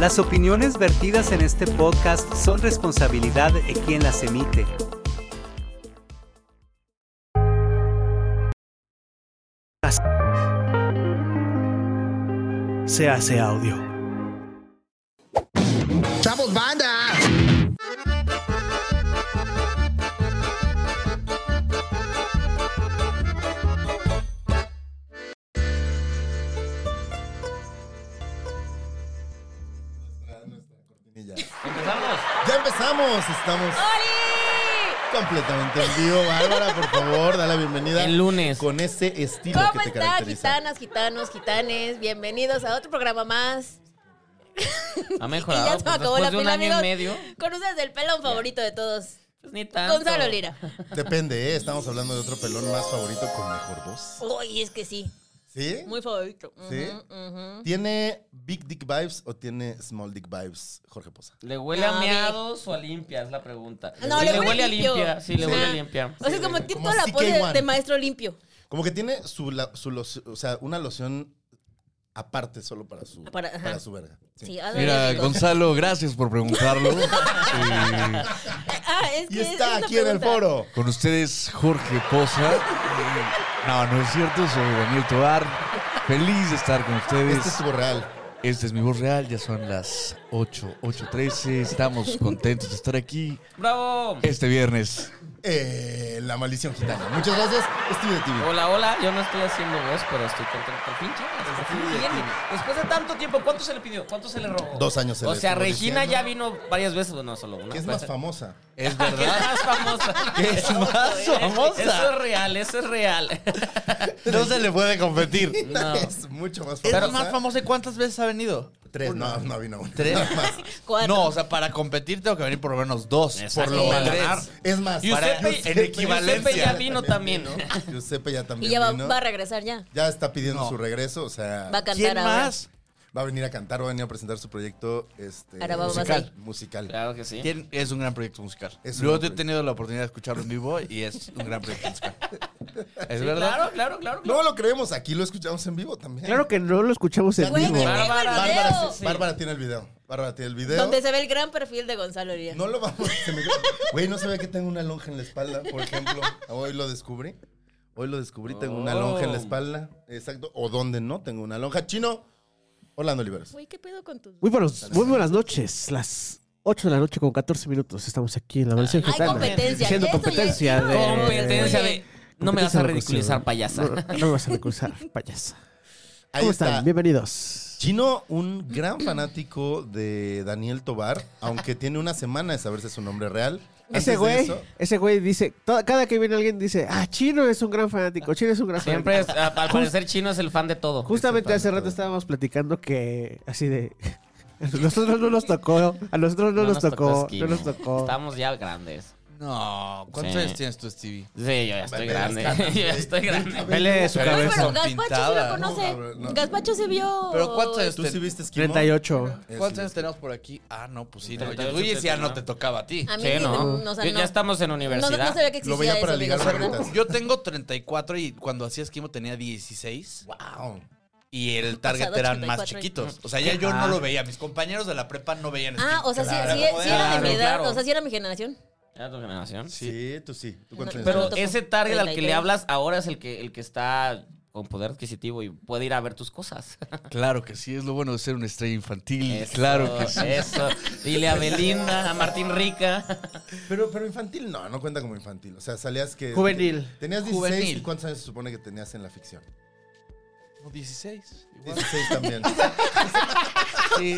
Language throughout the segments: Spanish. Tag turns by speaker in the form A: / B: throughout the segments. A: Las opiniones vertidas en este podcast son responsabilidad de quien las emite.
B: Se hace audio.
C: ¡Chavos, banda!
D: Y ya.
E: ¿Empezamos?
D: Ya empezamos, estamos
F: ¡Oli!
D: completamente en vivo. Bárbara, por favor, da la bienvenida.
E: El lunes.
D: Con ese estilo
F: ¿Cómo
D: que te
F: están,
D: caracteriza.
F: gitanas, gitanos, gitanes? Bienvenidos a otro programa más.
E: Ha
F: Y ya
E: mejorado.
F: se me
E: pues,
F: acabó
E: después
F: la
E: de un
F: pila,
E: año y
F: amigos.
E: medio.
F: Con ustedes el pelón favorito de todos,
E: Pues ni tanto.
F: Gonzalo Lira.
D: Depende, ¿eh? Estamos hablando de otro pelón más favorito con mejor voz.
F: Uy, es que sí,
D: ¿Sí?
F: muy favorito. Ujú,
D: ¿Sí?
F: ujú.
D: ¿Tiene Big Dick Vibes o tiene Small Dick Vibes, Jorge Poza?
E: ¿Le huele
F: No,
E: a
F: a ver.
E: meados o a limpia? Es la pregunta.
F: No,
E: Sí,
F: le huele
E: a
F: limpio.
E: limpia. Sí, le
F: Sí.
E: huele a
F: Ah.
E: limpia.
F: O sea, es como tiene
D: como
F: toda la pose de,
D: CK1.
F: de maestro limpio.
D: Como que tiene su, la- su loci- o sea, una loción aparte solo para su,
F: Para-
D: para,
F: ajá.
D: su verga. Sí.
F: Sí, a ver,
G: Mira,
F: digo.
G: Gonzalo, gracias por preguntarlo. Eh,
F: Ah, es que
D: Y
F: es- es
D: está
F: una
D: aquí en el
F: pregunta.
D: foro.
G: con ustedes, Jorge Poza. Eh, No, no es cierto, soy Daniel Tobar. Feliz de estar con ustedes.
D: Este es tu real.
G: Esta es mi voz real, ya son las 8, 8.13. Estamos contentos de estar aquí
E: ¡Bravo!
G: este viernes.
D: Eh, la maldición gitana. Muchas gracias, Steve de TV.
E: Hola, hola. Yo no estoy haciendo voz, pero estoy contento. Por fin, chicas, por fin viene. Después de tanto tiempo, ¿cuánto se le pidió? ¿Cuánto se le robó?
D: Dos años se
E: O
D: le
E: sea,
D: estuvo
E: Regina
D: diciendo.
E: ya vino varias veces. No, solo una.
D: Que es más famosa.
G: Es
E: Que es más famosa.
G: Que es más famosa.
E: Eso es real, eso es real.
G: No se le puede competir.
E: No.
D: Es mucho más
H: Es
D: famosa.
H: más famosa y cuántas veces ha venido.
D: Tres, no, no vino una.
H: Tres.
D: Nada más.
F: Cuatro.
H: No, o sea, para competir tengo que venir por lo menos dos.
E: Exacto.
H: Por lo
E: Para
H: menos
D: ganar.
H: tres.
D: Es más,
E: Y usted
D: para-
E: pe- en equivalencia.
D: Giuseppe
E: ya vino también.
D: vino. Giuseppe ya
F: Y
D: también
F: ya va,
D: vino.
F: va a regresar ya.
D: Ya está pidiendo
H: No.
D: su regreso, o sea,
F: Va a cantar
H: ¿Quién
F: ahora.
H: más?
D: va a venir a cantar, va a venir a presentar su proyecto este,
F: Ahora va a
D: musical.
F: pasar.
D: musical.
E: Claro que sí.
H: ¿Quién? Es un gran proyecto musical.
D: Es un
H: Yo
D: gran
H: he
D: proyecto.
H: tenido la oportunidad de escucharlo en vivo y es un gran proyecto musical. ¿Es
E: Sí,
H: verdad?
E: Claro, claro, claro.
D: No lo creemos, aquí lo escuchamos en vivo también.
I: Claro que no lo escuchamos en
F: Güey,
I: vivo.
F: me
E: Bárbara,
F: tengo el
E: Bárbara,
F: video.
E: sí, sí.
D: Bárbara tiene el video. Bárbara tiene el video.
F: Donde se ve el gran perfil de Gonzalo Lira.
D: No lo vamos. se me- Güey, no se ve que tengo una lonja en la espalda, por ejemplo. Hoy lo descubrí. Hoy lo descubrí, tengo una lonja en la
E: Oh.
D: espalda. Exacto. O donde no tengo una lonja. Chino, Orlando Oliveros.
F: Uy, ¿qué pedo con tus...
I: Muy, buenos- muy buenas noches, las 8 de la noche con 14 minutos. Estamos aquí en la Mansión
F: Hay
I: Gitana.
F: competencia,
I: Haciendo
F: ya esto ya es
I: competencia de...
E: Competencia de. No me vas a
I: competencia de
E: ridiculizar,
I: locución.
E: payasa.
I: No, no me vas a ridiculizar, payasa.
D: Ahí
I: ¿Cómo
D: está.
I: están? Bienvenidos.
D: Chino, un gran fanático de Daniel Tobar, aunque tiene una semana de saberse su nombre real. Antes de
I: Ese güey,
D: eso,
I: ese güey dice, toda- cada que viene alguien dice, ah, Chino es un gran fanático, Chino es un gran
E: Siempre,
I: fanático.
E: es- a- al parecer, Chino es el fan de todo.
I: Justamente
D: Ese
I: hace
D: tanto.
I: rato estábamos platicando que así de... A nosotros no nos tocó, a nosotros no, nos, tocó,
E: esquina.
I: no nos tocó.
E: Estamos ya grandes.
H: No, ¿cuántos
E: Sí.
H: años tienes tú, Stevie?
E: Sí, yo ya estoy
D: Ve las
E: grande.
D: caras,
E: Yo ya
D: güey.
E: estoy grande.
I: Vele su
H: Pero-
F: Uy,
I: cabeza.
F: pero
H: Son
F: Gaspacho sí lo
H: pintadas.
F: conoce.
D: No, no.
F: Gaspacho se vio...
H: ¿Pero cuántos años
D: ¿Tú sí viste Esquimo?
I: 38.
D: Es-
H: ¿Cuántos años tenemos por aquí? Ah, no, pues sí. No.
E: Treinta y ocho,
H: Tú ya
E: treinta y
H: no
E: nueve.
H: te tocaba a ti.
F: A mí
E: Sí,
F: sí,
E: ¿no?
F: no, o sea,
E: Yo
F: no.
E: ya estamos en
F: No, no
E: universidad.
F: sabía que existía
D: Lo veía para
F: eso,
D: ligar
F: digo, ¿verdad?
D: morritas.
H: Yo tengo 34 y cuando hacía esquimo tenía 16
D: Wow.
H: y el target
F: Pasado
H: eran más
F: 84 y-
H: chiquitos. O sea, ya yo no lo veía. Mis compañeros de la prepa no veían
F: Ah,
H: esquimo.
F: o sea, sí-
D: Claro,
F: sí, sí era de
E: Ah. claro,
F: mi edad,
E: claro.
F: o sea, sí era mi generación.
E: Era tu generación.
D: Sí, tú sí. ¿Tú cuántos
F: No,
D: años
E: Pero
F: Exacto.
D: tienes?
E: ese target al que le
F: 33.
E: hablas ahora es el que, el que está con poder adquisitivo y puede ir a ver tus cosas.
G: Claro que sí, es lo bueno de ser una estrella infantil.
E: Eso,
G: Claro que sí.
E: Eso. Dile a Belinda, a Martín Rica.
D: pero, pero infantil no, no cuenta como infantil. O sea, salías que.
I: Juvenil.
D: Tenías 16
H: Juvenil.
D: y cuántos años se supone que tenías en la ficción.
H: Como 16. igual.
D: 16 también.
H: Sí.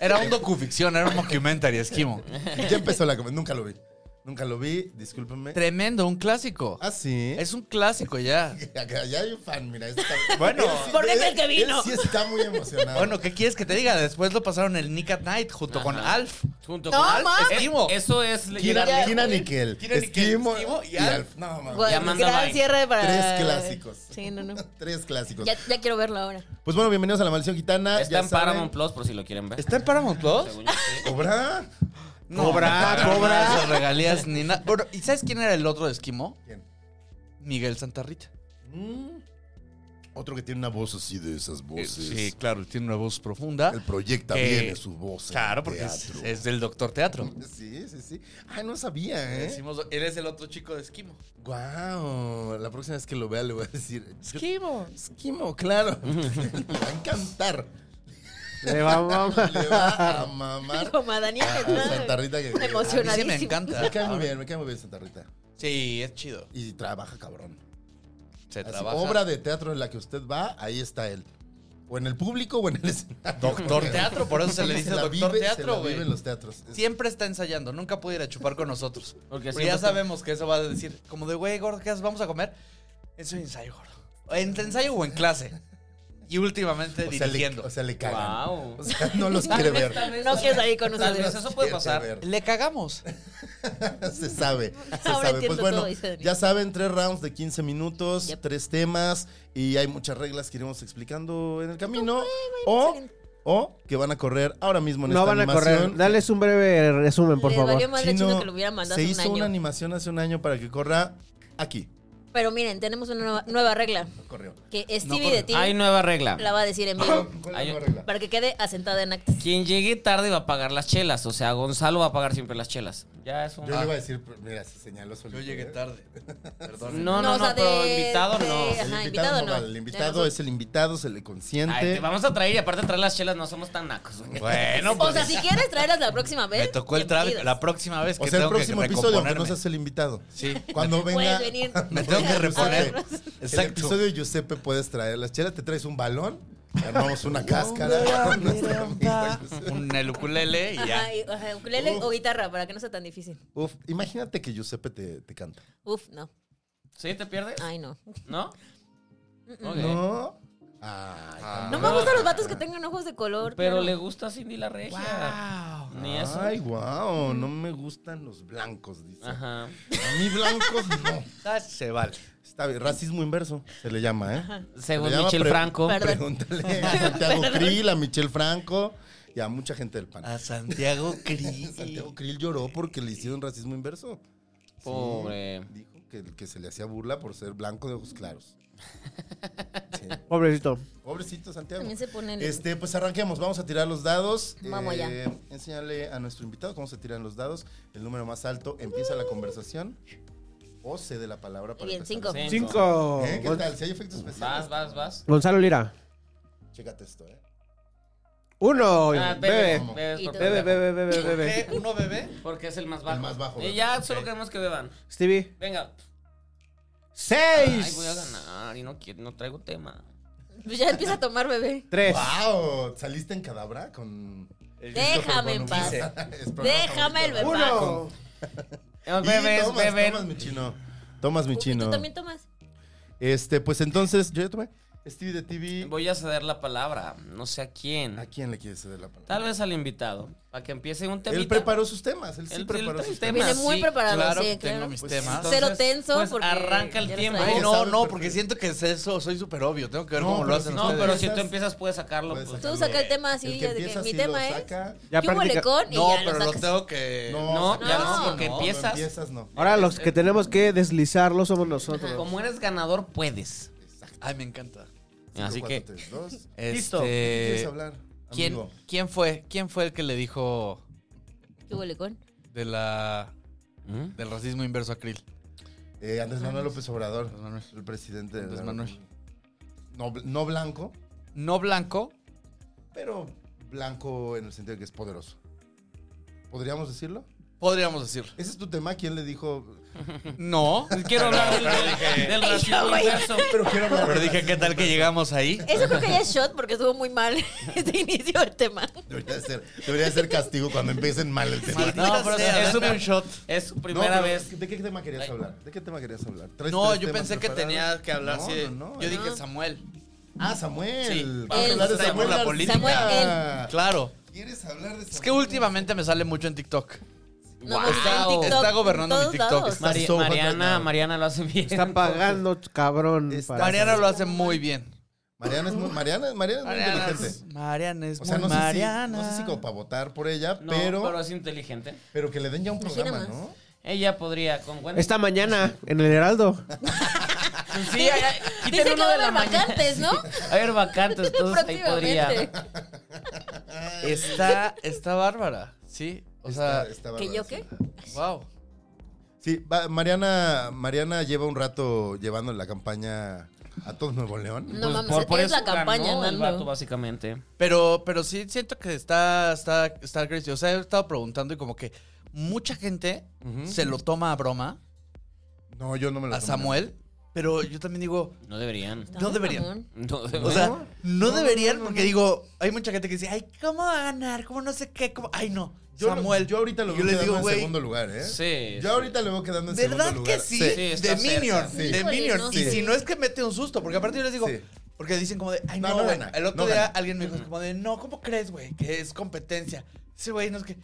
H: Era un docuficción, era un documentary esquimo.
D: ya empezó la comedia, nunca lo vi. Nunca lo vi, discúlpenme.
H: Tremendo, un clásico.
D: Ah, sí.
H: Es un clásico ya.
D: Acá ya hay un fan, mira. este Está...
H: Bueno.
D: Él sí-
F: ¿Por qué es el
D: él-
F: que vino?
D: él sí está muy emocionado.
H: Bueno, ¿qué quieres que te diga? Después lo pasaron el Nick at Night junto con Alf.
E: Junto
F: No,
E: con Alf,
F: mames.
H: Esquimo.
E: Eso es
D: Kira,
E: llegar-
D: Kira Nickel,
H: Kira Nickel,
D: Esquimo
H: Esquimo y
D: y
H: Alf.
D: Alf. No, mames.
F: Bueno,
E: Amanda
F: gran
E: Vine.
F: cierre para...
D: Tres clásicos.
F: Sí, no, no.
D: Tres clásicos.
F: Ya, ya quiero verlo ahora.
D: Pues bueno, bienvenidos a La Maldición Gitana.
E: Está
D: ya
E: en
D: saben.
E: Paramount Plus, por si lo quieren ver.
H: ¿Está en Paramount Plus?
E: Según yo, sí.
D: ¿Cobra?
H: cobra, cobra. esas regalías ni nada. Bueno, ¿y sabes quién era el otro de Esquimo?
D: ¿Quién?
H: Miguel Santarrita.
D: Mm. Otro que tiene una voz así de esas voces.
H: Eh, Sí, claro, tiene una voz profunda.
D: Él proyecta
H: Que-
D: bien su voz. en
H: Claro,
D: el
H: porque es,
D: teatro.
H: es del doctor teatro.
D: Sí, sí, sí. Ay, no sabía, ¿eh?
H: Decimos, él es el otro chico de Esquimo.
D: Wow, la próxima vez que lo vea le voy a decir Esquimo, Esquimo, claro. Le va a encantar.
I: Le va, mamá.
D: Le va a mamar
F: Como a Daniel.
D: a
F: ¿no?
D: Santa Rita que
H: A mí sí
F: Emocionadísimo.
H: me encanta.
D: Me cae muy bien, me cae muy bien Santa Rita.
H: Sí, es chido.
D: Y trabaja cabrón.
H: Se
D: Así,
H: trabaja.
D: obra de teatro en la que usted va, ahí está él. O en el público o en el escenario.
H: Doctor teatro, por eso se le dice
D: la
H: doctor
D: vive, se la
H: teatro,
D: vive
H: güey.
D: en los teatros. Es-
H: Siempre está ensayando, nunca puede ir a chupar con nosotros.
E: Porque
H: Porque
E: siempre
H: ya
E: está-
H: sabemos que eso va a decir, como de, güey, gordo, ¿qué haces? ¿Vamos a comer? Eso es ensayo, gordo. ¿En ensayo o en clase? Y últimamente
D: o, sea, le,
H: dirigiendo.
D: o sea, le cagan.
E: Wow.
D: O sea, no los quiere ver.
F: No quiero salir con
E: Tal vez
H: Pues
F: ustedes.
E: eso puede
D: Quiere
E: pasar.
D: ver.
H: le cagamos.
D: se sabe. Se
F: Ahora
D: sabe. Pues
F: entiendo
D: bueno,
F: todo, dice Daniel.
D: ya saben, tres rounds de 15 minutos,
F: Yep.
D: tres temas y hay muchas reglas que iremos explicando en el camino.
F: pues,
D: O, o que van a correr ahora mismo en
I: No
D: esta
I: van a correr.
D: animación.
I: Dales un breve resumen, por
F: Le
I: favor.
F: valió madre
D: Chino,
F: chino que lo hubiera mandado
D: se
F: hace
D: hizo
F: un
D: una
F: año.
D: animación hace un año para que corra aquí.
F: Pero miren, tenemos una nueva, nueva regla.
D: Corrió.
F: Que Stevie de ti
E: Hay nueva regla.
F: la va a decir en vivo.
D: ¿Cuál
E: Ay,
D: es la regla?
F: para que quede asentada en actas.
E: Quien llegue tarde va a pagar las chelas. O sea, Gonzalo va a pagar siempre las chelas. Ya es un.
D: Yo le iba a decir, mira, se señaló solito.
H: Ah. Yo llegué
D: ¿eh?
H: tarde. Perdón.
E: No, no,
F: o
E: no,
F: sea,
E: pero
F: de-
E: invitado
F: de-
E: no.
D: El
F: Ajá,
D: invitado, no vale, El
F: Ya
D: invitado
F: no-
D: es el invitado, se le
E: Ay, te
D: consiente.
E: vamos a traer y aparte de traer las chelas no somos tan nacos. güey.
H: Bueno,
F: O
H: pues.
F: sea, si quieres traerlas la próxima vez.
H: me tocó el trabe
F: bienvenidas.
H: la próxima vez que
D: O sea, el
H: tengo
D: próximo
H: que
D: episodio, aunque no
H: recomponerme.
D: seas el invitado.
H: Sí.
D: Cuando venga.
F: Puedes venir.
H: Me tengo que reponer.
D: Exacto. El
H: Exacto.
D: episodio de Giuseppe puedes traer las chelas, te traes un balón, armamos una cáscara. con nuestro amigo Giuseppe.
H: Un el ukulele y ya.
F: Ajá, y- ajá, ukulele
D: Uf.
F: o guitarra para que no sea tan difícil.
D: Uf, imagínate que Giuseppe te, te canta.
F: Uf, no.
E: ¿Sí te pierdes?
F: Ay, no.
E: ¿No? Ok.
D: ¿No? Ay,
F: No me gustan los vatos que tengan ojos de color.
E: Pero
F: claro.
E: le gusta Cindy la regia. Ni eso.
D: Ay, wow, no me gustan los blancos, dice.
E: Ajá.
D: A mí blancos no.
H: Ah, Se vale.
D: Está bien, racismo inverso se le llama, ¿eh?
E: Según
D: Se le llama
E: Michel
D: pre-
E: Franco.
F: Perdón.
D: Pregúntale a Santiago Krill, a Michel Franco y a mucha gente del pan.
H: A Santiago Cris.
D: Santiago Krill lloró porque le hicieron racismo inverso.
E: Pobre.
D: eh, Dijo que, que se le hacía burla por ser blanco de ojos claros. Sí.
I: Pobrecito.
D: Pobrecito Santiago.
F: También se ponen.
D: Este, pues arranquemos, vamos a tirar los dados. Eh,
F: Vamos allá.
D: Enséñale a nuestro invitado cómo se tiran los dados. El número más alto empieza la conversación o cede la palabra para
F: Muy bien,
D: empezar.
F: cinco.
E: Sí.
I: Cinco.
D: ¿Eh? ¿Qué tal? Si hay efectos especiales.
E: Vas, vas, vas.
I: Gonzalo Lira.
D: Chécate esto, ¿eh?
I: Uno.
E: Ah,
I: bebe.
E: bebe, bebe,
F: Y
E: por
F: tú.
I: Bebe,
E: pendejo.
I: bebe, bebe, bebe.
H: ¿Qué? ¿Uno bebé?
E: Porque es el más bajo.
D: El más bajo,
E: Y
D: bebé.
E: ya solo queremos que beban.
I: Stevie.
E: Venga. Ay, voy a
I: Seis.
E: ganar y no, quiero- no traigo tema.
F: Pues ya empieza a tomar, bebé.
I: Tres.
D: ¡Wow! ¿Saliste en cadabra con.
F: Déjame en paz.
D: Es programa
F: Déjame el
D: favorito.
F: bebé.
I: Uno.
E: Eh,
D: Y
E: Bebes,
D: tomas,
E: beben.
D: tomas, mi chino. Tomas mi
F: Uy, ¿Tú
D: chino.
F: también tomas?
D: Este, pues entonces, yo ya tomé. Stevie de TV.
E: Voy a ceder la palabra. No sé a quién.
D: ¿A quién le quieres ceder la palabra?
E: Tal vez al invitado. Para que empiece un tema.
D: Él preparó sus temas. Él sí
E: Él-
D: preparó
E: él trae
D: sus
E: temas.
D: temas.
F: Viene
H: Ah,
F: muy
H: sí,
F: preparado,
H: Claro,
F: sí,
H: que
F: claro.
H: tengo mis
D: Pues,
H: temas.
E: entonces-
F: Cero tenso
E: pues,
F: porque.
E: arranca el
F: ya lo
E: tiempo.
F: traigo.
H: Ay,
D: Ay,
H: no,
D: sabe
H: no,
D: perfecto.
H: porque siento que es eso, soy súper obvio. Tengo que ver
D: No,
H: cómo lo
D: pero
H: hacen
D: si
E: No,
H: ustedes.
E: pero si tú empiezas, puedes sacarlo.
D: Puedes
E: pues.
F: Tú saca el tema así,
D: El
F: ya
D: que
F: de que
D: empieza
F: mi
D: sí
F: tema
D: lo
F: es.
D: saca.
I: Ya
F: ¿Qué hubo
I: practica-
F: lecón? Y
H: No,
F: ya
H: pero
F: lo
H: lo
F: sacas.
H: tengo que.
E: No,
D: no,
E: ya
F: no,
E: no, porque
D: no,
E: empiezas.
D: no empiezas, no.
I: Ahora los que tenemos que deslizarlo somos nosotros.
E: Como eres ganador, puedes.
H: Ay, me encanta.
E: Así
D: Cinco,
E: que.
D: cuatro, tres, dos.
E: Listo.
H: Este,
D: ¿Qué quieres hablar?
H: ¿quién,
D: amigo?
H: ¿Quién fue? ¿Quién fue el que le dijo
F: ¿Qué hubo lecón?
H: de la
E: ¿Mm?
H: del racismo inverso a Krill?
D: Eh, Andrés Manuel López Obrador,
H: Andrés Manuel.
D: el presidente. de
H: Andrés
D: la
H: Manuel.
D: República. No, bl- no blanco,
H: No blanco.
D: pero blanco en el sentido de que es poderoso. ¿Podríamos decirlo?
H: Podríamos decir.
D: Ese es tu tema. ¿Quién le dijo?
H: No.
E: Quiero hablar del, del, del racismo
F: güey.
E: inverso.
D: Pero quiero hablar.
H: Pero dije, ¿qué tal que llegamos ahí?
F: Eso creo que ya es shot porque estuvo muy mal este inicio del tema.
D: Debería ser, debería ser castigo cuando empiecen mal el tema.
H: No, pero
E: sea,
H: es
E: venga.
H: un shot.
E: Es su
D: No,
E: primera
D: pero,
E: vez.
D: ¿De qué tema querías hablar? ¿De qué tema querías hablar? ¿Traes
H: No,
D: tres
H: yo
D: temas
H: pensé que
D: preparados?
H: tenía que hablar
D: No,
H: sí. de-
D: no, no.
H: Yo dije
F: No.
H: Samuel.
D: Ah, Samuel.
H: Sí.
D: Vamos a hablar de
H: Él.
D: Samuel.
H: La
D: García.
H: política.
F: Samuel,
H: Claro.
D: ¿Quieres hablar de Samuel?
H: Es que últimamente me sale mucho en TikTok.
F: No,
E: Wow.
H: Está gobernando mi
F: en
H: TikTok.
F: todos lados.
D: Está
E: Mari-
D: so hot right
E: Mariana,
D: now.
E: Mariana lo hace bien.
I: Está pagando, cabrón.
D: Está-
I: para-
H: Mariana lo hace muy bien.
D: Mariana es muy, Mariana, Mariana es muy
H: Mariana es,
D: inteligente.
H: Mariana es
D: O sea,
H: muy
D: no sé,
H: Mariana.
D: Si, no sé si como para votar por ella,
E: No, pero,
D: pero,
E: es inteligente.
D: pero que le den ya un
F: Imagina
D: programa,
F: más.
D: ¿no?
E: Ella podría con buen...
I: Esta mañana en el Heraldo.
E: Pues sí, ay, ay, quiten
F: Dice que
E: uno
F: va a
E: de la
F: haber
E: mañana.
F: vacantes, ¿no?
E: A ver, vacantes, entonces ahí podría.
F: Próximamente.
H: Está, está bárbara. Sí. O sea,
D: Está- está
F: ¿Que yo
D: bárbaro,
F: qué?
D: sí.
H: wow.
D: Sí, va- Mariana, Mariana lleva un rato llevando la campaña a todo Nuevo León.
F: No
E: Pues
F: mames,
E: por, por
F: es
E: eso
F: la campaña,
E: ganó el
F: Nando.
E: vato, básicamente.
H: Pero, pero sí siento que está, está, está crazy. O sea, he estado preguntando y como que mucha gente se lo toma a broma
D: No, yo no me lo
H: a
D: tomo.
H: Samuel, pero yo también digo,
E: No deberían.
F: Está
H: No
F: muy
H: deberían.
F: mamón.
E: No
H: o
E: deberían.
H: sea, no, deberían porque digo, hay mucha gente que dice, ay, ¿cómo va a ganar? ¿Cómo no sé qué? ¿Cómo? Ay, no.
D: Yo,
H: Samuel.
D: Samuel, yo ahorita lo
H: Y yo
D: veo
H: les
D: quedando
H: digo,
D: en
H: güey,
D: segundo lugar, ¿eh?
E: sí.
D: Yo ahorita lo veo quedando en
H: ¿Verdad
D: segundo lugar.
H: que sí?
E: Sí,
H: de
E: está cerca,
H: Minions.
D: sí.
H: De
F: Híjole,
H: Minions.
F: no
H: y
F: sé.
H: si no es que mete un susto, porque aparte yo les digo.
D: Sí.
H: Porque dicen como de, ay,
D: No,
H: no,
D: no
H: güey.
D: gana,
H: El otro
D: no
H: día
D: gana.
H: alguien me dijo como de, no, ¿cómo crees, güey? Que es competencia. Ese güey no es que.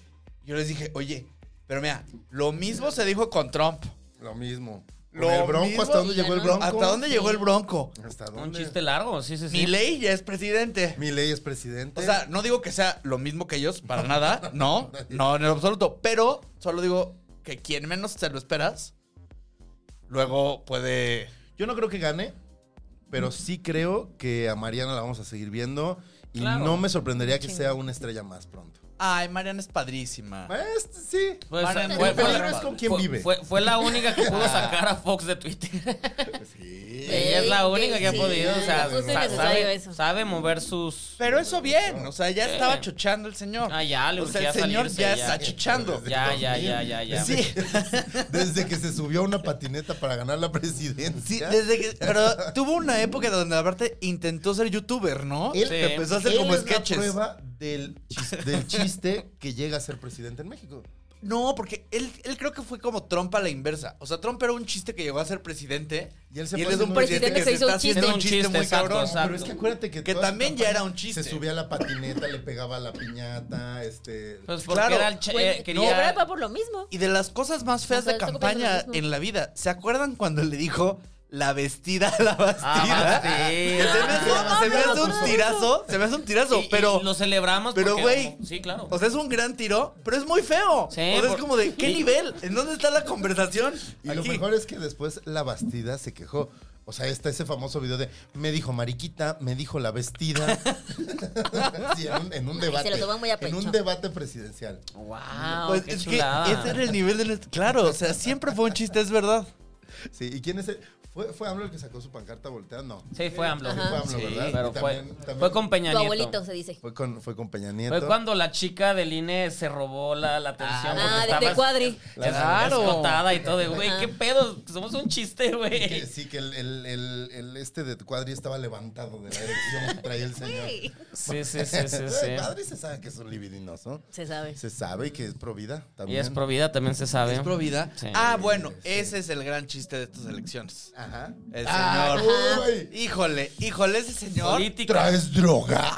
H: Yo les dije, oye, pero mira, lo mismo se dijo con Trump.
D: Lo mismo. Con
H: Lo
D: el Bronco,
H: mismo.
D: ¿hasta dónde llegó el Bronco?
H: ¿Hasta dónde llegó el Bronco?
D: ¿Hasta dónde?
E: Un chiste largo, sí, sí, sí.
H: Mi ley ya es presidente.
D: Milei es presidente.
H: O sea, no digo que sea lo mismo que ellos, para nada, no, no, en lo absoluto. Pero solo digo que quien menos te lo esperas, luego puede.
D: yo no creo que gane, pero sí creo que a Mariana la vamos a seguir viendo y
E: Claro.
D: no me sorprendería que sea una estrella más pronto.
H: Ay, Mariana es padrísima.
D: Pues, sí.
E: Pues,
H: Para-
E: fue-
H: Pero
E: fue-
H: no es
D: con quien
E: fue-
D: vive.
E: Fue, fue la única que
H: Ah.
E: pudo sacar a Fox de Twitter.
D: Sí.
E: Ella es la única que ha
F: sí,
E: podido. O sea,
F: justo y
E: sa-
F: necesario
E: sabe,
F: eso.
E: sabe mover sus.
H: Pero eso bien, o sea, ya estaba chochando el señor.
E: Ah, ya, le
H: O sea, el
E: urgía
H: señor
E: salirse,
H: ya,
E: ya.
H: está chochando.
E: Ya, ya, ya, ya, ya.
H: Sí,
D: Desde que se subió a una patineta para ganar la
H: sí,
D: presidencia.
H: desde que. Pero tuvo una época donde aparte intentó ser youtuber, ¿no?
D: Él-
E: Sí.
H: Que empezó a hacer
D: él
H: como
D: es la
H: sketches.
D: prueba del chis- del chiste que llega a ser presidente en México.
H: No, porque él, él creo que fue como Trump a la inversa. O sea, Trump era un chiste que llegó a ser presidente.
D: Y él se
H: es
D: pone
H: un
D: un
H: presidente que se
F: hizo
H: está
F: un chiste.
H: haciendo un chiste muy
E: Exacto,
H: cabrón.
E: exacto.
D: Pero es que acuérdate que.
H: Que
D: toda su
H: también ya
D: campaña
H: era un chiste.
D: Se subía a la patineta, le pegaba a la piñata, este.
E: Pues porque
H: Claro.
E: era el che- eh,
F: Güey,
E: quería-
F: mi obra va por lo mismo.
H: Y de las cosas más feas
F: O sea,
H: de
F: está copiando lo
H: campaña
F: mismo.
H: en la vida. ¿Se acuerdan cuando le dijo la vestida a la
E: Ah,
H: bastida?
E: sí.
H: Que se me hace,
F: No,
H: se me
F: no,
H: hace
F: no,
H: un
F: no,
H: tirazo. Se me hace un tirazo,
E: Y- y
H: pero.
E: lo celebramos.
H: pero,
E: porque-
H: güey,
E: Sí, claro.
H: O sea, es un gran tiro, pero es muy feo.
E: Sí,
H: o sea, es
E: por-
H: como de, ¿qué
E: y-
H: nivel? ¿En dónde está la conversación?
D: Y lo
H: Aquí.
D: mejor es que después la Bastida se quejó. O sea, está ese famoso video de me dijo mariquita, me dijo la vestida. Sí, en un, en un debate.
F: se lo tomó muy a
D: en
F: pecho.
D: un debate presidencial.
E: Wow,
H: Pues
E: Ah, qué
H: es que
E: chulada.
H: ese era el nivel del. Claro, o sea, siempre fue un chiste, es verdad.
D: Sí, ¿y quién es el? ¿Fue, fue AMLO el que sacó su pancarta volteando?
E: Sí, fue AMLO.
D: Sí, fue AMLO,
E: Sí,
D: ¿verdad?
E: pero
D: Y
E: fue,
D: también- también-
E: fue con Peña
F: Tu
E: Nieto.
F: abuelito se dice.
D: Fue con, fue con Peña Nieto.
E: Fue cuando la chica del INE se robó la, la atención. porque
F: Ah, de-
E: estaba
F: de cuadri.
H: Claro.
E: escotada y todo. de, Güey,
F: Ajá.
E: qué pedo. Somos un chiste, güey.
D: Que sí, que el, el- el- el este de cuadri estaba levantado de la erección que traía el señor.
F: Güey,
E: Sí, sí, sí, sí, sí.
D: Cuadri se sabe que es un libidinoso.
F: Se sabe.
D: Se sabe que es provida
E: Y
D: también.
E: es provida, también se sabe.
H: Es pro vida.
E: Sí.
H: Ah, bueno, ese es el gran chiste de estas elecciones.
D: Ajá.
H: El
D: Ah,
H: señor.
D: uy,
H: Híjole, híjole, ese señor.
E: Política.
D: ¿Traes droga?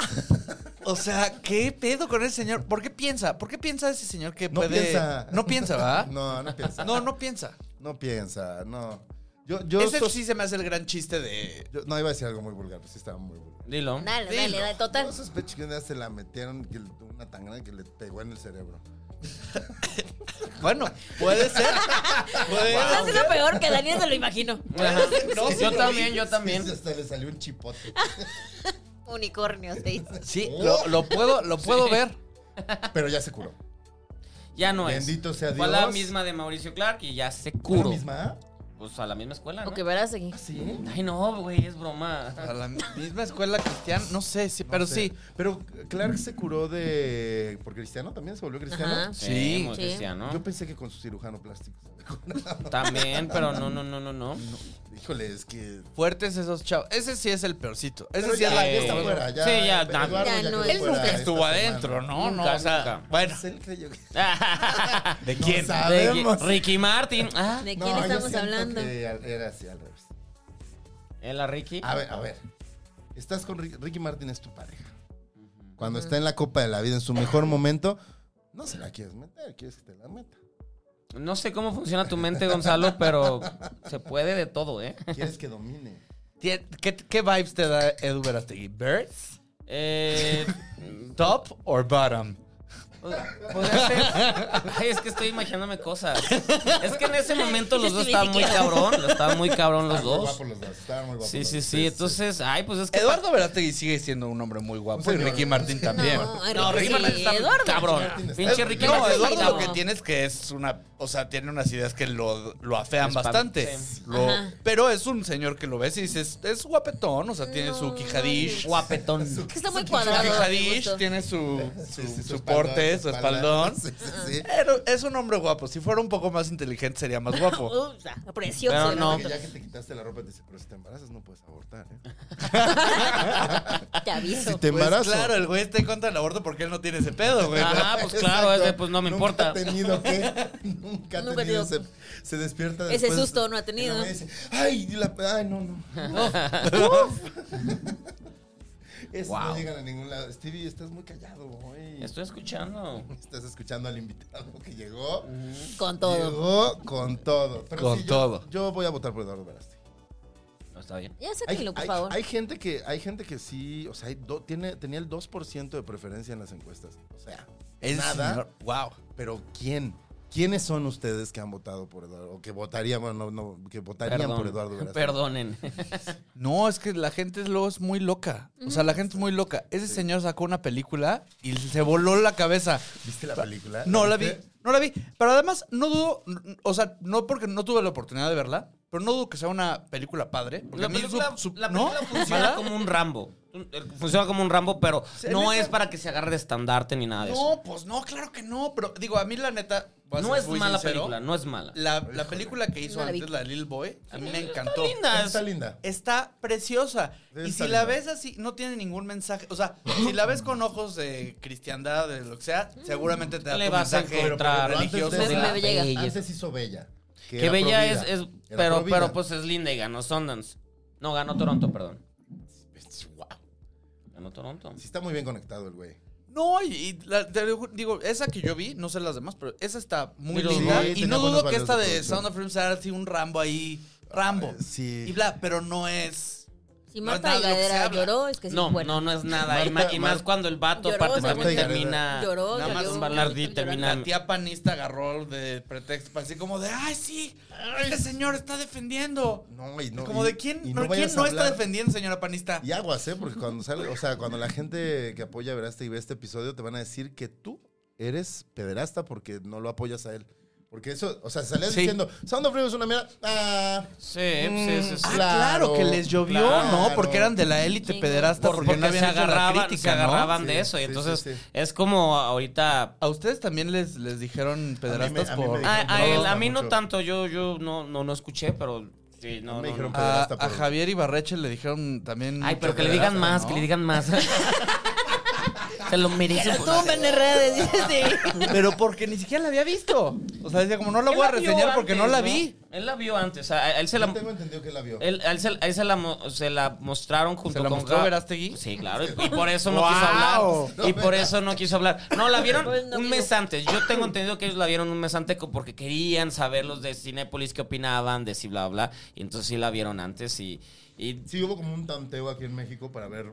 H: O sea, ¿qué pedo con ese señor? ¿Por qué piensa? ¿Por qué piensa ese señor que
D: No
H: puede.
D: piensa.
H: No piensa, ¿verdad?
D: No, no piensa.
H: No, no piensa.
D: No piensa, no. Yo, yo,
H: ese
D: sos-
H: sí se me hace el gran chiste de.
D: yo- No, iba a decir algo muy vulgar, pero sí estaba muy vulgar.
E: Dilo.
F: Dale, dale, dale, total.
D: Yo sospecho que un día se la metieron que le- una tan grande que le pegó en el cerebro.
H: Bueno, puede ser. Puede
F: Estás
H: ser.
F: haciendo peor que Daniel se lo imagino.
E: Ajá.
H: No, sí
E: yo
H: lo
E: también, yo
D: Sí,
E: también.
D: sí, hasta le salió un chipote.
F: Unicornio, sí.
H: Sí, lo, lo puedo, lo puedo
E: Sí.
H: ver.
D: Pero ya se curó.
E: Ya no es.
D: Bendito sea
E: Fue la
D: Dios.
E: misma de Mauricio Clark y ya se
D: ¿La
E: curó.
D: misma?
E: pues a la misma escuela, ¿no?
F: O que verás aquí.
D: ¿Sí?
E: Ay, no, güey, es broma.
H: A la misma escuela cristiana, no sé, sí, pero
D: sé.
H: sí.
D: Pero Clark se curó de. por cristiano también, se volvió cristiano.
F: Ajá.
H: Sí.
E: muy
F: Sí.
E: cristiano.
D: Yo pensé que con su cirujano plástico.
E: También, pero no, no, no, no, no.
D: Híjole, es que.
H: Fuertes esos chavos. Ese sí es el peorcito. Ese
D: Pero
H: sí es la
D: ya, ya
H: que
D: está fuera, ya.
E: Sí, ya,
D: Eduardo
E: ya.
F: Ya no
D: quedó
F: es.
D: fuera
F: Nunca
D: esta
H: estuvo
D: semana. Pues
H: adentro, ¿no? No,
E: Nunca,
H: o sea,
E: nunca.
H: bueno.
D: Él creyó que-
H: ¿De
D: No
H: quién?
E: De
D: sabemos.
E: Ricky Martin. Ah,
F: ¿De quién
D: No, yo
F: estamos
D: siento
F: hablando?
D: que al- era así al revés.
E: él a Ricky.
D: A ver, a ver. Estás con Ricky, Ricky Martin, es tu pareja. Cuando está en la Copa de la Vida, en su mejor momento, no se la quieres meter, quieres que te la meta.
E: No sé cómo funciona tu mente, Gonzalo, pero se puede de todo, ¿eh?
D: Quieres que domine.
H: ¿Qué, qué vibes te da Edu Verastegui? ¿Birds?
E: Eh,
H: ¿Top o bottom?
E: podría ser. Ay, es que estoy imaginándome cosas. Es que en ese momento los dos estaban muy cabrón. Estaban muy cabrón los
D: Estaban muy
E: dos.
D: guapos los dos, estaban muy guapos
E: Sí,
D: los
E: sí,
D: dos.
E: sí. Entonces, ay, pues es que.
H: Eduardo Verastegui sigue siendo un hombre muy guapo. Y
D: señor.
H: Ricky Martin también.
F: No, ay,
E: No, Ricky
F: sí,
E: Martin está
F: Eduardo.
E: cabrón. Pinche Ricky
H: no,
E: Martin.
H: Eduardo
E: está
H: lo que tiene es que es una. O sea, tiene unas ideas que lo, lo afean
E: Espan-
H: bastante.
E: sí.
H: Lo-
F: Ajá.
H: pero es un señor que lo ves y dices, es guapetón, o sea, tiene su
F: No,
H: quijadish.
E: Guapetón.
F: Que está muy
H: Su
F: cuadrado. a mi
H: quijadish,
F: gusto.
H: tiene su, su,
D: Sí, sí,
H: su
D: espaldón,
H: porte, su espaldón.
D: Sí, sí, sí.
H: Pero es un hombre guapo. Si fuera un poco más inteligente, sería más guapo.
F: Uh, está precioso.
E: Pero no.
D: Que ya que te quitaste la ropa, te dice, pero si te embarazas no puedes abortar, ¿eh?
F: Te aviso.
D: Si te
H: Pues,
D: embarazas.
H: claro, el güey está en contra del aborto porque él no tiene ese pedo, güey.
E: Ajá, pues claro, es de, pues no me
D: Nunca
E: importa.
D: ha tenido que. Nunca ha
F: Nunca
D: tenido.
F: ha tenido.
D: ese- se despierta
F: Ese
D: después.
F: susto no ha tenido.
D: y la mamá dice, ay, y la- ay, no, no. Eso
E: Wow.
D: No llegan a ningún lado. Stevie, estás muy callado hoy.
E: Estoy escuchando.
D: Estás escuchando al invitado que llegó.
F: Con todo.
D: Llegó con todo. Pero
H: Con
D: sí, yo-
H: todo.
D: Yo, voy a votar por Eduardo Verástegui.
E: No está bien.
F: Ya sáquenlo, por
D: hay,
F: favor.
D: hay gente que, hay gente que sí, o sea, hay do- tiene, tenía el 2% de preferencia en las encuestas. O sea,
H: Es
D: Nada.
H: wow.
D: Pero ¿quién? ¿Quiénes son ustedes que han votado por Eduardo? O que votarían, bueno, no, no, que votarían
E: Perdón.
D: por Eduardo Verástegui.
E: Perdonen.
H: No, es que la gente es- luego es muy loca. O sea, la gente es muy loca. Ese señor sacó una película y se voló la cabeza.
D: ¿Viste la película?
H: No la vi,
D: viste?
H: no la vi. Pero además, no dudo, n- o sea, no porque no tuve la oportunidad de verla, pero no dudo que sea una película padre. porque
E: La
H: a mí
E: película,
H: su- su-
E: la
H: ¿no?
E: película funciona
H: ¿Mala?
E: como un Rambo. Funciona como un Rambo, pero no es para que se agarre de estandarte ni nada de eso.
H: No, pues no, claro que no. Pero digo, a mí la neta. voy a
E: No
H: ser
E: es
H: muy
E: mala
H: sincero,
E: película, no es mala.
H: La, la película que hizo
F: No la vi.
H: antes, la de Lil Boy, a mí me encantó.
D: Está linda.
H: Está preciosa.
D: Sí,
H: y si
D: está
H: la
D: linda.
H: ves así, no tiene ningún mensaje. O sea, si la ves con ojos de cristiandad, de lo que sea, seguramente te da
E: Mm, Le
H: tu
E: vas a
H: mensaje
E: encontrar
D: Pero antes de
H: religioso.
D: eso-
H: de la-
F: Me llega.
E: belleza.
D: Antes hizo Bella. Que,
E: Que
D: era
E: bella es,
D: provida.
E: es-
D: Era
E: pero,
D: provida.
E: pero pues es linda y ganó Sundance. No, ganó Toronto, perdón.
D: Guau.
E: Ganó Toronto.
D: Sí está muy bien conectado el güey.
H: No, y, y la- te lo ju- digo, esa que yo vi, no sé las demás, pero esa está muy
D: Sí,
H: linda.
D: sí,
H: y
D: tenía
H: no dudo
D: buenos
H: que
D: valores
H: esta
D: de
H: de
D: producción.
H: Sound of Freedom sea así un Rambo ahí. Rambo.
D: Ay, Eh, sí.
H: Y bla, pero no es.
F: Si
H: no es
F: Marta
H: nada de lo que se
F: Higadera
H: habla.
F: lloró, es que sí.
E: no,
F: bueno.
E: no, no es nada. y,
D: Marta-
E: ma- y más
D: Marta-
E: cuando el vato
F: Lloró,
E: aparte
F: se
E: también
D: fue.
E: termina.
F: Lloró,
H: Nada más
F: lloró.
H: un
E: balardí
F: lloró.
E: termina.
H: La tía panista agarró de pretexto, para así como de, ay, sí, este señor está defendiendo.
D: No, y no.
H: como
D: y-
H: de quién
D: y
H: no, quién
D: vayas a
H: no está
D: hablar-
H: defendiendo, señora panista.
D: Y aguas, ¿eh? Porque cuando sale, o sea, cuando la gente que apoya a y ve este episodio, te van a decir que tú eres pederasta porque no lo apoyas a él. Porque eso, o sea, salías
H: Sí.
D: diciendo, Sound of Freedom es una mierda. Ah,
E: Sí,
D: Mm,
E: sí, sí, sí.
H: Ah,
D: Claro.
H: claro, que les llovió,
D: Claro.
H: ¿no? Porque eran de la élite
F: Sí.
H: pederasta,
E: Por-
H: porque,
E: porque
H: no
E: se
H: habían hecho la
E: agarraban,
H: crítica,
E: se
H: ¿no?
E: agarraban de
D: Sí,
E: eso. Y
D: sí,
E: entonces
D: sí, sí.
E: es como ahorita.
H: ¿A ustedes también les, les dijeron pederastas
D: a mí me
H: por...?
D: dijeron
E: A, a
D: no,
E: él- a
D: no
E: mí no
D: mucho.
E: tanto, yo, yo no, no, no escuché, pero sí,
D: No
E: no.
D: me
E: no,
D: dijeron
E: no.
H: A,
D: pederasta por-
H: a Javier Ibarreche le dijeron también...
E: Ay,
H: mucho
E: pero que le digan
H: pederasta,
E: más,
H: ¿no?
E: que le digan más. se lo merecen.
F: Lo tumban en redes, dice.
H: Pero porque ni siquiera la había visto. O sea, decía como, no la
E: Él
H: voy a
E: vio
H: reseñar porque no
E: antes,
H: la vi.
E: Él la vio antes. a- a- Él se la,
D: yo tengo entendido que la vio.
E: él, a él se, a él se la, mo- se la mostraron junto
H: ¿Se la
E: con
H: mostró
E: Ga-
H: Verástegui?
E: Sí, claro. Y, y por eso no
H: ¡Wow!
E: quiso hablar.
D: No,
E: Y por eso no quiso hablar. No, la vieron
F: Pues no
E: un
F: digo.
E: mes antes. Yo tengo entendido que ellos la vieron un mes antes co- porque querían saber los de Cinépolis qué opinaban, de si bla, bla. Y entonces sí la vieron antes y... y
D: Sí, hubo como un tanteo aquí en México para ver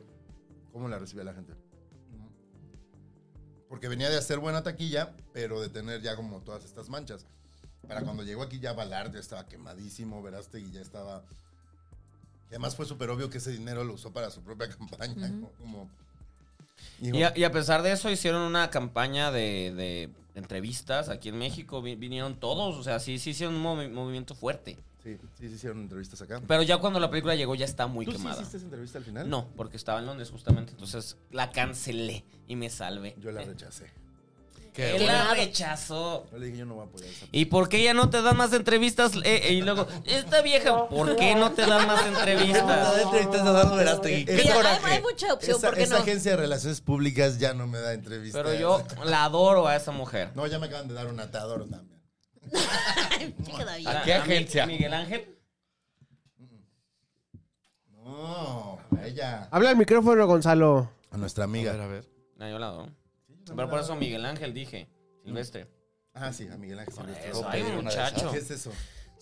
D: cómo la recibía la gente. Porque venía de hacer buena taquilla, pero de tener ya como todas estas manchas. Para cuando llegó aquí ya Balard ya estaba quemadísimo, Verástegui ya estaba... Y además fue súper obvio que ese dinero lo usó para su propia campaña. ¿no? como,
E: Y a, y a pesar de eso, hicieron una campaña de, de entrevistas aquí en México. Vi- vinieron todos, o sea, sí, sí hicieron un movi- movimiento fuerte.
D: Sí, sí, sí hicieron entrevistas acá.
E: Pero ya cuando la película llegó ya está muy
D: ¿Tú sí
E: quemada.
D: hiciste esa entrevista al
H: ¿Eh?
D: final?
E: No, porque estaba en Londres justamente, entonces la cancelé y me salvé. Eh,
D: Yo la rechacé.
H: Qué
E: Él la
F: Quemado.
E: rechazó.
D: Yo le dije, yo no voy a apoyar esa
E: ¿Y por qué ya no te dan más entrevistas? Eh, eh, y luego, esta vieja, ¿por qué no te dan más entrevistas?
H: entrevistas a Eduardo Verástegui. Qué
F: Mira, hay,
H: coraje.
F: hay mucha opción,
D: esa,
F: ¿por qué
D: esa
F: no?
D: agencia de relaciones públicas ya no me da entrevistas.
E: Pero yo la adoro a esa mujer.
D: No, ya me acaban de dar un atador también.
F: Chica David.
H: ¿A qué
E: A mí,
H: agencia?
E: Miguel Ángel.
D: No, a ella.
I: Habla al micrófono, Gonzalo.
D: A nuestra
H: A ver,
D: amiga.
H: a ver.
E: No, yo la adoro. Pero por eso Miguel Ángel dije. Silvestre.
D: Ah, sí, a Miguel Ángel. Silvestre.
E: Eso,
D: Ok.
E: ay,
H: pedir una de esas.
E: muchacho.
D: ¿Qué es eso?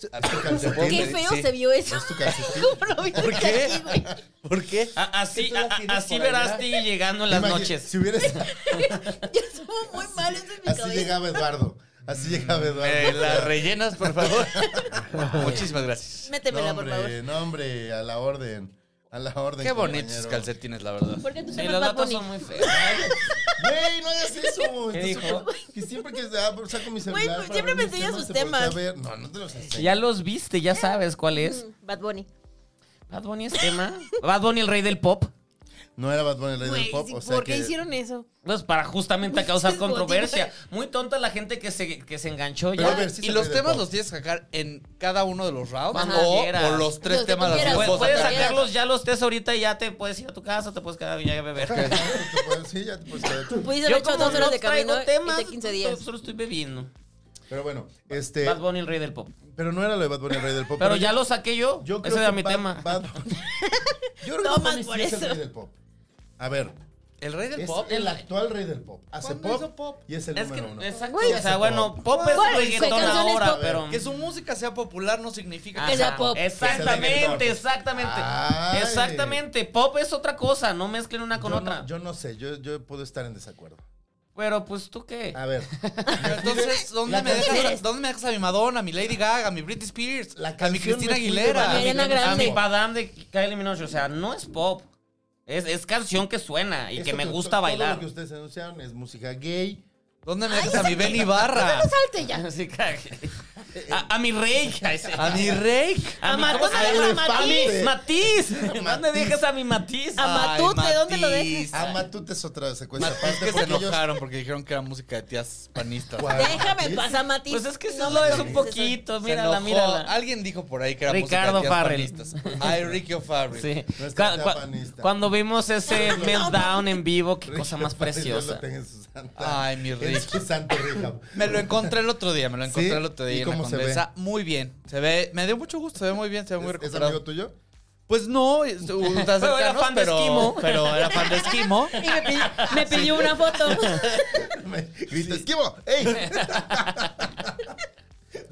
D: ¿Es tu calcetín?
F: Qué feo se vio eso.
D: ¿Es tu calcetín?
F: ¿Cómo lo viste
H: ¿Por qué?
F: aquí, güey?
H: ¿Por qué?
E: A- Así,
H: ¿Qué tú la
E: a- a-
H: tienes
E: así
H: por
E: verás
H: allá?
E: Tiggy llegando en las
D: Imagina-
E: noches.
D: Si hubieras,
F: Yo estuvo muy mal eso en mi
D: así
F: cabeza.
D: llegaba Eduardo. Así
E: Mm,
D: llegaba
H: Eh,
D: Eduardo.
H: las rellenas, por favor. Muchísimas gracias.
F: Métemela, por favor.
D: Nombre, nombre, a la orden. A la orden.
H: Qué bonitos
D: compañero.
H: calcetines, la verdad.
F: ¿Por qué tú
E: Sí,
F: llamas
E: los
F: Bad
E: datos
F: Bunny?
E: son muy feos.
D: Güey, no hagas eso.
E: ¿Qué
D: Entonces,
E: dijo?
D: Que siempre que ah, pues, saco mi celular.
F: pues,
D: para
F: siempre
D: ver
F: me
D: mis
F: enseña sus
D: se voltea
F: temas.
D: a ver. No, no te los enseño.
E: Ya los viste, ya sabes cuál es.
F: Mm, Bad Bunny.
E: Bad Bunny es tema. Bad Bunny, el rey del pop.
D: No era Bad Bunny el rey
F: Güey,
D: del pop.
F: sí,
D: O sea
F: ¿por qué
D: que
F: hicieron eso?
E: Pues para justamente causar
F: Es motivo.
E: controversia. Muy tonta la gente que se, que se enganchó
D: Pero
E: ya.
D: a ver, sí
H: y
D: se
H: los
D: puede,
H: temas
D: Pau.
H: los tienes que sacar en cada uno de los rounds.
E: Ajá.
H: o,
E: Quieras.
H: o los tres
F: Los que tú
H: temas.
F: quieras.
H: los
E: Puedes,
H: dos
E: puedes
H: sacar.
E: sacarlos ya los tres ahorita y ya te puedes ir a tu casa, te puedes quedar ya a beber.
D: Te puedes- pues, Sí, ya te puedes quedar tú.
F: Pudiste haber hecho dos horas de camino y de 15 días.
E: solo- solo estoy bebiendo.
D: Pero bueno, este.
E: Bad Bunny, el rey del pop.
D: Pero no era lo de Bad Bunny el rey del pop.
E: Pero ya
D: yo-
E: lo saqué yo.
D: Yo creo
E: Ese era
D: que
E: mi
D: Bad-
E: tema.
D: Bad Bunny- Yo creo que Bad
F: Tomas
D: Bunny
F: por
D: sí es el
F: eso.
D: rey del pop. A ver,
H: El rey del
D: es
H: pop.
D: el actual rey del pop. Hace
H: ¿Cuándo
D: pop,
H: hizo pop?
D: y es el
E: Es que,
D: número uno.
E: exacto.
F: Güey,
E: o sea,
D: hace
E: bueno,
D: pop.
E: pop es
F: ¿Cuál? ¿Qué
E: reggaetón
F: canción es
E: ahora,
F: pop?
E: pero.
H: Que su música sea popular no significa que
F: Que sea
E: Ajá,
F: pop.
D: Que sea
E: Exactamente,
D: reggaetón.
E: exactamente.
D: Ay.
E: Exactamente. Pop es otra cosa, no mezclen una con
D: yo,
E: otra.
D: No, yo no sé, yo, yo puedo estar en desacuerdo.
E: Pero pues tú qué.
D: A ver,
H: Pero Entonces, ¿dónde
D: La
H: me, dejas, ¿dónde me dejas a mi Madonna, a mi Lady Gaga, a mi Britney Spears,
D: La
H: a mi
D: canción
H: Cristina
D: me fui de
H: Aguilera?
F: A mi Ariana
E: A mi
F: Grande.
E: Padam de Kylie Minogue, o sea, no es pop. Es, es canción que suena y
D: esto
E: que me gusta
D: todo
E: bailar.
D: Lo que ustedes anunciaron es música gay.
H: ¿Dónde me dejas a mi Benny Barra?
F: Salte ya.
E: Así cague. a, a mi rey. A, ese-
H: ¿A mi Rake?
E: a Mat-
H: ¿cómo se
E: a
H: llama?
E: mi Matiz. Matiz. ¿Dónde dejas a mi Matiz?
F: A Matute,
H: Ay,
F: ¿dónde lo
H: Matiz.
F: dejas?
D: Ah, Matute es otra secuencia
H: Matiz
D: aparte
H: que se
D: porque ellos-
H: enojaron porque dijeron que era música de tías panistas.
D: ¿Cuál?
F: Déjame
D: Matiz.
F: pasar, Matiz.
E: Pues es que
F: No
E: solo es
F: mames,
E: un
F: eso.
E: poquito.
H: Se
E: Mírala,
H: enojó.
E: mírala.
H: Alguien dijo por ahí que era
E: Ricardo
H: música de
E: Farrell.
H: tías panistas. Ay, Ricky O'Farrell.
E: Sí.
D: No es
E: Cua-
D: tan
E: cua-
D: panista.
E: cuando vimos ese meltdown en vivo, qué cosa más
D: Para que Dios lo
E: preciosa.
D: tenga en su santa-
H: Ay, mi
D: en
H: Ricky.
D: su santo Rehab.
H: Me lo encontré el otro día, me lo
D: ¿Sí?
H: encontré el otro día
D: ¿Y
H: en la
D: cómo se
H: Condesa. Muy bien. Se ve, me dio mucho gusto, se ve muy bien, se ve muy
D: ¿Es, ¿Es
H: recuperado.
D: amigo tuyo?
H: Pues no, es- u- está
E: Pero era
H: cercanos,
E: fan de
H: pero,
E: Esquimo.
H: pero era fan de Esquimo.
F: Y me pidió, me pidió una foto.
D: Me grita, esquimo, ¡ey!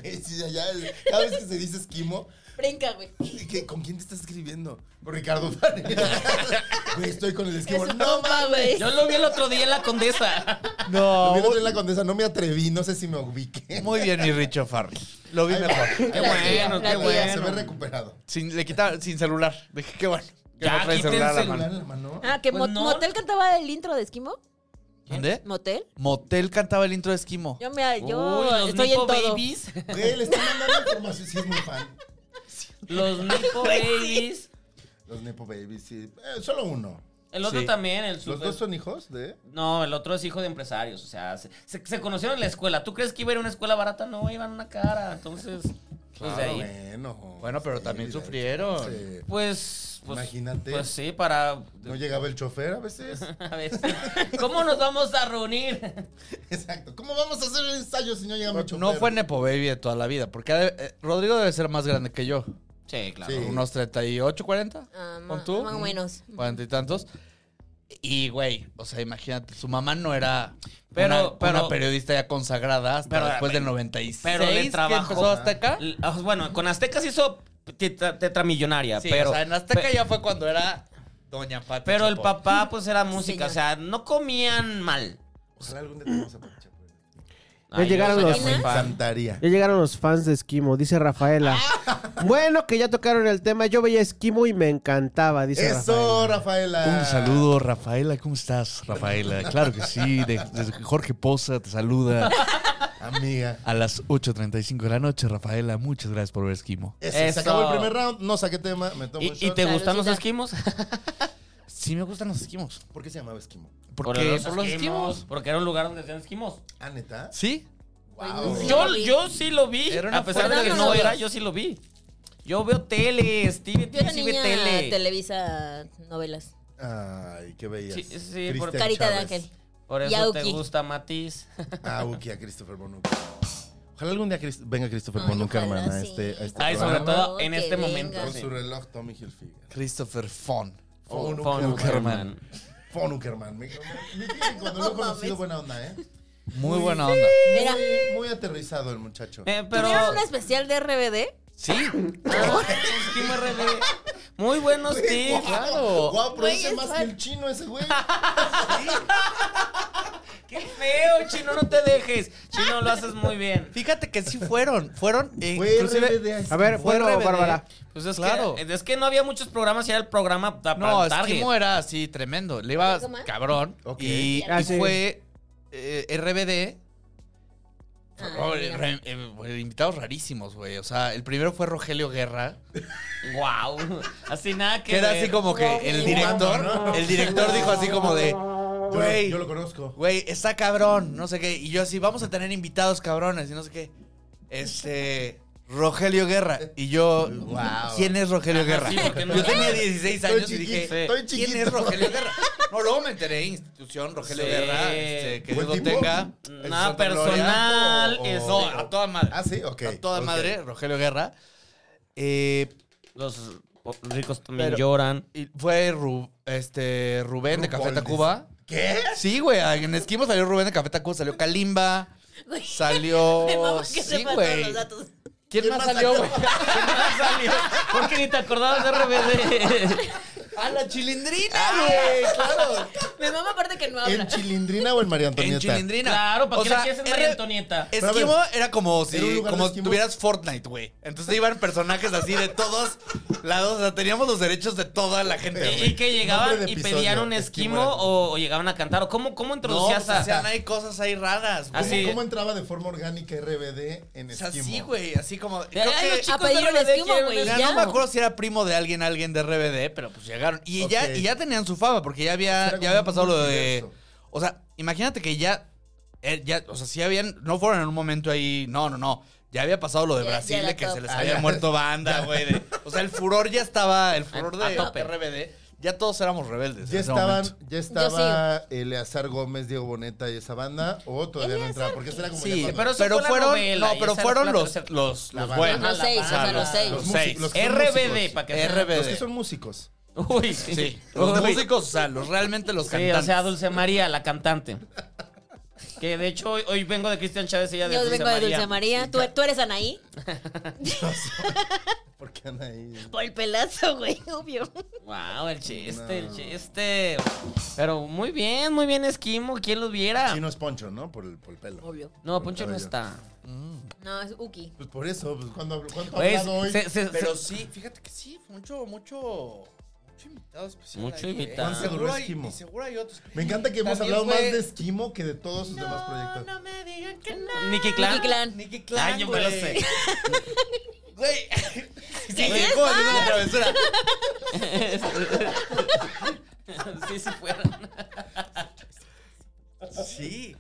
D: Ey, sí, ya, ya, el- cada vez que se dice esquimo,
F: Brinca, güey.
D: ¿qué- ¿con quién te estás escribiendo? Con Ricardo Farrell. Güey, estoy con el esquimo.
F: Es un
D: No,
F: compa, güey.
E: Yo lo vi el otro día en la condesa.
D: Lo
H: No.
D: vi el otro día en la condesa, no me atreví, no sé si me ubiqué.
H: Muy bien, mi Richo Farrell. Lo vi
D: Ay,
H: mejor.
E: Qué bueno, qué
F: Gracias.
D: Se ve
E: bueno.
D: recuperado.
H: Sin, le quitaba, sin celular. Dije, qué bueno. Que
E: Ya,
H: no trae
E: quiten
H: celular a la
E: celular.
D: ¿Celular
H: mano.
D: en la mano?
F: Ah, que
E: Pues
F: Mot-
E: no.
F: Motel cantaba el intro de Esquimo.
H: ¿Dónde?
F: ¿Motel?
H: Motel cantaba el intro de Esquimo.
F: Yo me yo
E: Uy, los
F: estoy en
E: Nipo
F: todo.
E: Babies.
D: Güey, le estoy mandando información, sí es muy fan.
E: Los Nipo Babies.
D: Los Nepo Babies, sí. Eh, solo uno.
E: El otro
H: Sí.
E: también, el
D: ¿Los
E: super.
D: dos son hijos de...?
E: No, el otro es hijo de empresarios. O sea, se, se- se conocieron en la escuela. ¿Tú crees que iba a ir a una escuela barata? No, iban a una cara. Entonces, pues de ahí.
D: Ah, Bueno.
H: Bueno, pero también
D: de-
H: sufrieron.
D: sí.
E: Pues, pues.
D: Imagínate.
E: Pues sí, para.
D: No llegaba el chofer a veces.
E: A ver, ¿cómo nos vamos a reunir?
D: Exacto. ¿Cómo vamos a hacer el ensayo si no llega mi chofer?
H: No fue Nepo Baby de toda la vida, porque ha de- eh, Rodrigo debe ser más grande que yo.
E: Sí, claro.
D: Sí.
H: Unos 38, 40.
F: Ah, ma-
H: ¿Con tú? Mm.
F: Más o menos.
H: Cuarenta y tantos. Y, güey, o sea, imagínate, su mamá no era
E: Pero-
H: una,
E: pero-
H: una periodista ya consagrada hasta
E: Pero-
H: después del 96.
E: pero le trabajó.
H: Que empezó Azteca.
E: L- ah, Bueno, con Aztecas hizo tetra- tetramillonaria,
H: Sí,
E: pero.
H: o sea, en Azteca
E: pe-
H: ya fue cuando era Doña Pati.
E: Pero el
H: Chapoy.
E: papá, pues era música.
F: Señor.
E: O sea, no comían mal.
D: Ojalá algún día tengamos a pues. Pati Chapoy.
I: Ya llegaron
E: yo sería
I: los-
E: muy fan.
D: Cantaría.
I: Ya llegaron los fans de Esquimo, dice Rafaela. Bueno, que ya tocaron el tema. Yo veía Esquimo y me encantaba, dice
D: Eso,
I: Rafaela.
D: Rafaela.
G: Un saludo, Rafaela. ¿Cómo estás, Rafaela? Claro que sí. de- desde Jorge Poza te saluda.
D: Amiga.
G: A las 8.35 de la noche, Rafaela, muchas gracias por ver Esquimo.
D: Ese,
E: Eso.
D: se acabó el primer round, no saqué tema, me tomo
E: ¿Y,
D: un
E: y
D: shot.
E: te gustan los
F: Saludcita.
E: esquimos?
G: Sí me gustan los esquimos.
D: ¿Por qué se llamaba esquimo?
G: ¿Por qué?
H: por los esquimos.
E: Porque era un lugar donde hacían esquimos.
D: Ah, neta.
H: ¿Sí?
D: Wow.
F: Sí,
E: Yo,
F: lo vi.
E: yo sí lo vi.
H: Era una
E: A pesar de
F: forma
E: que
F: de
E: no
F: ver.
E: era, yo sí lo vi. Yo veo teles, TV,
F: Yo era
E: sí ve
F: niña
E: tele.
F: Televisa novelas.
D: Ay, qué veías.
E: Sí, sí,
D: Cristian
E: por-
F: Carita
D: Chávez.
F: de ángel.
E: Por eso te
F: Yauki.
E: gusta Eh, Matiz.
D: Ah, Uki, a Christopher Bonucci. Ojalá algún día Crist- venga Christopher
F: Ay,
D: Bonucci,
F: ojalá,
D: hermana, a
F: sí.
D: este, a este
E: Ay, sobre
D: programa.
E: todo
F: que
E: en este
F: venga.
E: momento.
D: Con
E: sí.
D: su reloj Tommy Hilfiger. Oh,
G: Christopher Fon.
E: Fon-
D: Fon-
E: Uckerman.
D: Fonukerman. Mi, mi- mi- cuando lo he
F: No
D: conocido,
F: mames.
D: buena onda, ¿eh?
G: Muy buena onda.
F: Mira,
D: Muy, muy aterrizado el muchacho.
E: Eh, pero
F: ¿tuvieron un especial de RBD?
H: Sí.
E: Ah, Esquimo RB. Muy buenos tips.
H: claro.
D: Guau, produce
F: Güey, es
D: más que
F: fan.
D: el chino ese güey.
E: Qué feo, chino, no te dejes. Chino, lo haces muy bien.
H: Fíjate que sí fueron. Fueron. eh,
D: Güey,
H: inclusive-
D: RBD.
I: A ver,
H: Fue
I: bueno,
H: RBD.
I: Bárbara.
E: Pues es
H: Claro.
E: que es que no había muchos programas y era el programa para
H: No,
E: el Target.
H: Esquimo era así tremendo. Le iba
F: ¿Cómo es?
H: cabrón.
D: Ok.
H: Y,
I: Ah,
H: y
I: sí.
H: fue eh, RBD.
F: Ah,
H: Oh,
F: mira.
H: re- eh, güey, invitados rarísimos, güey. O sea, el primero fue Rogelio Guerra.
E: Wow. Así nada que
H: Que era
E: ver.
H: así como que el director. El director dijo así como de.
D: Yo-
H: Güey.
D: Yo lo conozco.
H: Güey, está cabrón, no sé qué. Y yo así, vamos a tener invitados cabrones y no sé qué. Este. Rogelio Guerra. Y yo.
D: Wow.
H: ¿Quién es Rogelio
E: Ajá,
H: Guerra?
E: sí, porque no-
H: yo tenía 16
D: Estoy
H: años y
D: chiquito,
H: dije.
D: estoy
H: ¿Quién
D: chiquito.
H: es Rogelio Guerra? No, luego me enteré, institución Rogelio
E: Sí.
H: Guerra, este, que Dios
D: Buen
H: lo
D: tipo.
H: tenga.
D: ¿El
E: Nada
D: Santa Gloria?
E: personal.
D: O-
E: este,
H: No, a toda madre.
D: Ah, sí, ok.
H: A toda
D: ok.
H: madre, Rogelio Guerra. Eh,
E: Los ricos también
H: Pero-
E: lloran.
H: y fue Ru- este, Rubén de Café
D: Rupoldis.
H: Tacuba.
D: ¿Qué?
H: Sí, güey, en Esquimo salió Rubén de Café Tacuba, salió Kalimba,
F: Güey, me mama
H: salió...
F: que
H: Sí,
F: sepa todos
H: güey.
F: los datos.
H: ¿Quién más salió, güey?
E: ¿Por qué ni te acordabas de RBD?
H: ¡A la chilindrina, güey! ¡Claro!
F: Me mama aparte que no habla.
D: ¿En Chilindrina o en María Antonieta?
H: En chilindrina.
E: claro, ¿para
H: O
E: qué
H: sea,
E: la quieres en
H: era-
E: María Antonieta?
D: Pero a ver,
H: Esquimo era como si
D: ¿era un lugar de
H: como
D: esquimos?
H: tuvieras Fortnite, güey. Entonces iban personajes así de todos lados. O sea, teníamos los derechos de toda la gente,
D: Pero,
H: güey.
E: Y que
D: Nombre
E: llegaban
D: de
E: y
D: episodio,
E: pedían un
D: esquimo
E: esquimo
D: era-
E: o, o llegaban a cantar. ¿O cómo, cómo
H: No,
E: introducías
H: pues, o
E: a-
H: sea, hay cosas ahí raras, güey.
D: ¿Cómo,
E: Así.
D: cómo entraba de forma orgánica RBD en
H: O
D: Esquimo?
H: sea, sí, güey, así como...
E: Ya,
H: creo
E: ya
H: que-
E: los chicos
F: A pedir
E: de
F: un
E: RBD
F: esquimo,
E: quieren
F: güey,
E: un
H: Ya,
F: Ya.
H: no me acuerdo si era primo de alguien, alguien de RBD, pero pues llegaron. Y ya,
D: Ok.
H: y ya tenían su fama, porque ya había,
D: Era
H: ya había
D: como
H: pasado
D: un
H: lo de.
D: multiverso.
H: O sea, imagínate que ya, eh, ya. O sea, si habían. No fueron en un momento ahí. No, no, no. Ya había pasado lo de
F: Ya-
H: Brasil,
F: ya era
H: de que
F: top.
H: se les
D: Ah,
H: había
D: ya.
H: muerto banda, güey. de- O sea, el furor ya estaba. El furor
E: A- a
H: de
E: tope.
H: RBD. Ya todos éramos rebeldes.
D: Ya
H: en ese
D: estaban,
H: momento.
D: ya estaba Eleazar Gómez, Diego Boneta y esa banda, o todavía no entraba, porque esa era como
H: Sí,
D: ya
H: pero,
D: cuando-
E: eso fue la
H: fueron.
E: novela,
H: no,
E: y
H: pero
E: esa
H: fueron
E: era la
H: los,
E: tercera.
H: los,
D: La
H: los
D: banda.
H: buenos.
F: Los seis, o sea, los seis.
D: los,
H: Los
D: músicos-
H: seis.
D: los que son
E: RBD,
D: músicos.
E: para que
H: RBD.
D: Los que son músicos.
E: Uy, sí.
H: Sí. Los
E: Uy.
H: músicos, o sea, los realmente los
E: Sí,
H: cantantes.
E: o sea, Dulce María, la cantante. Que de hecho hoy, hoy vengo de Cristian Chávez y ella de
F: Yo
E: Dulce
F: vengo
E: María.
F: de Dulce María. ¿Tú, tú eres Anaí?
D: Porque andan ahí.
F: Por el pelazo, güey, obvio.
E: Wow, el chiste, el chiste. Pero muy bien, muy bien, Esquimo. ¿Quién los viera?
D: Chino es Poncho, ¿no? Por el, por el pelo.
F: Obvio.
E: No, Poncho no
D: Cabello.
E: está.
F: No, es Uki.
D: Pues por eso, pues cuando hablo, ¿cuánto ha
E: Oye,
D: hablado hoy?
E: se- se-
H: Pero
E: se-
H: sí, fíjate que sí, mucho, mucho, mucho invitado especial.
E: Mucho
H: ahí, ¿eh?
E: invitado.
H: Y
D: Juan Seguro
H: Seguro hay,
D: Esquimo.
H: y seguro hay otros.
D: Me encanta que hemos
H: También
D: hablado más
H: fue-
D: de Esquimo que de todos sus demás proyectos.
H: me digan que
E: Nicky Clan.
F: Nicky Clan.
H: Nicky Clan.
E: Ay, yo me lo
H: güey.
E: sé.
H: Güey. Sí,
F: es
H: ¿cómo haciendo una travesura?
E: sí, sí fuera.
H: Sí.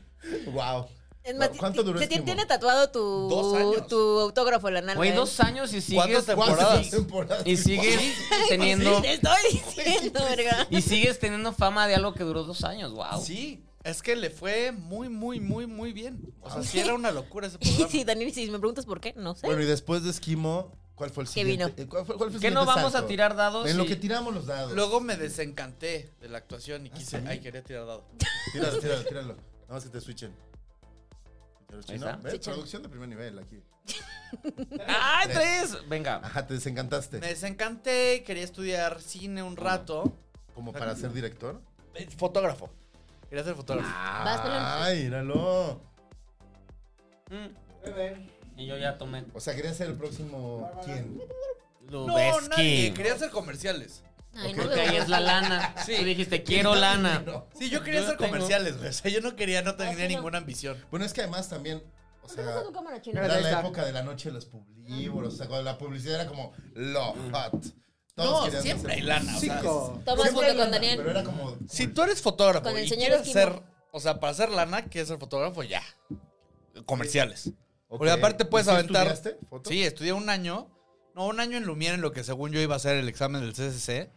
D: Wow.
F: Es más,
D: ¿Cuánto duró
F: se ti-
D: Esquimo?
F: tiene tatuado tu,
H: Dos años.
F: tu autógrafo en la nalga.
E: Güey,
F: ¿eh?
E: dos años y sigues.
H: ¿Cuántas
D: ¿Cuántas
H: temporadas?
D: temporadas?
E: Y sigues teniendo.
F: Sí, Te estoy diciendo, verga.
E: Y sigues teniendo fama de algo que duró dos años, wow.
H: Sí. Es que le fue muy, muy, muy, muy bien. O sea, sí era una locura ese
F: Y
H: programa.
F: si, Daniel, si me preguntas por qué, no sé.
D: Bueno, y después de Esquimo, ¿cuál fue el
F: ¿Qué
D: siguiente?
F: vino?
D: Eh, ¿Cuál fue, cuál
H: pues,
D: fue el
E: ¿Qué no
D: siguiente
E: vamos a
D: salto?
E: tirar dados?
D: En lo
E: y-
D: que tiramos los dados.
H: Luego me desencanté de la actuación y quise.
D: ¿sí?
H: Ay, quería tirar dado.
D: Tíralo, tíralo, tíralo. Nada más que te switchen. Pero si
E: está.
D: no, ¿ves?
F: Switchen.
D: Producción de primer nivel aquí.
E: ¡Ah, tres! Venga.
D: Ajá, te desencantaste.
H: Me desencanté, quería estudiar cine un rato.
D: Como para ser director.
H: Eh, Fotógrafo. Quería ser fotógrafo.
F: Vas con el-
D: Ay, míralo.
E: Mm. Y yo ya tomé.
D: O sea, quería ser el próximo. ¿Quién?
H: No,
E: Lubeski.
H: nadie. Quería hacer comerciales.
F: Ay, no
E: Porque ahí
F: veo.
E: es la lana.
H: Sí.
E: Tú dijiste, quiero lana.
D: No.
H: Sí, yo quería
E: Yo
H: hacer
E: tengo-
H: comerciales, güey. O sea, yo no quería, no tenía
F: sí, no.
H: ninguna ambición.
D: Bueno, es que además también. O O
F: ¿Qué
D: sea,
F: pasó con cámara china?
D: era la
I: Esta.
D: época de la noche de los publibros. O sea, cuando la publicidad era como lo hot. Todos
H: No,
D: querían
H: siempre hay
D: hacer-
H: lana. o sea,
I: Chico.
F: Tomas
D: Siempre hay
F: foto con
D: lana, Pero
F: Daniel.
D: era como.
H: si tú eres fotógrafo
F: Con el
H: y
F: señor
H: quieres
F: Esquimo.
H: ser, o sea, para hacer lana, quieres ser fotógrafo ya. Comerciales.
D: Ok.
H: Porque aparte puedes
D: ¿Y sí
H: aventar.
D: estudiaste foto?
H: Sí, estudié un año. No, un año en Lumière en lo que según yo iba a hacer el examen del CCC.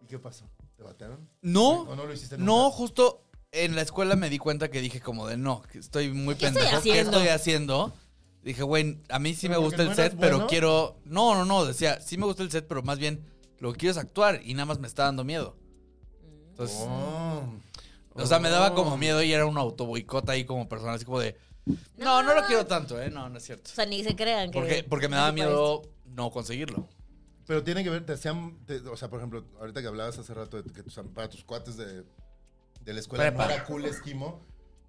D: ¿Y qué pasó? ¿Te batearon?
H: No,
D: ¿O no lo hiciste
H: no,
D: nunca?
H: justo en la escuela me di cuenta que dije como de no, que estoy muy
F: ¿Qué estoy
H: pendejo, ¿qué
F: haciendo?
H: estoy haciendo? Dije, güey, a mí sí me
D: Pero porque
H: gusta el
D: no eras
H: set, pero
D: bueno.
H: quiero... No, no, no, decía, sí me gusta el set, pero más bien lo que quiero es actuar y nada más me está dando miedo. Entonces,
D: Oh.
H: o sea, me daba como miedo y era un autoboicot ahí como personal, así como de... No, no lo quiero tanto, ¿eh? No, no es cierto.
F: O sea, ni se crean que.
H: Porque, porque me
F: no
H: daba
F: se puede esto.
H: miedo no conseguirlo.
D: Pero tiene que ver, te hacían, te- o sea, por ejemplo, ahorita que hablabas hace rato de que tus, am- para tus cuates de, de la escuela
H: Prepa.
D: no era cool esquimo,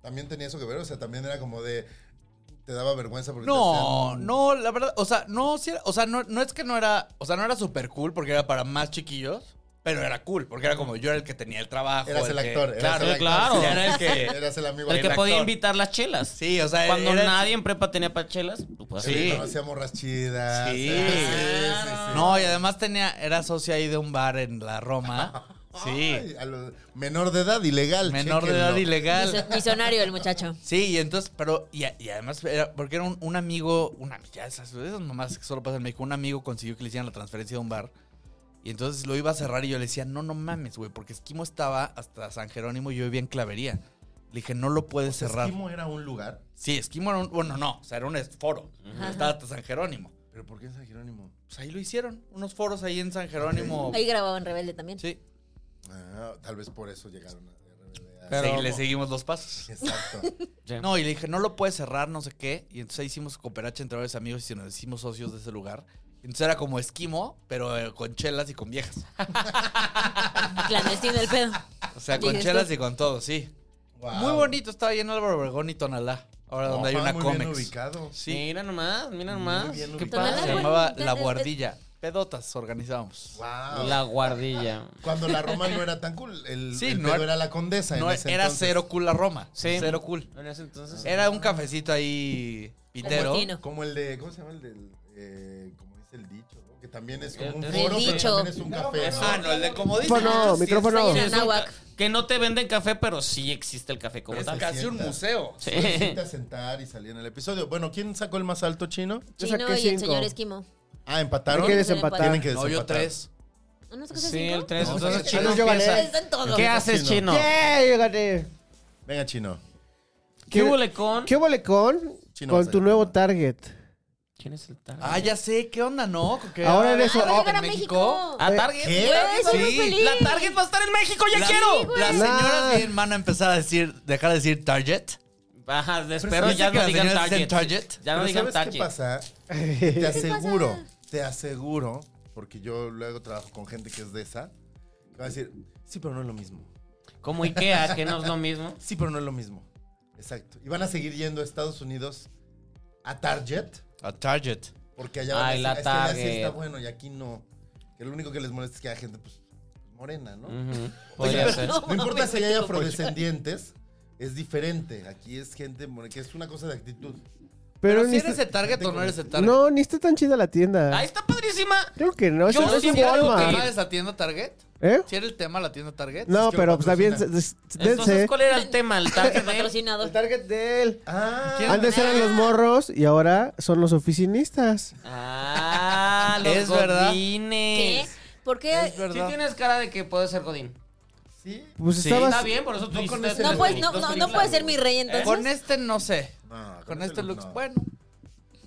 D: también tenía eso que ver, o sea, también era como de, te daba vergüenza porque
H: No,
D: te hacían-
H: no, la verdad, o sea, no, sí era- o sea, no, no es que no era, o sea, no era súper cool porque era para más chiquillos, pero era cool, porque era como yo era el que tenía el trabajo.
D: Eras el
H: que-
D: actor, eras
H: claro,
D: el actor,
H: claro,
E: sí.
H: era el que,
D: Eras el amigo.
E: El que
H: actor.
E: podía invitar las chelas.
H: sí, o sea,
E: Cuando
H: era el-
E: nadie en prepa tenía para chelas, pues, tú puedes
H: Sí.
D: Sí. Hacía morras chidas.
H: Sí.
D: Ah, sí, sí, sí.
H: No, y además tenía, era socio ahí de un bar en la Roma, sí,
D: Ay, a lo- menor de edad, ilegal.
H: menor de edad
D: chéquenlo.
H: ilegal.
F: Miso- Misionario el muchacho.
H: Sí, y entonces, pero, y, a- y además, era porque era un, un amigo, una, ya esas, esas mamás que solo pasan en México, un amigo consiguió que le hicieran la transferencia de un bar. Y entonces lo iba a cerrar y yo le decía, no, no mames, güey, porque Esquimo estaba hasta San Jerónimo y yo vivía en Clavería. Le dije, no lo puedes cerrar.
D: Esquimo era un lugar,
H: Sí, Esquimo era un, bueno, no, o sea, era un foro.
F: Ajá.
H: Estaba hasta San Jerónimo.
D: pero ¿por qué en San Jerónimo?
H: Pues ahí lo hicieron, unos foros ahí en San Jerónimo.
F: Ahí grababan Rebelde también.
H: Sí,
D: Ah, tal vez por eso llegaron a...
H: Sí, le seguimos los pasos.
D: Exacto.
H: No, y le dije, no lo puedes cerrar, no sé qué. Y entonces ahí hicimos cooperacha entre varios amigos y nos hicimos socios de ese lugar. Entonces era como esquimo, pero eh, con chelas y con viejas.
F: Ah, Clandestino el pedo.
H: O sea, con
F: ¿Y
H: chelas
F: después?
H: y con todo, sí.
D: Wow.
H: Muy bonito, estaba ahí en Álvaro Obregón y Tonalá. Ahora donde hay
D: Opa,
H: una
D: muy bien
H: cómics.
D: ubicado.
H: Sí.
E: Mira nomás, mira nomás.
D: bien
H: ¿Qué
D: ubicado.
H: pasa? Se
F: Tonalá,
H: llamaba
F: bueno,
H: La
F: de- de-
H: Guardilla. Pedotas organizábamos.
D: Wow.
E: La guardilla.
D: Cuando la Roma no era tan cool, el,
H: Sí,
D: el
H: no
D: pedo
H: era-
D: era la condesa. en
H: No, era
D: ese entonces.
H: cero cool la Roma.
E: Sí.
H: Cero cool.
E: En ese entonces.
H: Era un cafecito ahí pitero.
F: Latino.
D: Como el de, ¿cómo se llama el del, eh, como dice el dicho? ¿no? Que también es como un
E: El
D: foro, pero
F: dicho.
D: también es un café. ¿no?
H: Ah, no, el de como dice.
I: Micrófono, micrófono.
F: Soy en Anáhuac.
E: Que no te venden café, pero sí existe el café como
D: Pero
E: tal.
D: es
H: Casi un
D: Sienta.
H: museo.
E: Sí.
D: Puedes irte a sentar y salir en el episodio. Bueno, ¿quién sacó el más alto chino?
I: Yo
F: Chino
I: saqué
F: y el
I: cinco.
F: señor Esquimo.
D: Ah,
I: Hay
D: empataron.
I: que
D: Tienen
I: desempatar.
D: que
H: No, yo
D: desempatar.
H: tres.
F: ¿Ah, ¿No sacaste
E: Sí, el
F: cinco?
E: 3.
D: No,
E: Entonces,
D: sí,
E: chino,
I: sí, yo gané.
E: empieza.
F: Está en todo.
E: ¿Qué haces,
D: Chino.
E: chino?
I: ¡Yeah! Yo gané.
D: Venga, chino.
E: ¿Qué huele con?
I: ¿Qué huele con?
D: Chino
I: Con
D: vas
I: tu
D: allá.
I: nuevo target.
E: ¿Quién es el tal?
H: Ah, ya sé, ¿qué onda, no? Que
I: Ahora
H: ahora
I: eres-
F: Ah, va a
I: Oh,
F: llegar a
H: ¿en
F: México.
H: México?
E: ¿A Target?
D: ¿Qué?
F: Güey, soy muy
H: Sí.
F: feliz.
E: La Target va a estar en México, ya
H: La-
E: quiero.
H: Las
I: Nah.
H: señoras bien van a empezar a decir, dejar de decir Target.
E: Ajá,
H: Pero
E: espero
H: sí
E: ya
H: que
E: no
H: las
E: digan
H: señoras
E: Target.
H: dicen Target.
E: Ya no
D: Pero
E: digan
D: ¿sabes
E: Target.
D: qué pasa? Te aseguro, te aseguro, porque yo luego trabajo con gente que es de esa, que va a decir, sí, pero no es lo mismo.
E: Como Ikea, que no es lo mismo.
D: Sí, pero no es lo mismo. Exacto. Y van a seguir yendo a Estados Unidos a Target,
H: A Target.
D: porque allá van a
E: Ay,
D: decir,
E: la
D: "Es que allá sí
E: Target.
D: está bueno y aquí no. Que lo único que les molesta es que haya gente pues, morena, ¿no?
E: Ujú,
D: Oye,
E: Mm, Podría
D: pero
E: ser.
D: No importa si hay afrodescendientes, es diferente. Aquí es gente more- que es una cosa de actitud.
H: Pero,
I: Pero
H: si
I: ni
H: eres
I: está-
H: de Target o no eres de Target.
I: No, ni está tan chida la
E: Ahí
I: tienda.
E: está padrísima.
I: Creo que no.
E: Yo
I: eso no es
E: sí
I: un
E: creo que-
I: Walmart.
H: ¿Sabes la tienda Target?
I: ¿Eh?
H: Si era el tema la tienda Target.
I: No,
D: que
I: pero pues también.
D: patrocina.
I: se- se-
E: Entonces,
I: dense.
E: ¿cuál era el tema? El Target. de-
F: Patrocinado.
I: El target de él.
D: Ah,
H: ¿Quién?
I: Antes eran los morros y ahora son los oficinistas.
E: Ah, los
H: Es verdad.
F: ¿Qué?
E: godines.
F: ¿Por qué?
E: Sí tienes cara de que puedes ser godín.
D: sí.
I: Pues
H: Sí.
I: estabas.
E: Está bien, por eso tú
D: No
E: hiciste
D: conoces-
E: dos
F: No, pues, no,
E: películas.
F: no, no puede ser mi rey
H: Con
F: entonces.
H: este no sé.
D: No,
H: Con este look,
D: no.
H: bueno.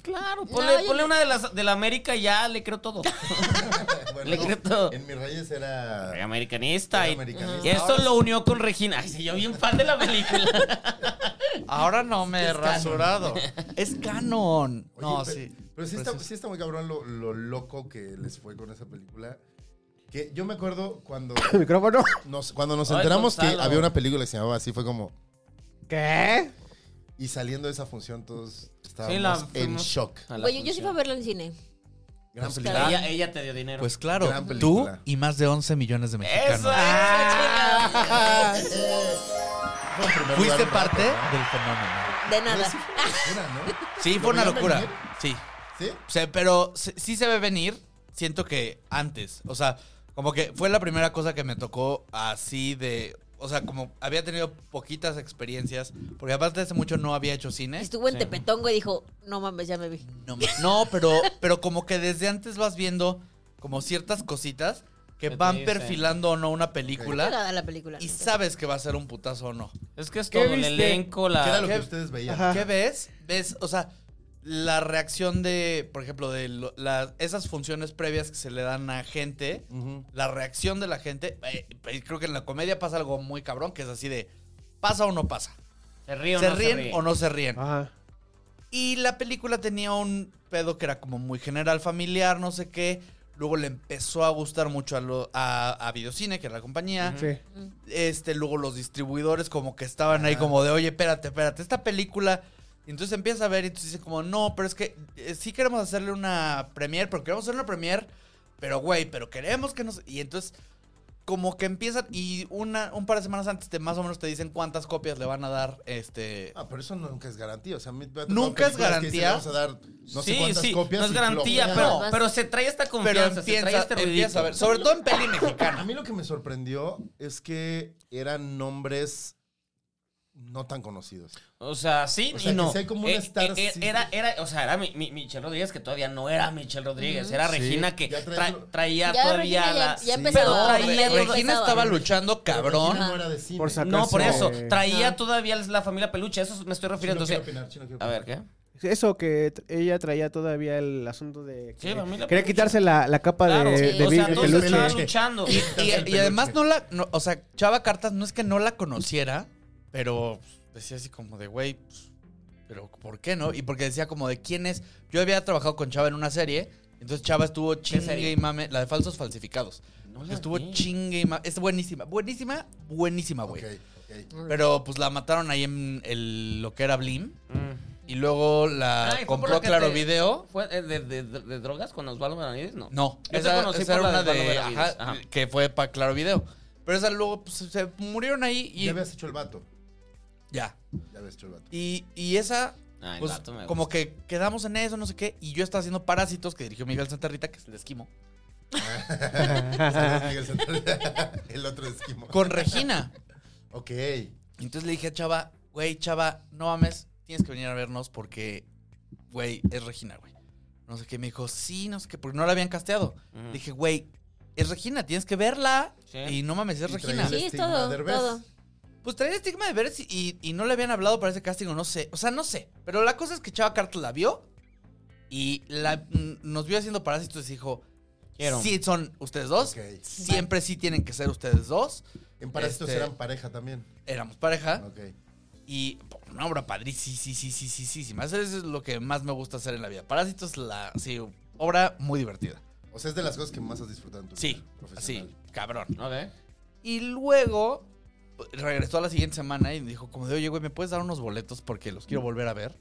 E: Claro,
F: No,
E: ponle,
F: yo
E: ponle
F: no.
E: una de las de la América y ya le creo todo.
D: Bueno,
E: Le creo todo.
D: En mis reyes era.
E: Soy Americanista.
D: Soy
E: Y,
D: americanista.
E: y esto lo unió con Regina. Ay, sí, yo bien fan de la película.
H: Ahora no me he rasurado. Es canon.
D: Oye,
H: No,
D: pe-
H: sí. pues
D: Pero sí está,
H: Precioso.
D: sí está muy cabrón lo, lo loco que les fue con esa película. Que yo me acuerdo cuando
I: El micrófono.
D: nos, cuando nos
E: Ay,
D: enteramos que
E: Gonzalo.
D: había una película que se llamaba así, fue como.
I: ¿Qué?
D: Y saliendo de esa función, todos estábamos
E: Sí, la
D: en
E: fuimos. Ah,
D: shock.
F: Güey, yo sí fui a verla en cine.
D: Gran
E: Pero
D: película.
E: ella, ella te dio dinero.
H: Pues claro,
D: Gran
H: tú
D: película.
H: y más de 11 millones de mexicanos.
E: eso es.
D: Fue en primer lugar
H: Fuiste
D: un rato,
H: parte
D: ¿no?
H: del fenómeno.
F: De
D: Pero
F: nada.
D: sí fue una locura, ¿no?
H: Sí,
D: ¿Lo
H: fue una
D: veían
H: locura.
D: venir?
H: Sí.
D: ¿Sí?
H: O sea, pero se- sí se ve venir, siento que antes. O sea, como que fue la primera cosa que me tocó así de. O sea, como había tenido poquitas experiencias, porque aparte de hace mucho no había hecho cine.
F: Estuvo en Tepetongo y dijo, no mames, ya me vi.
H: No, ma- no, pero, pero como que desde antes vas viendo como ciertas cositas que
E: Que te
H: van
E: dicen.
H: perfilando o no una película
F: Cagada la película.
H: y
F: neta.
H: sabes que va a ser un putazo o no.
E: Es que es
I: ¿Qué
E: todo el
I: viste?
E: elenco,
D: ¿Qué era
E: la.
D: lo
I: ¿Qué?
D: que ustedes veían?
I: Ajá.
H: ¿Qué ves? Ves, o sea, la reacción de, por ejemplo, de lo- la- esas funciones previas que se le dan a gente, la reacción de la gente, eh, eh, creo que en la comedia pasa algo muy cabrón, que es así de, ¿pasa o no pasa?
E: ¿Se ríe o
H: ¿Se
E: no
H: ríen
E: se ríe?
H: o no se ríen?
I: Ajá.
H: Y la película tenía un pedo que era como muy general, familiar, no sé qué. Luego le empezó a gustar mucho a, lo- a, a Videocine, que era la compañía.
I: Sí.
H: Este, luego los distribuidores como que estaban ahí como de, oye, espérate, espérate, esta película... Y entonces empieza a ver y entonces dice como, no, pero es que eh, sí queremos hacerle una premier, pero queremos hacer una premier, pero güey, pero queremos que nos... Y entonces como que empiezan y una, un par de semanas antes te más o menos te dicen cuántas copias le van a dar este...
D: Ah, pero eso nunca es garantía. O sea, a mí me ha tocado
H: Nunca es
D: películas que dicen,
H: garantía.
D: Vamos a dar no sé cuántas copias.
E: no es
D: y
E: garantía,
D: flojean.
E: pero,
F: Además-
E: pero se trae esta
H: Pero
E: confianza, se trae
H: empieza,
E: este
H: empieza a ver,
E: ridículo.
H: sobre todo en peli
D: A
H: mexicana.
D: mí lo que me sorprendió es que eran nombres no tan conocidos.
E: O sea, sí
D: O sea, que
E: y no. Eh,
D: sí hay como una star system.
E: era, era, o sea, era mi, mi- Michelle Rodríguez que todavía no era Michelle Rodríguez, era Regina que
D: Ya traía
E: tra-
D: otro-
E: traía
F: Ya
E: todavía
F: Regina ya-
E: las-
F: ya
E: Sí.
F: empezaba,
E: pero traía
F: Regina
E: todo-
H: Regina estaba luchando cabrón.
D: Chino no era de cine.
I: Por sacar
E: No, por
I: su-
E: eso,
I: eh,
F: Ah.
E: traía todavía la familia peluche, eso me
D: Chino
E: estoy refiriendo. o sea,
D: quiere opinar, Chino quiere
E: a ver,
D: opinar.
E: ¿qué?
I: Eso que t- ella traía todavía el asunto de.
E: Sí,
I: que
E: a mí la-
I: quería quitarse la, la capa
E: Claro,
I: de,
F: sí.
I: de
E: o sea,
I: vi- de
E: todos
I: peluche.
E: estaban luchando.
H: Y,
D: el
H: y además no
D: peluche.
H: la, no, o sea, Chava Cartas no es que no la conociera, pero pues, decía así como de, güey, pues, pero ¿por qué no? Y porque decía como de quién es. Yo había trabajado con Chava en una serie, entonces Chava estuvo chingue
E: serie?
H: y mame, la de falsos falsificados.
E: No la
H: estuvo
E: vi.
H: chingue y mame, es buenísima, buenísima, buenísima, Ah, güey.
D: Ok, ok.
H: Pero pues la mataron ahí en el, lo que era Blim.
D: Mm.
H: Y luego la
E: Ah, ¿y fue por
H: compró
E: la que
H: Claro
E: te-
H: Video.
E: ¿Fue eh, de, de- de- de drogas con Osvaldo Benavides? No.
H: No,
E: Yo te
H: esa,
E: conocí
H: esa
E: por
H: era
E: la
H: una
E: de
H: de.
E: Osvaldo Benavides,
H: ajá,
E: ajá.
H: que fue para Claro Video. Pero esa luego pues, se murieron ahí y.
D: Ya habías hecho el vato.
H: ya.
D: Ya habías hecho el vato.
H: Y, y esa.
E: Ah, el
H: pues,
E: vato me
H: como
E: gusta.
H: que quedamos en eso, no sé qué. Y yo estaba haciendo Parásitos, que dirigió Miguel Santarrita, que es el esquimo.
D: el otro esquimo.
H: Con Regina.
D: Ok.
H: Y Entonces le dije a Chava, güey, Chava, no mames, tienes que venir a vernos porque, güey, es Regina, güey. No sé qué, me dijo, sí, no sé qué, porque no la habían casteado.
E: Ujú.
H: Le dije, güey, es Regina, tienes que verla.
E: Mm. Sí.
H: Y no mames, es
D: Y este
H: Regina.
D: traía-
F: Sí, es
D: Estigma
F: todo,
D: Derbez.
F: todo.
H: Pues traía el estigma de ver si- y, y no le habían hablado para ese casting o no sé. O sea, no sé. Pero la cosa es que Chava Cartel la vio y la, mm, nos vio haciendo parásitos y dijo,
E: Quiero.
H: sí, son ustedes dos.
D: Ok.
H: Siempre sí tienen que ser ustedes dos.
D: En Parásitos
H: Este-
D: eran pareja también.
H: Éramos pareja.
D: Ok.
H: Y po, una obra padrísima, sí, sí, sí, sí, sí, sí. Más eso es lo que más me gusta hacer en la vida. Parásitos, la sí, obra muy divertida.
D: O sea, es de las cosas que más has disfrutado en tu
H: Sí,
D: vida profesional.
H: así, cabrón.
E: Ok.
H: Y luego pues, regresó a la siguiente semana y dijo como de, oye, güey, ¿me puedes dar unos boletos porque los quiero volver a ver?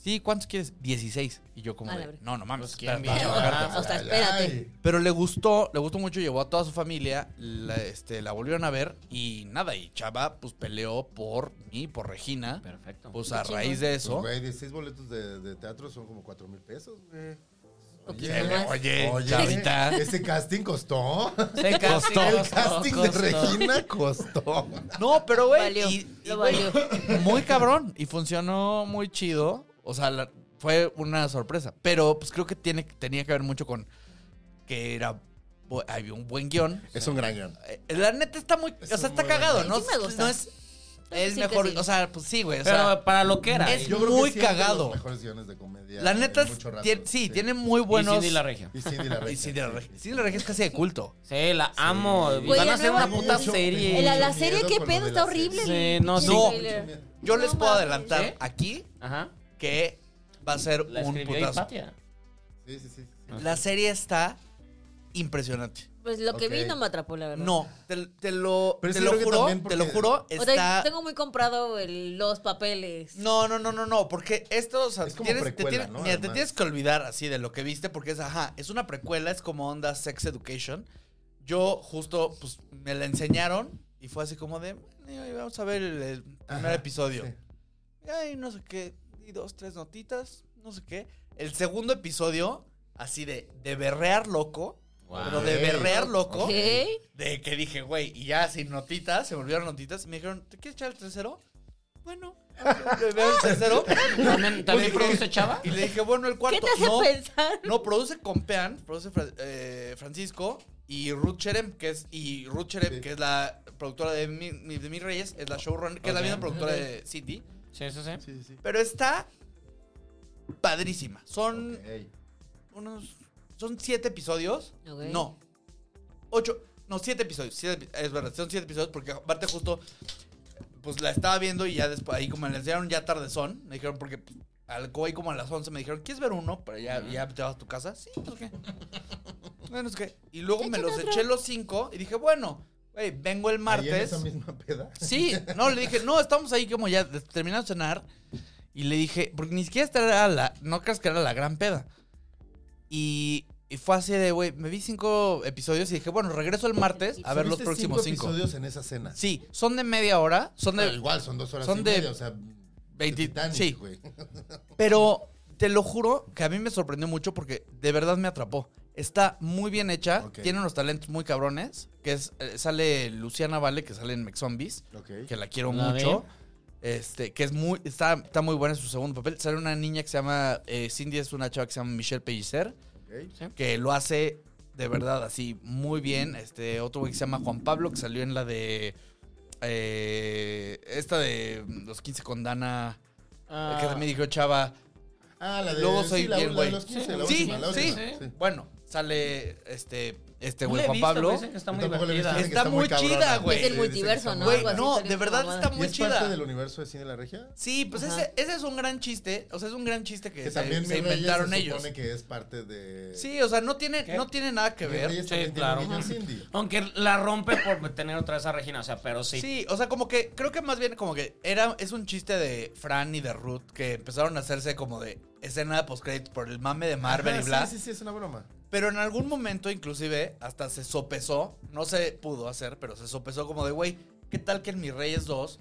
H: Sí, ¿cuántos quieres? 16. Y yo como
F: A la
H: de,
F: verga.
H: no, no mames.
E: Pues, ¿quién
H: espérate,
E: vino?
H: Chava Cartas.
F: Ah, O sea,
D: Ay,
F: espérate.
H: Pero le gustó, le gustó mucho, llevó a toda su familia, la, este, la volvieron a ver y nada, y Chava pues peleó por mí, por Regina,
E: Perfecto.
H: pues a
F: Qué
H: raíz de eso.
D: Pues, güey, 16 boletos de, de teatro son como 4 mil pesos, güey.
F: Poquito
H: Eh,
F: más.
H: Oye, Chavita.
D: Ese casting costó.
E: Se costó.
D: El casting de Regina costó.
H: No, pero güey,
F: Valió,
H: y- y,
F: lo
H: güey,
F: valió.
H: muy cabrón y funcionó muy chido, o sea, la- fue una sorpresa, pero pues creo que tiene tenía que ver mucho con que era bu- había un buen guión.
D: Es un gran gran.
H: Eh, La neta está muy,
D: Es
H: o sea,
D: un
H: está
D: muy
H: cagado,
D: buen
H: ¿no?
F: guión. Sí me gusta.
H: No es
F: que
H: es
F: sí, que
H: mejor,
F: sí.
H: o sea, pues sí, güey, o sea,
E: Pero para lo que era. y-
H: es
D: Yo creo que
H: muy
D: sí es de los
H: cagado.
D: mejores guiones de comedia.
H: La
D: en
H: neta, es-
D: mucho rato.
H: tiene- sí, tiene muy
E: y
H: buenos.
E: Cindy la regia.
D: Y Cindy la
H: Y
D: Regia.
H: Cindy la regia. Cindy la regia es casi de culto.
E: Sí, la amo.
D: Güey,
E: Van
F: de
E: a hacer
F: nuevo,
E: una
F: tengo
E: puta
D: mucho-
E: serie.
F: El- La, la
D: Mucho
F: serie,
D: miedo
F: qué
D: con lo
F: pedo,
D: de la
F: está horrible.
E: serie.
F: el-
E: Sí, no,
F: el
E: sí.
H: No.
F: trailer.
H: Yo
F: No
H: les puedo
F: mames.
H: adelantar
E: ¿Sí?
H: aquí
E: Ajá.
H: que va a ser
E: La
H: un
E: escribió
H: putazo.
E: Hipatia.
D: Sí, sí, sí. sí.
H: La serie está impresionante.
F: Pues lo que vi
D: Ok.
F: no me atrapó, la verdad.
H: No, te, te lo,
D: Pero
H: te
D: es que
H: lo
D: creo que
H: juro,
D: también
H: te lo
D: porque-
F: O
H: juro,
F: sea,
H: está...
F: tengo muy comprado el- los papeles.
H: No, no, no, no, no, porque esto, o sea,
D: Es como
H: tienes,
D: precuela,
H: te, tienes,
D: ¿no?
H: mira, te
D: Además.
H: tienes que olvidar así de lo que viste, porque es, ajá, es una precuela, es como onda Sex Education. Yo justo, pues, me la enseñaron y fue así como de, "Eh, vamos a ver el, el primer
D: Ajá,
H: episodio.
D: sí.
H: ay, no sé qué, y dos, tres notitas, no sé qué. El segundo episodio, así de, de berrear loco,
E: Wow.
H: pero de
D: Ok.
H: berrear loco,
F: Ok.
H: de que dije, güey, y ya sin notitas, se me olvidaron notitas, y me dijeron, ¿te quieres echar el tercero? Bueno, le veo el tercero.
E: ¿También, también
H: Pues,
E: produce chava?
H: Y le dije, bueno, el cuarto.
F: ¿Qué te hace
H: no,
F: pensar?
H: no, produce Compean, produce Fra- eh, Francisco y Ruth Cherem, que es, y Ruth Cherem,
D: Sí.
H: que es la productora de Mi- Mi- de Mis Reyes, es la showrunner, que es la
E: Ok.
H: misma productora de City.
E: Sí, sí, sí.
D: Sí, sí.
H: Pero está padrísima. Son
D: Ok.
H: unos. Son siete episodios.
F: Ok.
H: No. Ocho. No, siete episodios. siete epi- es verdad, son siete episodios porque aparte justo. Pues la estaba viendo y ya después ahí como le enseñaron ya tardezón. Me dijeron porque pues, al ahí como a las once me dijeron, ¿quieres ver uno? Pero ya, ya te vas a tu casa. Sí, pues qué. Bueno, es que. Y luego me los eché los cinco y dije, bueno, güey, vengo el
D: Ahí en
H: martes.
D: esa misma peda.
H: Sí, no, le dije, no, estamos ahí como ya des- terminando de cenar. Y le dije, porque ni siquiera esta era la, no creas que era la gran peda. Y, y fue así de, güey, me vi cinco episodios y dije, bueno, regreso el martes a ver los
D: Tuviste
H: próximos este cinco.
D: episodios en esa cena.
H: Sí, son de media hora, son
D: Pero
H: de...
D: igual son dos horas
H: son
D: y
H: de
D: media, o sea,
H: 20
D: de Titanic,
H: sí.
D: güey.
H: Pero te lo juro que a mí me sorprendió mucho porque de verdad me atrapó. Está muy bien hecha,
D: Ok.
H: tiene unos talentos muy cabrones, que es, eh, sale Luciana Vale, que sale en Mexzombies.
D: Ok.
H: que la quiero
E: La
H: mucho. Este, que es muy, está, está muy buena en su segundo papel. Sale una niña que se llama eh, Cindy, es una chava que se llama Michelle Pellicer,
D: ok.
H: que lo hace de verdad así muy bien. Este, otro güey que se llama Juan Pablo, que salió en la de. eh, esta de Los 15 con Dana,
E: Ah.
H: que también dijo Chava.
D: Ah, la de
H: Luego
D: sí,
H: soy
D: la-
H: bien
D: la
H: güey.
D: de los 15, la
H: Sí,
D: última, la
H: sí,
D: última, sí.
H: Bueno, sale este, este
E: No
H: güey
E: la he
H: Juan
E: visto,
H: Pablo.
E: pero dicen que está muy
D: Yo tampoco la he visto,
E: divertida.
D: dicen que
H: Está muy
D: cabrona.
H: chida, güey.
F: Es el multiverso, ¿no?
H: Güey,
F: Algo así,
H: no,
F: salió
H: de
F: una
H: verdad
F: mamada.
H: está
D: ¿Y
H: muy
D: es parte
H: chida.
D: del universo de Cine La Regia?
H: Sí, pues
F: Ajá.
H: ese, ese es un gran chiste. O sea, es un gran chiste que,
D: Que
H: se-
D: también
H: se,
D: Mil Reyes
H: inventaron
D: se
H: ellos.
D: supone que es parte de...
H: Sí, o sea, no tiene, no tiene nada que
D: Mil
H: ver.
D: Reyes
E: Sí,
D: también tiene
E: claro.
D: un niño Cindy.
E: Aunque la rompe por tener otra vez a Regina, o sea, pero sí.
H: Sí. o sea, como que creo que más bien como que era es un chiste de Fran y de Ruth que empezaron a hacerse como de escena de post por el mame de Marvel
D: Ajá,
H: y bla.
D: Sí, sí, sí, es una broma.
H: Pero en algún momento inclusive hasta se sopesó, no se pudo hacer, pero se sopesó como de, güey, ¿qué tal que en Mis Reyes 2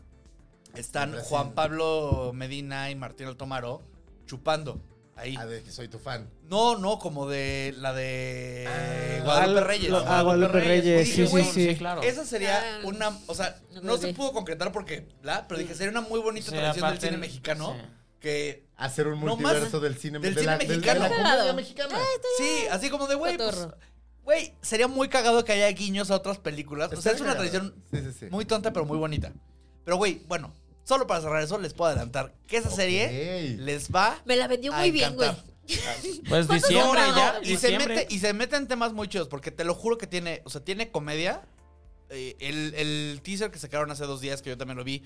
H: están
D: Brasil.
H: Juan Pablo Medina y Martín Altomaro chupando ahí?
D: Ah, de que soy tu fan.
H: No, no, como de la de
D: Ah,
H: Guadalupe
I: Al-
H: Reyes.
I: lo- a Guadalupe Reyes, sí,
H: Dije,
I: sí,
H: güey,
I: sí.
E: claro.
H: Esa sería
F: Ah,
H: una, o sea,
F: no
H: no
F: lo
H: se
F: vi.
H: pudo concretar porque, ¿la? Pero dije, sería una muy bonita
E: Sí,
H: tradición del
E: aparte-
H: cine mexicano
E: sí.
H: que
D: Hacer un
H: No más
D: multiverso del cine...
H: del
D: de
H: cine
D: la- del- de
H: mexicano.
D: la comedia
F: Cagado.
D: mexicana.
H: Sí, así como de, güey, pues,
F: Cotorro.
H: güey, sería muy cagado que haya guiños a otras películas. O
D: Está
H: sea, es una
D: cagado.
H: tradición
D: Sí, sí, sí.
H: muy tonta, pero muy bonita. Pero, güey, bueno, solo para cerrar eso, les puedo adelantar que esa serie
D: Ok.
H: les va
F: Me la vendió
H: a
F: muy bien, güey.
H: encantar.
E: Pues
F: ¿Cuántos
E: diciembre
F: son?
E: ya.
H: Y se,
E: diciembre.
H: mete, y se mete en temas muy chidos, porque te lo juro que tiene, o sea, tiene comedia. Eh, el, el teaser que sacaron hace dos días, que yo también lo vi,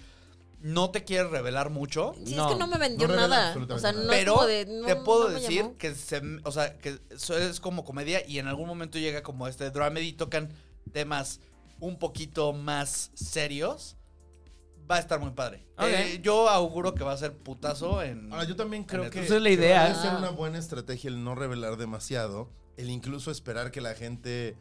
H: no te quiere revelar mucho.
F: Sí,
E: No,
F: es que no me vendió
D: no revela
F: nada. O
D: absolutamente
F: sea,
D: nada.
F: no es
H: pero
F: como de, no-
H: te puedo
F: no me
H: decir
F: llamó.
H: que se, o sea, que eso es como comedia y en algún momento llega como este dramedy, tocan temas un poquito más serios. Va a estar muy padre.
E: Ok.
H: Eh, yo auguro que va a ser putazo en.
D: Ahora, yo también creo que...
H: Entonces,
E: la
D: que
E: idea.
D: Puede ser una buena estrategia el no revelar demasiado, el incluso esperar que la gente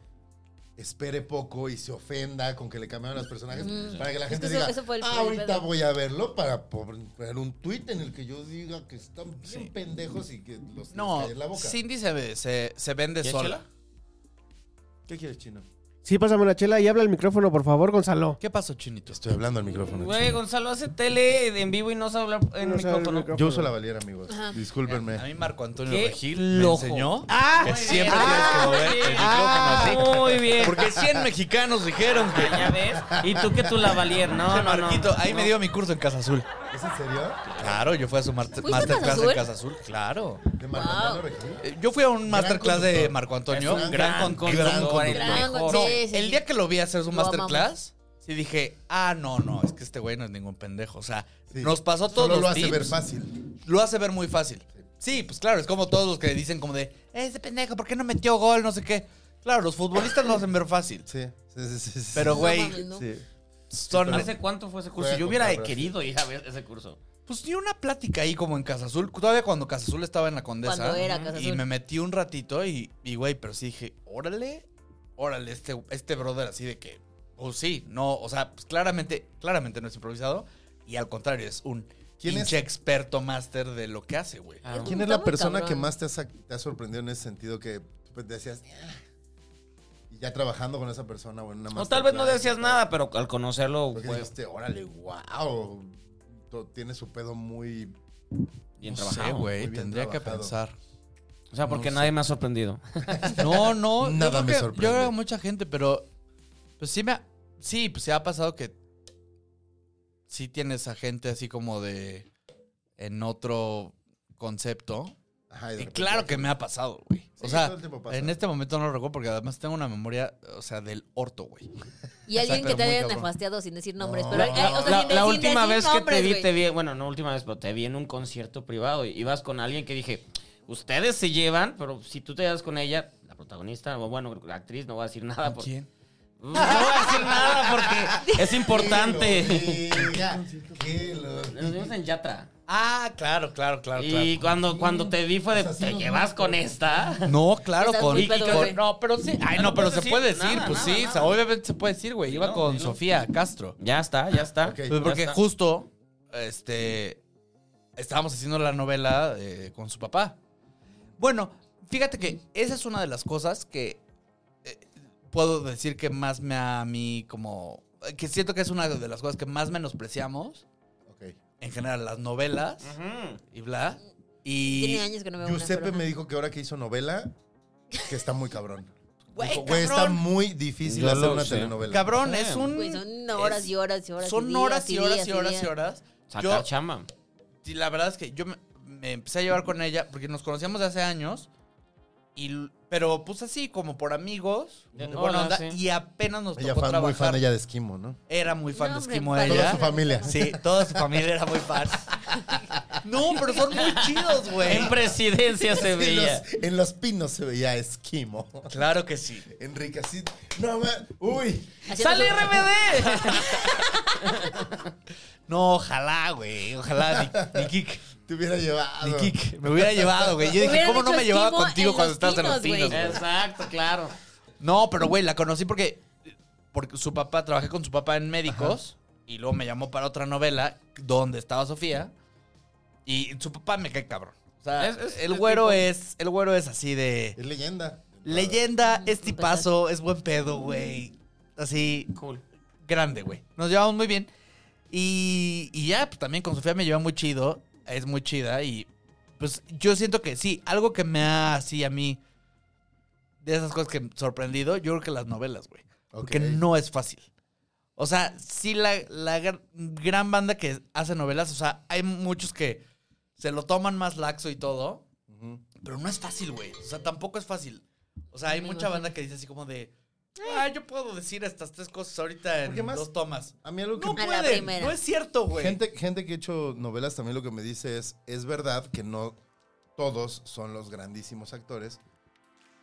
D: espere poco y se ofenda con que le cambiaron los personajes para que la
F: Es
D: gente
F: que eso-
D: diga,
F: eso fue el
D: "Ah,
F: primer
D: ahorita
F: pedo".
D: voy a verlo para poner un tuit en el que yo diga que están bien pendejos y que los
H: No,
D: les cae en la boca.
H: Cindy se, ve- se, se vende
E: ¿Quieres
H: sola.
E: chela?
D: ¿Qué quieres, Chino?
I: Sí, pásame una chela y habla al micrófono, por favor, Gonzalo.
H: ¿Qué pasó, Chinito?
D: Estoy hablando al micrófono.
E: Güey, Gonzalo hace tele en vivo y no sabe hablar en
I: No sabe el
E: micrófono.
I: micrófono.
D: Yo uso la valiera, amigos.
F: Ajá.
D: Discúlpenme.
H: A mí Marco Antonio
E: Qué
H: Regil
E: loco.
H: me enseñó
I: Ah,
H: que siempre
E: Ah,
H: tienes que mover el
E: Ah,
H: micrófono así.
E: muy bien.
H: Porque 100 mexicanos dijeron que...
E: Ah, ya ves. Y tú que tú la valier, no,
H: Ese
E: no, no.
H: Marquito, ahí me
E: No.
H: dio mi curso en Casa Azul.
D: ¿Es en serio?
H: Claro, yo fui a su mar-
F: ¿Fuiste a
H: masterclass
F: Casa
H: en
F: Azul?
H: Casa Azul, claro.
D: ¿De Marco
F: Wow.
D: Antonio Regil?
H: Eh, Yo fui a un masterclass de
D: conductor.
H: Marco Antonio.
E: Es un gran
H: con-
E: conductor,
H: gran
E: el
F: Gran
E: mejor.
H: No,
F: Sí, sí,
H: el
F: sí.
H: día que lo vi hacer su
F: Lo
H: masterclass, sí dije, ah, no, no, es que este güey no es ningún pendejo. O sea,
D: Sí.
H: nos pasó todos
D: Solo
H: los
D: lo hace
H: tips.
D: ver fácil.
H: lo hace ver muy fácil. Sí, pues claro, es como todos los que dicen como de, ese pendejo, ¿por qué no metió gol? No sé qué. Claro, los futbolistas lo hacen ver fácil.
D: Sí, sí, sí. sí, sí.
H: Pero, güey,
F: mames, ¿no?
D: Sí.
H: son...
E: ¿Hace cuánto fue ese curso?
D: Juega
E: Yo
D: contra
E: hubiera
D: Brasil.
E: querido ir a ver ese curso.
H: Pues di una plática ahí como en Casa Azul, todavía cuando Casa Azul estaba en la Condesa.
F: Cuando era Casa
H: Y
F: Azul.
H: me metí un ratito y, y, güey, pero sí dije, órale, órale, este, este brother así de que, pues sí, no, o sea, pues claramente, claramente no es improvisado y al contrario, es un
D: ¿Quién es,
H: pinche experto máster de lo que hace, güey.
E: Ah,
D: ¿quién es
F: Está
D: la
F: muy
D: persona
F: cabrón.
D: que más te ha, sa- te ha sorprendido en ese sentido que pues, decías, "Ah", y ya trabajando con esa persona o en una
E: O tal vez no
D: masterclass,
E: decías nada, pero al conocerlo
D: Porque
E: fue
D: dijiste, órale, wow. Tiene su pedo muy.
E: bien
H: no
E: trabajado.
H: sé,
D: muy
H: güey.
D: bien
H: Tendría que
D: trabajado.
H: pensar.
E: O sea, porque
H: No
E: nadie me ha sorprendido.
H: No, no. yo
D: Nada
H: creo
D: me
H: que-
D: sorprende.
H: Yo creo que mucha gente, pero. Pues sí me ha, Sí, pues se ha pasado que. Sí tienes a gente así como de. En otro concepto.
D: Ajá, y de
H: Y
D: repente-
H: claro que me ha pasado, güey.
D: Sí,
H: o sea,
D: todo el tiempo pasa.
H: en este momento no lo recuerdo porque además tengo una memoria, o sea, del orto, güey.
F: Y alguien
H: Exacto,
F: que te
H: pero muy
F: haya
H: cabrón.
F: nefasteado sin decir nombres.
D: No,
F: pero,
D: no,
F: eh,
H: Ah.
F: o sea,
E: la,
F: sin de-
E: la
F: sin
E: última
F: decir
E: vez que
F: nombres,
E: te vi,
F: güey.
E: te vi, bueno, no última vez, pero te vi en un concierto privado. Y ibas con alguien que dije, ustedes se llevan, pero si tú te llevas con ella, la protagonista, o bueno, la actriz, no voy a decir
H: Ah,
E: nada. por-
H: ¿Quién?
E: No voy a decir nada porque es importante.
D: Ya, qué lo-
E: Nos vimos en Yatra.
H: Ah, claro, claro, claro,
E: y cuando, cuando te vi fue de,
D: Pues así
E: ¿te
D: nos
E: llevas con esta?
H: claro. No, claro,
F: Estás
H: con.
F: muy pedo,
H: con-
F: güey.
H: no, pero sí. Ay, no, pero se
E: Sí,
H: puede decir,
E: nada,
H: pues
E: nada,
H: sí. o sea,
E: nada.
H: obviamente se puede decir, güey. Iba
E: no,
H: con
E: dilo.
H: Sofía Castro.
E: Ya está, ya está.
D: Ok.
H: Pues
E: Ya
H: porque
E: está.
H: justo, este, estábamos haciendo la novela eh, con su papá. Bueno, fíjate que esa es una de las cosas que eh, puedo decir que más me ha- a mí como... eh, Que siento que es una de las cosas que más menospreciamos,
D: Ok.
H: en general, las novelas
E: Ujú.
H: y bla. Y...
F: Tiene años que no me veo
D: Giuseppe
F: una,
D: me dijo que ahora que hizo novela, que está muy cabrón.
H: Güey,
D: Dijo, Güey, está
H: cabrón.
D: muy difícil
E: Yo
D: hacer
E: lo
D: una
E: sé.
D: telenovela.
H: Cabrón,
E: Sí.
H: es un...
F: Güey, son horas
H: es-
F: y horas y horas.
H: Son
F: días,
H: horas y horas
F: días,
H: y horas
F: días.
H: y horas.
E: Sacar
H: Yo-
E: chamba.
H: Y la verdad es que yo me, me empecé a llevar con ella porque nos conocíamos de hace años. Y, l- pero pues así, como por amigos.
E: De-
H: buena
E: hola,
H: onda,
E: sí.
H: Y apenas nos
D: Ella
H: tocó
D: fan- muy fan
H: trabajar.
D: de ella de Esquimo, ¿no?
H: Era muy fan
F: No,
H: de
F: hombre,
H: Esquimo
F: para
H: ella.
D: Toda su familia.
H: Sí, toda su familia era muy fan. No, pero son muy chidos, güey.
E: En presidencia se
D: En
E: veía.
D: los, en los pinos se veía Esquimo.
H: Claro que sí.
D: Enrique así. No, ma- Uy.
F: Haciendo
E: ¡Sale
F: su-
E: RBD!
H: No, ojalá, güey. Ojalá, ni, ni kick.
D: Te hubiera llevado.
H: Ni kick. Me hubiera llevado, güey. Yo dije,
F: Hubieran
H: ¿cómo no
F: hecho
H: me llevaba
F: Esquimo
H: contigo
F: en
H: cuando
F: Los
H: estabas en los
F: Pinos,
H: pinos,
F: güey.
H: güey?
E: Exacto, claro.
H: No, pero güey, la conocí porque, porque su papá, trabajé con su papá en médicos y luego me llamó para otra novela donde estaba Sofía y su papá me cae cabrón. O sea,
E: Es- es-
H: el
E: es
H: güero
E: tipo-
H: es el güero es así de
D: Es leyenda.
H: leyenda, es tipazo, es buen pedo, güey. Así
E: Cool.
H: grande, güey. Nos llevamos muy bien. Y, y ya, pues también con Sofía me lleva muy chido. Es muy chida. Y pues yo siento que sí, algo que me ha así a mí. De esas cosas que me sorprendido, yo creo que las novelas, güey. Porque
D: Ok.
H: no es fácil. O sea, sí, la, la gr- gran banda que hace novelas, o sea, hay muchos que se lo toman más laxo y todo.
D: Ujú.
H: Pero no es fácil, güey. O sea, tampoco es fácil. O sea,
F: No
H: hay
F: me
H: mucha
F: imagino.
H: banda que dice así como de. Ah, yo puedo decir estas tres cosas ahorita
D: Porque
H: en
D: más-
H: dos tomas.
D: A mí algo que
H: No
F: A la
H: pueden,
F: primera.
H: no es cierto, güey.
D: Gente, gente que ha hecho novelas también lo que me dice es, es verdad que no todos son los grandísimos actores,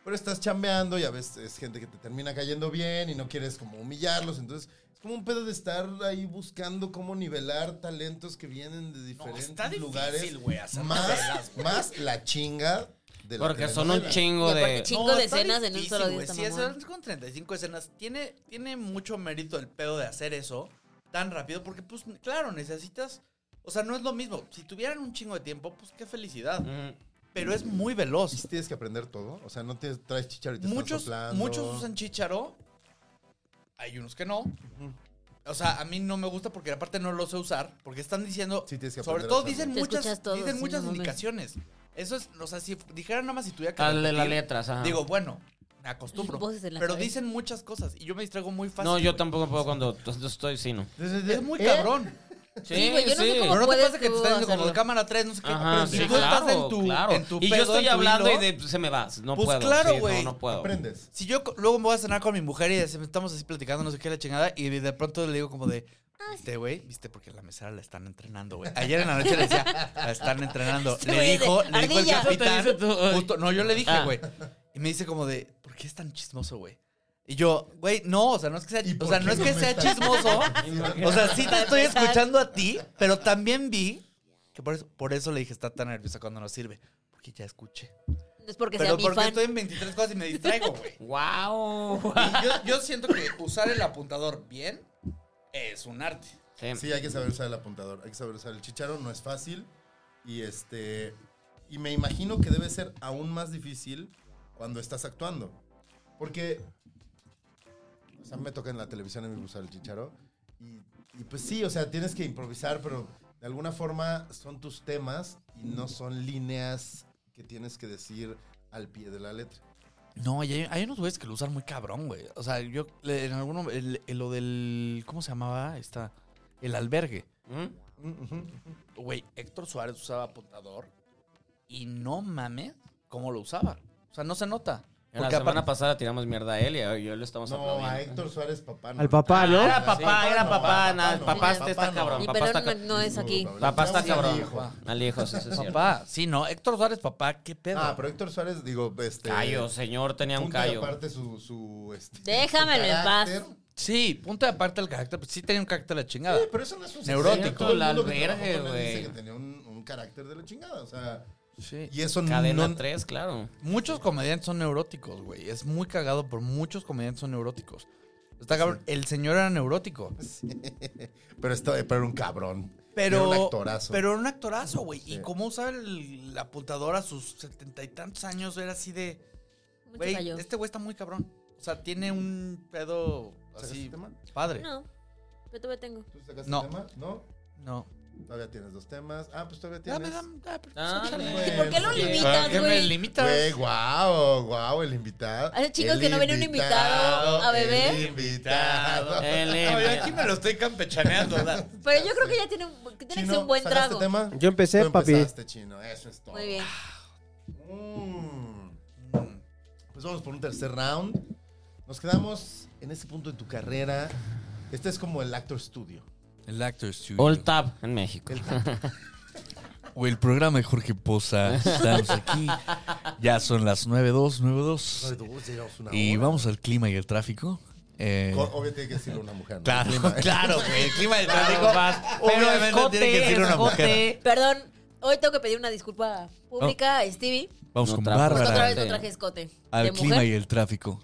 D: pero estás chambeando y a veces es gente que te termina cayendo bien y no quieres como humillarlos, entonces es como un pedo de estar ahí buscando cómo nivelar talentos que vienen de
H: No,
D: diferentes
H: está difícil,
D: lugares,
H: güey, hacer novelas,
D: más,
H: güey.
D: más la chinga de la
E: Porque son un
D: telenovela.
E: chingo
F: Y aparte
E: de.
F: chi- Cinco
H: está
F: decenas en un solo día
H: güey.
F: está
H: Sí, es-
F: mamón.
H: con 35 escenas. Tiene, tiene mucho mérito el pedo de hacer eso tan rápido porque, pues, claro, necesitas... O sea, no es lo mismo. Si tuvieran un chingo de tiempo, pues qué felicidad.
E: Ujú.
H: Pero es muy
D: ¿Y
H: veloz.
D: si tienes que aprender todo? O sea, no te traes chicharo y te
H: Muchos,
D: están soplando.
H: muchos usan chicharo. Hay unos que no. O sea, a mí no me gusta porque aparte no lo sé usar. Porque están diciendo...
D: Sí, tienes que
H: sobre
D: aprender a
H: todo
D: usarlo.
H: dicen
F: Te
H: muchas,
F: escuchas todo,
H: dicen
F: sí,
H: muchas
F: no mames.
H: indicaciones. Eso es... O sea, si dijeran nada más si tuviera que...
E: Dale las
H: repetir,
E: letras, ajá.
H: Digo, bueno, me acostumbro.
F: Voces en la
H: Pero
F: cabeza.
H: dicen muchas cosas y yo me distraigo muy fácil.
E: no, yo
H: güey.
E: tampoco puedo cuando cuando estoy, sí, no.
H: Es muy cabrón.
F: ¿Eh? Sí, güey, yo no sé cómo-
H: Pero no te
F: puedes
H: pasa que te
F: tú
H: están diciendo como
F: hacerlo?
H: de cámara 3, no sé qué.
E: Ajá,
H: pero
E: sí,
H: si tú
E: claro,
H: estás en tu,
E: claro.
H: en tu
E: y yo
H: pedo,
E: estoy
H: en tu
E: hablando
H: hilo,
E: y de, se me vas. No
H: Pues
E: puedo.
H: claro,
E: sí, no,
H: güey.
E: No, puedo.
D: Aprendes.
H: Si yo co- luego me voy a cenar con mi mujer y de- estamos así platicando, no sé qué, la chingada, y de pronto le digo como de, viste, güey, viste, porque la mesera la están entrenando, güey. Ayer en la noche le decía, la están entrenando.
F: Este
H: Le
F: güey es de
H: dijo, le dijo el
F: ardilla.
H: capitán.
E: Eso te dice tú, ay.
H: justo- no, yo le dije,
E: Ah.
H: güey. Y me dice como de, ¿por qué es tan chismoso, güey? Y yo, güey, no, o sea, no es que sea,
D: ¿Y
H: o
D: por
H: sea,
D: qué
H: no es
D: no
H: que
D: me
H: sea
D: estás-
H: chismoso. O sea, sí te estoy
F: empezar.
H: escuchando a ti, pero también vi que por eso, por eso le dije, está tan nerviosa cuando nos sirve. Porque ya escuché.
F: No es porque sea
H: Pero
F: mi
H: porque
F: fan.
H: estoy en 23 cosas y me distraigo, güey.
E: ¡Wow!
H: Y Yo, yo siento que usar el apuntador bien es un arte.
E: Sí.
D: Sí, hay que saber usar el apuntador, hay que saber usar el chicharo, no es fácil. Y este y me imagino que debe ser aún más difícil cuando estás actuando. Porque o sea, me toca en la televisión a mí usar el chicharo y, y pues sí, o sea, tienes que improvisar, pero de alguna forma son tus temas y no son líneas que tienes que decir al pie de la letra.
H: No, y hay, hay unos güeyes que lo usan muy cabrón, güey. O sea, yo le- en alguno, el- el- lo del, ¿cómo se llamaba? Esta, el albergue.
E: ¿Mm?
H: Güey, Héctor Suárez usaba apuntador y no mames cómo lo usaba. O sea, no se nota.
E: En la
H: Porque
E: semana
H: aparte-
E: pasada tiramos mierda a él y hoy hoy lo estamos
D: No,
E: aplaudiendo.
D: a Héctor Suárez papá no.
I: Al papá, ¿no?
E: Era papá,
D: Sí,
E: era
D: no,
E: papá,
D: papá
E: nada,
D: no,
E: papá este
D: papá
E: está
D: no.
E: cabrón,
F: Mi
E: papá
F: pelón
E: está
F: no,
E: cabrón.
F: no es aquí.
E: Papá está
D: Estamos al
E: cabrón.
D: hijo.
E: Al hijo, sí, sí, es cierto.
H: Papá, sí, no, Héctor Suárez, papá, qué pedo.
D: Ah, pero Héctor Suárez, digo, este.
E: Callo, señor, tenía un
D: punto y
E: callo.
D: aparte su, su este,
F: Déjamelo en
D: carácter.
F: paz.
H: Sí, punto de aparte del carácter, pues sí tenía un carácter de la chingada.
D: Sí, pero eso no es un
E: Neurótico.
D: Todo el mundo que
E: La
D: trabajó con él
E: albergue,
D: Dice
E: güey.
D: que tenía un, un carácter de la chingada, o sea,
H: Sí.
D: y eso
E: Cadena
D: no
E: 3, claro.
H: Muchos comediantes son neuróticos, güey. Es muy cagado, pero muchos comediantes son neuróticos. Está cabrón, el señor era neurótico.
D: pero esto pero era un cabrón.
H: Pero,
D: era un actorazo.
H: Pero era un actorazo, güey.
D: Sí.
H: Y cómo usaba el, la apuntadora a sus setenta y tantos años, era así de.
F: Mucho
H: Güey,
F: cayó.
H: este güey está muy cabrón. O sea, tiene un pedo
D: ¿Sacaste
H: así
D: este tema?
H: padre. No.
F: No, yo todavía tengo.
D: ¿Tú sacaste
H: No.
D: tema? No. Todavía tienes dos temas. Ah, pues todavía
H: Dame,
D: tienes. Pues,
H: dame, dame,
E: Ah,
H: escúchale.
D: güey.
F: ¿Y por qué lo
D: Sí.
F: limitas,
H: Ah, ¿Qué me
F: güey?
H: limitas?
D: Güey, guau, guau, el invitado.
F: Hace chicos
D: El
F: que no venía un invitado a beber.
D: El invitado.
E: El
H: No, yo
E: M.
H: aquí me lo estoy campechaneando. ¿verdad?
F: Pero yo creo que ya tiene un, que tienes un buen
D: ¿sacaste
F: trago.
D: tema?
I: Yo empecé,
D: Tú
I: papi.
D: empezaste, chino, eso es todo.
F: Muy bien.
D: Mm. Pues vamos por un tercer round. Nos quedamos en este punto de tu carrera. Este es como el Actor Studio.
H: El Actors Studio.
E: All Tab en México.
H: O el programa de Jorge Poza. Estamos aquí. Ya son las 9.2, 9.2. Y vamos al clima y el tráfico. Eh,
D: Co- Obvio tiene que decirlo una mujer. ¿no?
H: claro,
D: El clima, ¿eh?
H: claro, güey, el clima del tráfico.
E: Claro, vas. Pero
H: Obviamente tiene que
E: escote,
H: ser una mujer.
E: escote.
F: Perdón, hoy tengo que pedir una disculpa pública a Stevie.
H: Vamos
E: No
H: con
E: trapo.
F: Porque otra
H: Bárbara
F: vez no traje escote.
H: Oh. al
F: de
H: clima
F: mujer.
H: y el tráfico.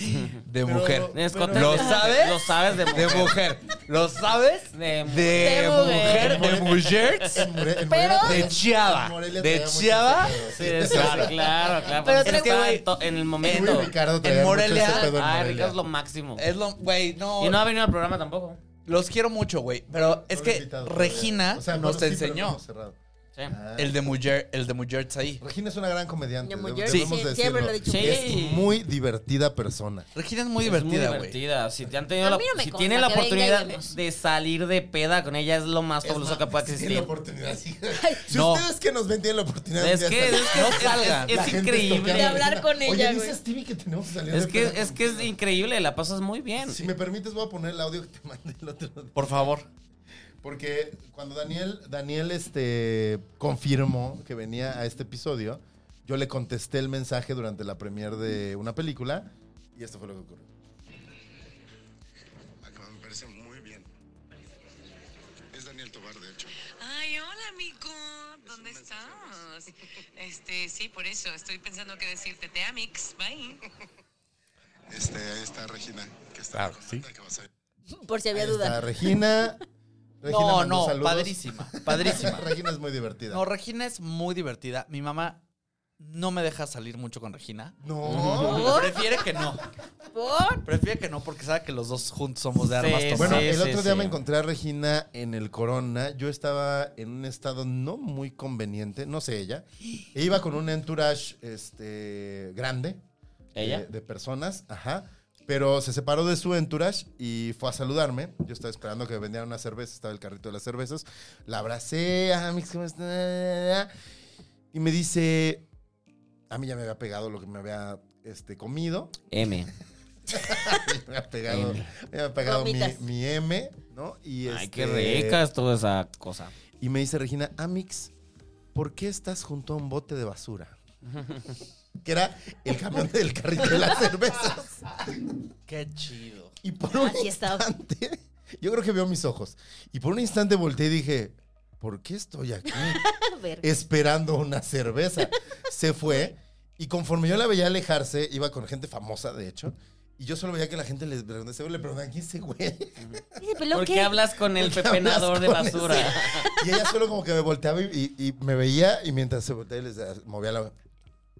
H: De
D: Pero-
H: mujer.
E: Escote.
H: ¿Lo sabes?
E: Lo sabes de
H: De
E: mujer.
H: mujer. ¿Lo sabes?
E: De
H: De, mujer.
F: mujer.
H: De mujeres.
D: En More- en
F: Pero-
D: Morelia-
H: De
D: en
H: Chiava.
D: Morelia
H: De
D: traía mucho
H: Chiava.
D: ese pedo, sí.
E: Sí, sí, sí, claro, claro, claro.
F: Pero
E: porque
F: es que,
E: estaba
H: güey,
E: en to- en el
D: Tú y
E: momento.
D: Ricardo
H: En
D: traían mucho ese
H: Morelia-
D: pedo en
E: Ay,
D: Morelia. Ah,
E: Ricardo es lo máximo.
H: Es lo. Güey, no.
E: Y no ha venido al programa tampoco.
H: Los quiero mucho, güey. Pero es
D: Solo
H: que
D: invitado,
H: Regina
D: todavía. O sea,
H: nos
D: bueno, sí, pero
H: enseñó.
D: hemos cerrado.
E: Sí.
D: Ah.
H: El de Mujer, el de Mujer's ahí.
D: Regina es una gran comediante.
F: Ya
D: deb-
F: mujer,
D: debemos
F: sí,
D: decirlo.
F: siempre lo he dicho.
E: Sí.
D: Es muy divertida persona.
H: Regina es muy
E: Es
H: divertida,
E: muy
H: güey.
E: divertida. Si te han tenido
F: A
E: la,
F: mí no me
E: si
F: consta
E: tienen la
F: que venga y
E: oportunidad
F: vemos.
E: de salir de peda con ella, es lo más fabuloso que puede
D: Si tienen la
E: existir.
D: oportunidad, sí. Si
H: No.
D: ustedes que nos ven tienen la oportunidad
E: Es
D: un día
E: que, es,
D: salir.
E: que
H: No
E: es- es-
H: salgan.
E: es
D: La gente
E: increíble.
D: estoqueando.
F: De hablar con ella,
D: Oye, dice
F: güey.
D: Stevie que tenemos que salir
E: Es
D: de
E: que,
D: peda
E: es que es increíble, la pasas muy bien.
D: Si me permites, voy a poner el audio que te mandé el otro día.
H: Por favor.
D: Porque cuando Daniel, Daniel este, confirmó que venía a este episodio, yo le contesté el mensaje durante la premiere de una película y esto fue lo que ocurrió.
C: Acá Ah, me parece muy bien. Es Daniel Tobar, de hecho.
J: Ay, hola amigo, ¿dónde estás? Este, sí, por eso estoy pensando que decirte te amix, bye.
C: Este, ahí está Regina, que está
H: Claro,
C: contenta que vas a ir.
F: Por si había
D: Ahí Ah, está
F: duda.
D: Regina. Regina
H: No,
D: mandó
H: no,
D: saludos.
H: padrísima. Padrísima.
D: Regina es muy divertida.
H: No, Regina es muy divertida. Mi mamá no me deja salir mucho con Regina.
D: No.
H: Prefiere que no.
F: ¿Por?
H: Prefiere que no porque sabe que los dos juntos somos de armas
E: Sí,
H: tomar.
D: Bueno,
E: sí.
D: el otro día
E: sí.
D: me encontré a Regina en el Corona. Yo estaba en un estado no muy conveniente, no sé ella. E iba con un entourage este, grande de-
E: ¿Ella?
D: De, personas, ajá. Pero se separó de su entourage y fue a saludarme. Yo estaba esperando que me vendieran una cerveza, estaba el carrito de las cervezas. La abracé, "Ah, Mix, ¿cómo estás?" Y me dice, a mí ya me había pegado lo que me había este, comido.
E: M.
D: Me ha pegado,
E: M.
D: me ha pegado mi,
F: Gomitas.
D: mi M, ¿no? Y
E: Ay,
D: este,
E: qué rica estuvo esa cosa.
D: Y me dice Regina, Amix, ¿por qué estás junto a un bote de basura? que era el camión del carrito de las cervezas.
H: Qué chido.
D: Y por un
F: Así estaba.
D: instante, yo creo que veo mis ojos. Y por un instante volteé y dije, ¿por qué estoy aquí?
F: Verga.
D: esperando una cerveza. Se fue y conforme yo la veía alejarse, iba con gente famosa, de hecho, Y yo solo veía que la gente le preguntaba, seguro le preguntaba, ¿quién es ese güey?
E: ¿Por qué hablas con el
D: ¿Por qué hablas
E: pepenador de
D: con ese?
E: basura?
D: Y ella solo como que me volteaba y, y- y me veía y mientras se volteaba les movía la...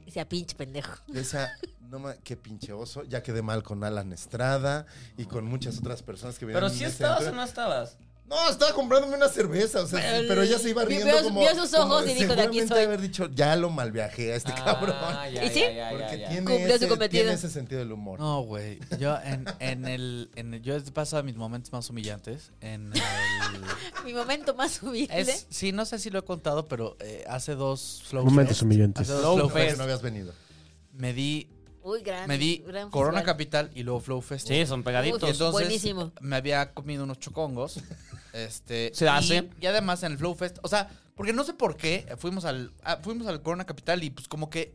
F: Decía, pinche pendejo.
D: Yo decía, no ma, qué pinche oso. Ya quedé mal con Alan Estrada y con muchas otras personas que
E: Pero
D: vinieron
E: si
D: en ese
E: estabas o
D: antro.
E: no estabas.
D: No, estaba comprándome una cerveza, o sea, sí, pero ella se iba
F: Vio-
D: riendo
F: vio-
D: como...
F: Pues, vio sus ojos
D: como
F: y dijo, "De aquí
D: seguramente
F: soy". Ah,
D: haber dicho, ya lo malviajé a este cabrón.
E: Ah, ya,
F: ¿Y sí?
E: ya, ya,
D: Porque
E: ya, ya.
D: tiene
F: Cumplió su
D: ese-
F: cometido.
D: tiene ese sentido del humor.
H: No, güey. Yo en, en el, en el- Yo he pasado mis momentos más humillantes. En el.
F: Mi momento más humilde.
H: Es, sí, no sé si lo he contado, pero eh, hace dos Flow
I: Momentos
H: Fest-
I: humillantes.
H: Hace dos
D: Flow
H: Flow
D: Fest,
H: Fest,
D: no habías venido.
H: me di,
F: Uy, Ah, gran.
H: me di
F: gran
H: Corona
F: festival.
H: Capital y luego Flow Fest.
E: Sí, son pegaditos.
H: Y entonces
F: Buenísimo.
H: me había comido unos chocongos. Este,
E: Se
H: y-
E: hace.
H: Y, además en el Flow Fest, o sea, porque no sé por qué, eh, fuimos al, ah, fuimos al Corona Capital y pues como que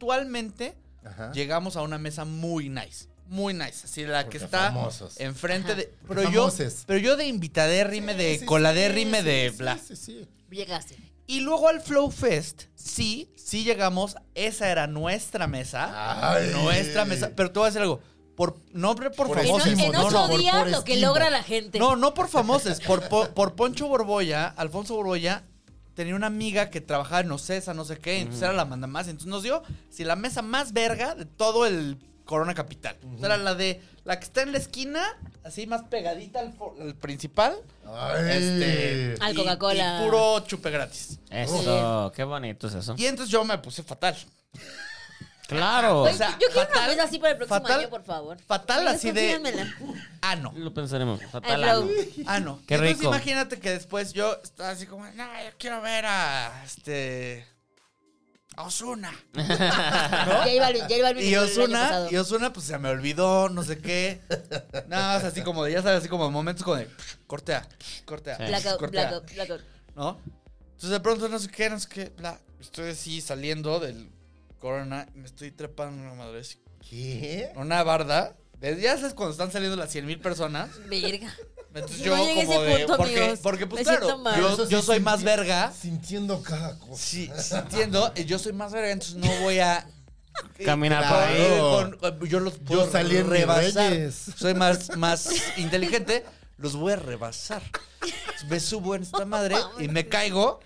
H: eventualmente
D: Ajá.
H: llegamos a una mesa muy nice. Muy nice. Así la
D: Porque
H: que está
D: famosos.
H: enfrente
F: Ajá.
H: de. Pero yo,
D: famoses.
H: pero yo de invitadérrime,
D: Sí,
H: de
D: sí,
H: coladérrime,
D: sí,
H: de
D: sí,
H: bla.
D: Sí, sí, sí.
F: Llegaste.
H: Y luego al Flow Fest, sí, sí llegamos. Esa era nuestra mesa.
D: Ay.
H: Nuestra mesa. Pero te voy a decir algo. Por, no por,
D: Por
F: En, o-
H: famosos.
D: Famosísimo,
F: en
D: no,
F: ocho
D: no, por-
F: días
D: por
F: lo que
D: esquimo.
F: logra la gente.
H: No, no por famosos. Por, por, por Poncho Borboya, Alfonso Borboya, tenía una amiga que trabajaba en Ocesa, no sé qué. Entonces era la manda más. Entonces nos dio si la mesa más verga de todo el Corona Capital. Entonces Era la de la que está en la esquina, así más pegadita al, fo- al principal.
D: Ay. Eh.
H: Este,
F: Al
H: y-
F: Coca-Cola.
H: Y puro chupe gratis.
E: Eso, qué bonito es eso.
H: Y entonces yo me puse fatal.
E: Claro.
H: O sea,
F: Yo quiero una
H: fatal,
F: mesa así para el próximo
H: fatal,
F: año, por favor.
H: Fatal
F: Amigos,
H: así de.
F: consíganmela.
H: Ah, no.
E: Lo pensaremos.
F: Ay,
E: Fatal.
F: Flow.
E: ano.
H: Ah, no.
E: Qué
H: Entonces
E: rico.
H: imagínate que después yo estaba así como, no, yo quiero ver a este. A Osuna.
F: Ya iba el- ya iba el-
H: Y
F: el año
H: Osuna,
F: pasado.
H: y Osuna, pues se me olvidó, no sé qué. No, es así como de, ya sabes, así como momentos como de cortea, cortea.
F: Blackout,
H: cortea.
F: blackout, blackout.
H: ¿no? Entonces de pronto no sé qué, no sé qué, bla. Estoy así saliendo del corona, me estoy trepando en una madre, así,
D: ¿Qué?
H: una barda. Desde ya sabes cuando están saliendo las 100 mil personas.
F: Verga.
H: Entonces
F: No
H: yo
F: llegué a ese
H: como de.
F: punto,
H: porque,
F: amigos.
H: porque, pues
F: Me siento
H: claro,
F: mal.
H: yo,
D: Eso sí
H: yo soy
D: sinti-
H: más verga.
D: Sintiendo cada cosa.
H: Sí, sí entiendo. y Yo soy más verga, entonces no voy a.
E: Caminar
H: eh,
E: por
D: ahí.
H: con- con- yo los puedo
D: Ah, Yo salí en mis
H: rebasar.
D: reyes.
H: Soy más, más inteligente. Los voy a rebasar. Me subo en esta madre y me caigo.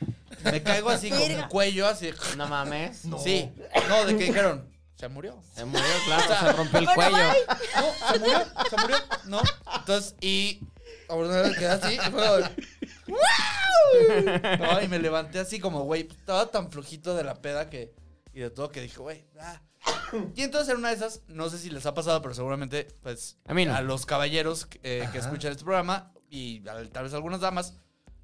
H: Me caigo así con el cuello, así.
E: No mames.
H: Sí. No, de que dijeron, se murió.
E: Se murió, claro, se rompió el
F: Bueno,
E: cuello.
H: No, se murió, se murió. No. Entonces, y. Ahora quedé así. y fue como, ¡Wow! No, y me levanté así como, güey. pues, Estaba tan flojito de la peda que. Y de todo que dije, güey. ah. Y entonces en una de esas, no sé si les ha pasado, pero seguramente, pues.
E: A mí no.
H: los caballeros eh, que escuchan este programa y a- tal vez algunas damas,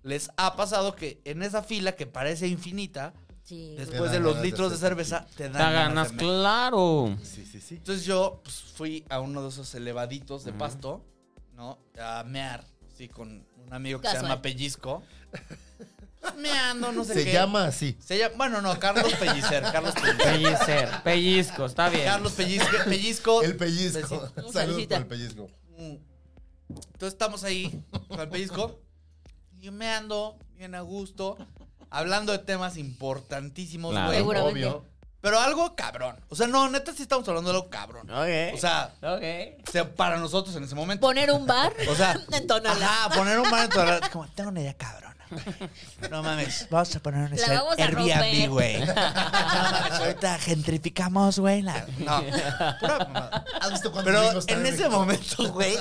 H: les ha pasado que en esa fila que parece infinita,
F: Sí.
H: después
D: dan
H: de los
D: ganas de
H: litros de
D: hacer
H: cerveza, te dan
E: Te ganas,
H: ganas de mear.
E: claro.
D: Sí, sí, sí.
H: Entonces yo pues, fui a uno de esos elevaditos de pasto, ¿no? A mear, sí, con un amigo que se
F: Casual.
H: llama Pellizco. Meando, no sé
D: Se
H: qué.
D: llama así.
H: Se llama. Bueno, no, Carlos Pellicer, Carlos Pellicer.
E: Pellicer, pellizco, está bien.
H: Carlos Pellizco. Pellizco.
D: El pellizco.
F: Un
D: Saludos
F: saludcita.
D: por el pellizco.
H: Mm. Entonces estamos ahí con el pellizco. Yo me ando bien a gusto. Hablando de temas importantísimos,
E: Claro.
H: güey.
F: Seguramente.
H: Obvio. Pero algo cabrón. O sea, no, neta sí estamos hablando de algo cabrón.
E: Ok.
H: O sea,
E: Ok.
H: o sea, para nosotros en ese momento.
F: Poner un bar.
H: O sea,
F: En Tonalá.
H: ajá, poner un bar en Tonalá. Es Como, tengo una idea cabrona. güey. No mames, vamos a poner un
F: La vamos a romper.
H: Airbnb, güey. No mames, ahorita gentrificamos, güey. la- No, pura mamada.
D: ¿Has visto cuántos
H: Pero
D: gringos
H: en
D: traen
H: ese
D: aquí?
H: momento, güey.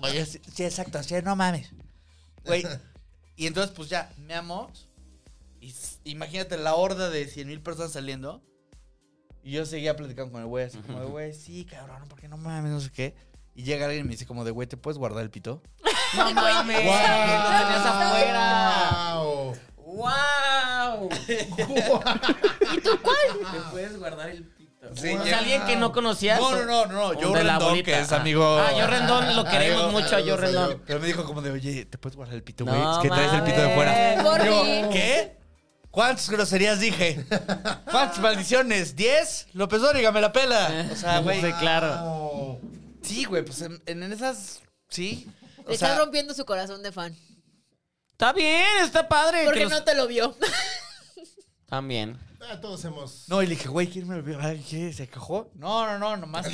H: oye, sí, sí, exacto, sí, no mames. Güey. Y entonces, pues ya, me amo. Y s- imagínate la horda de 100 mil personas saliendo. Y yo seguía platicando con el güey, así como de, güey, sí, cabrón, porque no mames, no sé qué. Y llega alguien y me dice como de, güey, ¿te puedes guardar el pito?
E: No mames.
D: ¡Guau!
E: Lo tenías afuera.
D: ¡Guau!
E: ¡Wow!
F: ¿Y tú cuál?
E: Te puedes guardar el pito.
H: Sí,
E: o sea,
H: ya.
E: alguien que no conocías.
H: No, no, no, no,
E: Un
H: yo
E: de la
H: Rendón,
E: bolita.
H: que es amigo.
E: Ah, yo Rendón, lo queremos
H: Amigo.
E: mucho a yo Rendón.
H: Pero me dijo como de, oye, ¿te puedes guardar el pito,
E: No
H: güey? es que traes el pito de
E: mames.
H: fuera.
F: Por
H: Yo,
F: fin.
H: ¿qué? ¿Cuántas groserías dije? ¿Cuántas maldiciones? ¿Diez? López Dóriga me la pela. O sea, güey.
E: Sí, claro.
D: ¡Guau!
H: Sí, güey, pues en, en esas, sí. O
F: Le estás
H: sea,
F: rompiendo su corazón de fan.
E: Está bien, está padre. que
F: Porque
E: los-
F: no te lo vio.
E: También.
D: Ah, todos hemos.
H: No, y le dije, güey, ¿quién me lo Ay, ¿Qué? ¿Se quejó? No, no, no, nomás.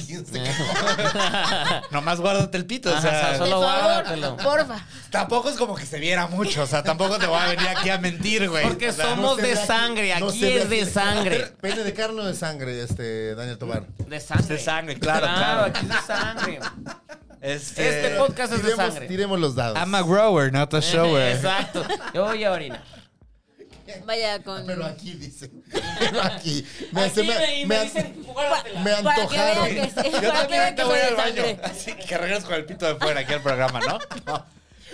H: nomás guárdate el pito, o sea.
E: Ajá, solo
F: Por favor,
E: guárdatelo.
F: Porfa.
H: Tampoco es como que se viera mucho, o sea, tampoco te voy a venir aquí a mentir, güey.
E: Porque
H: O sea,
E: somos
D: se
E: de
D: ve aquí-
E: sangre,
D: no
E: aquí
D: se ve
E: es de sangre.
D: Pene de carne o de sangre, este, Daniel Tobar.
E: De sangre.
H: De sangre, claro,
E: Claro,
H: claro.
E: aquí es de sangre.
H: Este,
E: Este podcast es de
D: Tiremos,
E: sangre.
D: tiremos los dados.
H: I'm a grower, not a shower.
E: Exacto. Yo voy a orinar.
F: Vaya con.
D: Pero aquí dice. aquí. Me,
E: Así
D: se me-
E: me, y
D: me-
E: me dicen, guárdatela.
D: me
F: Para que
D: antojaron.
F: vean que sí, para que
H: Yo también
F: vean
H: ahorita
F: que
H: voy
F: soy
H: al
F: de sangre.
H: baño. Así que regresas con el pito de fuera aquí al programa, ¿no? No,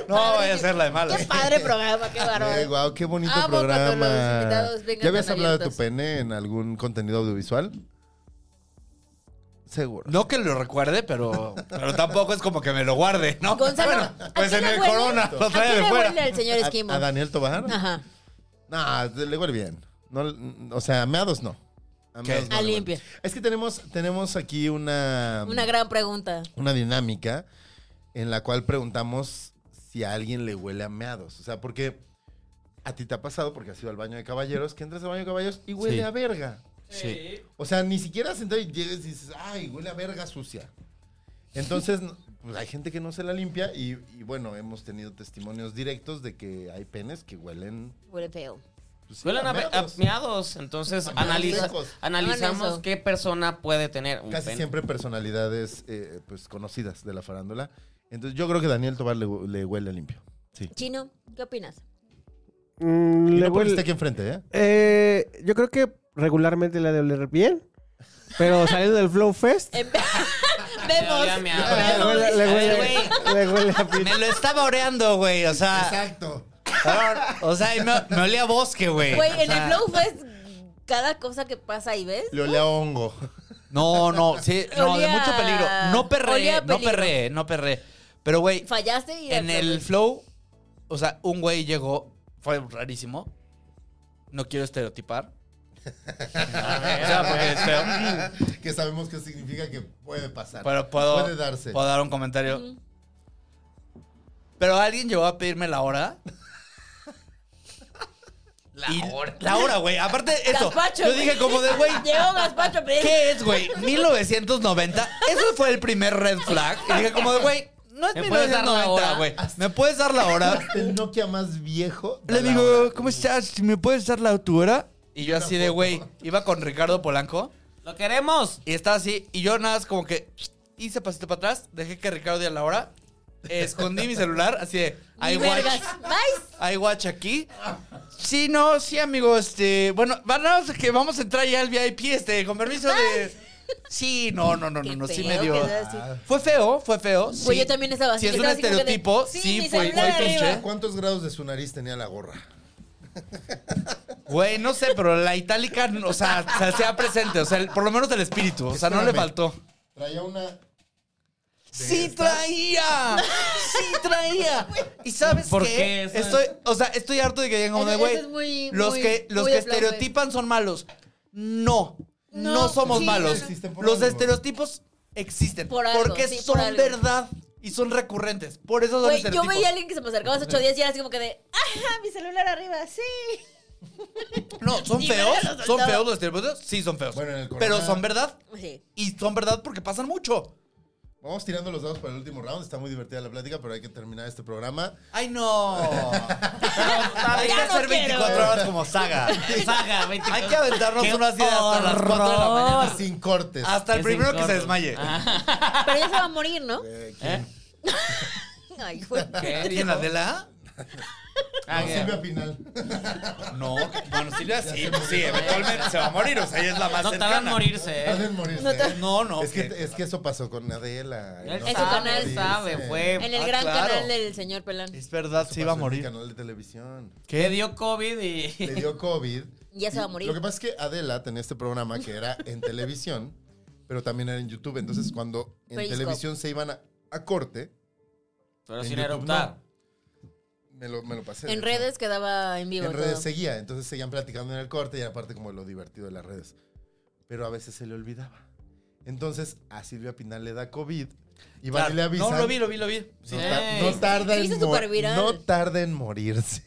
H: no vaya a ser la de mala.
F: Qué padre programa, qué
D: Ay,
F: bárbaro.
D: Eh, guau, qué bonito
F: Amo cuando
D: programa.
F: los invitados vengan
D: ¿Ya habías
F: tan
D: hablado de tu
F: abiertos.
D: pene en algún contenido audiovisual? Seguro.
H: No que lo recuerde, pero, pero tampoco es como que me lo guarde, ¿no?
F: Gonzalo, ¿a
H: bueno, pues
F: quién
H: en
F: le
H: el
F: huele?
H: corona lo
F: ¿A
H: trae
F: quién
H: de
F: le
H: fuera.
F: huele el señor Esquimo?
D: ¿A, a Daniel Tobar?
F: Ajá.
D: No, le huele bien. No, o sea, a meados no. A
H: ¿Qué?
D: meados no
F: A
D: le huele.
F: limpio.
D: Es que tenemos, tenemos aquí una,
F: Una gran pregunta.
D: una dinámica en la cual preguntamos si a alguien le huele a meados. O sea, porque a ti te ha pasado, porque has ido al baño de caballeros, que entras al baño de caballeros y huele
H: Sí.
D: a verga.
H: Sí.
D: O sea, ni siquiera sentado y llegas y dices, ay, huele a verga sucia. Entonces, no- pues hay gente que no se la limpia y, y bueno, hemos tenido testimonios directos de que hay penes que huelen...
F: Huele feo.
D: pues, sí,
E: Suelen a, a
D: meados.
E: miados, entonces
D: Hagan
E: analiza-
D: secos.
F: Hagan
E: analizamos
F: eso.
E: qué persona puede tener un
D: Casi
E: pene.
D: siempre personalidades eh, pues conocidas de la farándula. Entonces, yo creo que Daniel Tobar le, le huele limpio. Sí.
F: Chino, ¿qué opinas?
I: Mm,
D: Y
I: le
D: no porque
I: huele-
D: esté aquí enfrente, ¿eh?
I: Eh, yo creo que regularmente la de oler bien. Pero saliendo del Flow Fest,
F: Em-
E: Ya, ya,
F: Vemos.
E: mi
I: le
E: amor.
I: huele, le
E: A ver,
I: huele-
E: güey.
I: le huele a pito.
H: Me lo estaba oreando, güey, o sea.
D: Exacto.
H: O sea, y me, me olía a bosque, güey.
F: Güey,
H: O
F: en el
H: sea,
F: Flow Fest, cada cosa que pasa ahí, ¿ves?
D: Le olía a hongo.
H: No, no, sí, no, de
F: Olía-
H: mucho peligro. No
F: olía
H: perré,
F: a
H: no
F: peligro.
H: perré, no perré. Pero, güey,
F: Fallaste y...
H: en el flow, o sea, un güey llegó, fue rarísimo. No quiero estereotipar.
E: A ver, ya, porque es feo.
D: que sabemos que significa que puede pasar.
H: Pero puedo,
D: Puede darse.
H: puedo dar un comentario. Pero alguien llegó a pedirme la hora. La hora. La hora, güey. Aparte, eso.
F: Gazpacho,
H: yo dije como de, güey,
F: Llegó Gaspacho, pero...
H: ¿qué es, güey? 1990. Eso fue el primer red flag. Y dije como de, güey, no es
E: ¿Me puedes dar la
H: 1990,
E: hora?
H: güey. ¿Me puedes dar la hora?
D: El Nokia más viejo. da
H: Le
D: la
H: digo,
D: hora.
H: ¿cómo estás? ¿Me puedes dar la tu hora? Y yo así de, güey, iba con Ricardo Polanco.
E: ¡Lo queremos!
H: Y estaba así, y yo nada más como que hice pasito para atrás, dejé que Ricardo diera la hora, escondí mi celular, así de, I watch,
F: Vergas. Nice.
H: I watch aquí. Sí, no, sí, amigo, este, bueno, va- nada más que vamos a entrar ya al VIP, este, con permiso de... Sí, no, no, no, no,
F: Qué
H: no, sí
F: feo
H: me dio...
F: quedó así.
H: Fue feo, fue feo.
F: Güey,
H: sí.
F: yo también estaba así,
H: Si es un
F: estaba así como que de,
H: estereotipo,
F: sí,
H: sí,
F: mi
H: fue
F: celular
H: igual pinche.
F: arriba.
D: ¿Cuántos grados de su nariz tenía la gorra?
H: Güey, no sé, pero la itálica, o sea, se hacía presente, o sea, el- por lo menos el espíritu, o sea, no le
D: Espérame.
H: faltó.
D: Traía una.
H: ¡Sí traía! ¡Sí traía! ¿Y sabes
E: ¿Por qué
H: qué?
E: eso?
H: Estoy, o sea, estoy harto de que digan como de,
F: Eso-
H: güey,
F: eso es muy-
H: los
F: muy-
H: que, los
F: muy
H: que
F: de plan, güey".
H: estereotipan son malos. No, no,
F: No,
H: somos
F: sí,
H: malos.
F: no, no.
D: Existen por
H: Los
D: algo.
H: estereotipos existen
F: Por algo,
H: porque
F: sí,
H: son
F: por algo.
H: verdad y son recurrentes. Por eso son
F: Güey, yo
H: estereotipos.
F: veía a alguien que se me acercaba hace ocho días y era así como que de... ¡Ajá, mi celular arriba! ¡Sí!
H: No, son
F: Y me
H: feos,
F: los soltaba.
H: son feos los estereotipos, sí son feos.
D: Bueno, en el
H: pero
D: corona-
H: son verdad
F: Sí.
H: y son verdad porque pasan mucho.
D: Vamos tirando los dados para el último round. Está muy divertida la plática, pero hay que terminar este programa.
H: Ay no. Hay que
F: Ya no
H: hacer
F: quiero.
H: 24 horas como saga.
E: Saga, 24.
H: Hay que aventarnos
E: ¡Qué
H: unas ideas hasta las 4 de la
E: horror!
H: mañana.
D: Sin cortes.
H: Hasta el
E: Es
H: primero que
E: incorrecto.
H: se desmaye.
F: Pero ya se va a morir, ¿no?
D: Eh,
E: Ah. ¿Eh?
F: Ay, güey.
E: ¿Qué?
H: ¿Quién, Adela?
E: Ah,
D: no,
E: ¿qué?
D: Silvia Pinal.
H: No, bueno, Silvia sí, pues sí, eventualmente se va a morir, o sea, ella es la más
E: No tardan en
H: cercana.
E: morirse, ¿eh?
D: Pueden morirse.
F: No te-
H: No, no.
D: es, que,
H: que-
D: es que eso pasó con Adela.
E: Él
D: No
F: En su
E: sabe,
F: canal.
E: él sabe,
D: Sí, sí.
E: fue.
F: En el
H: Ah,
F: gran
H: claro.
F: canal del señor Pelán.
H: Es verdad, se iba a
D: pasó en el
H: morir.
D: canal de televisión.
E: Le dio COVID y.
D: Le dio COVID.
F: Ya se va a
D: Y
F: morir.
D: Lo que pasa es que Adela tenía este programa que era en televisión, pero también era en YouTube. Entonces, cuando en
F: Periscope.
D: televisión se iban a, a corte,
E: Pero
D: En
E: sin
D: YouTube,
E: eruptar.
D: me lo, me lo pasé. de
F: En
D: hecho.
F: redes quedaba en vivo.
D: En redes
F: todo.
D: seguía. Entonces seguían platicando en el corte y aparte como lo divertido de las redes. Pero a veces se le olvidaba. Entonces, a Silvia Pinal le da COVID y van
H: Claro.
D: y le avisan.
H: No,
E: eh,
H: lo vi, lo vi, lo vi.
D: No, ta-
E: Ey.
D: no tarda
F: Se
D: en
F: hizo
D: mor-
F: superviral.
D: no tarda en morirse.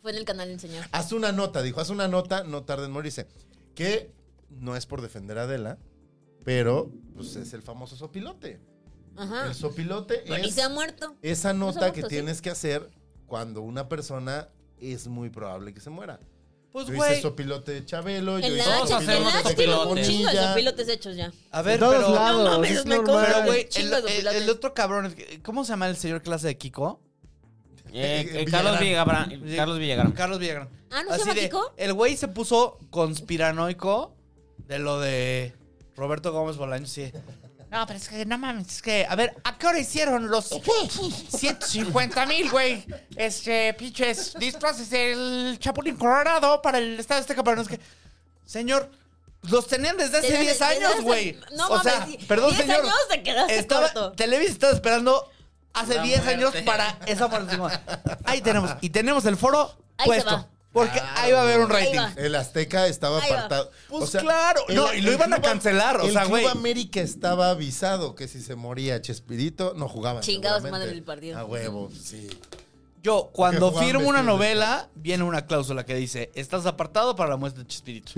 F: Fue en el canal del señor.
D: Haz una nota, dijo, haz una nota, no tarde en morirse. Que no es por defender a Adela, pero pues es el famoso sopilote.
F: Ajá.
D: El sopilote
F: Bueno, y
D: es
F: se ha muerto.
D: esa
F: No se ha
D: nota que
F: muerto, sí.
D: tienes que hacer cuando una persona es muy probable que se muera.
H: Pues,
D: yo
H: güey.
D: hice sopilote de Chabelo, yo
F: En
D: hice
F: la Todos
D: sopilote
F: hacemos
D: de
F: sopilotes.
D: Bonilla.
F: Un chingo de sopilotes hechos ya.
H: A ver,
I: De todos
H: pero...
I: lados,
F: No mames,
I: es
F: me
I: normal.
H: Pero, güey, el,
F: Chingo de
H: el-
F: pilates.
H: el otro cabrón, ¿cómo se llama el señor clase de Kiko?
E: Eh, eh,
D: Villagrán.
E: Carlos Villagrán.
H: Sí.
E: Carlos Villagrán.
H: Carlos Villagrán.
F: Ah, ¿no se llama
H: de-
F: Kiko?
H: El güey se puso conspiranoico de lo de Roberto Gómez Bolaños, sí. No, pero es que no mames, es que, a ver, ¿a qué hora hicieron los 150 mil, güey? Este, pinches disfraces del Chapulín Colorado para el estado de este cabrón. Es que, señor, los tenían desde hace
F: Desde-
H: 10
F: desde
H: años,
F: hace-
H: güey.
F: no
H: o sea,
F: mames, sí.
H: perdón,
F: 10
H: señor.
F: años te quedaste
H: estaba,
F: corto.
H: Televisa estaba esperando hace
E: La
H: 10 años
E: muerte.
H: para esa muerte. Ahí tenemos, y tenemos el foro
F: Ahí se
H: puesto.
F: va.
H: Porque ahí va a haber un
F: Ahí
H: rating.
F: va.
D: El Azteca estaba
F: Ahí va.
D: apartado.
H: Pues claro. No, y lo
D: el
H: iban a
D: Club Am-
H: cancelar, o sea, güey.
D: El Club América estaba avisado que si se moría Chespirito, no jugaban.
F: Chingados
D: seguramente.
F: madre del partido.
D: A huevo, sí.
H: Yo, cuando
D: Juan
H: firmo una
D: vestido de-
H: novela, viene una cláusula que dice: Estás apartado para la muestra de Chespirito.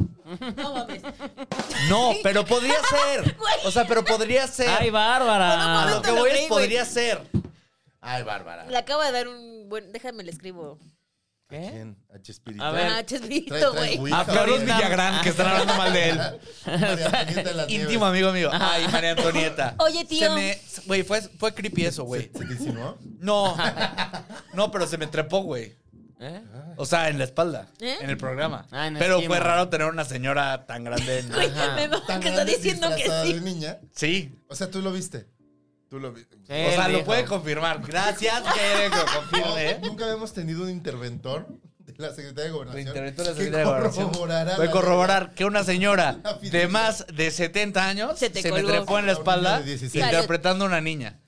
F: No mames.
H: No, pero podría ser. O sea, pero podría ser.
E: Ay, Bárbara.
H: a lo que voy es,
F: Güey.
H: podría ser.
D: Ay, Bárbara.
F: Le acabo de dar un buen. Déjame le escribo.
D: ¿A quién? A Chespirito.
E: A ver.
F: Ah, Chespirito, güey.
H: A Carlos Villagrán, que están hablando mal de él. Íntimo
D: Íntima.
H: amigo mío. Ay, María Antonieta.
F: Oye, tío.
H: Se me- Güey, fue, fue creepy eso, güey.
D: ¿Se te insinuó?
H: No. No, pero se me trepó, güey.
E: ¿Eh?
H: O sea, en la espalda.
F: ¿Eh?
H: En el programa.
E: Ah, en el
H: pero
E: esquema.
H: fue raro tener una señora tan grande. en-
F: Güey,
E: Ajá.
F: me mama
D: Tan
F: que está
D: grande y
F: diciendo que
D: disfrazada de
F: sí.
D: niña.
H: Sí.
D: O sea, tú lo viste. Tú lo viste.
H: O sea, lo puede
E: puede
H: confirmar. Gracias, que lo confirme. ¿eh?
D: Nunca habíamos tenido un interventor de la Secretaría de
H: La
D: Gobernación.
H: interventora de la
D: que
H: Secretaría de Gobernación.
D: corroborara
H: Puede
D: la-
H: corroborar que una señora
D: La
H: de
D: fidelidad.
H: más de 70 años se,
F: Se te
H: me
F: colgó.
H: trepó en la
D: A un niño
H: espalda
D: de 16.
H: interpretando a una niña.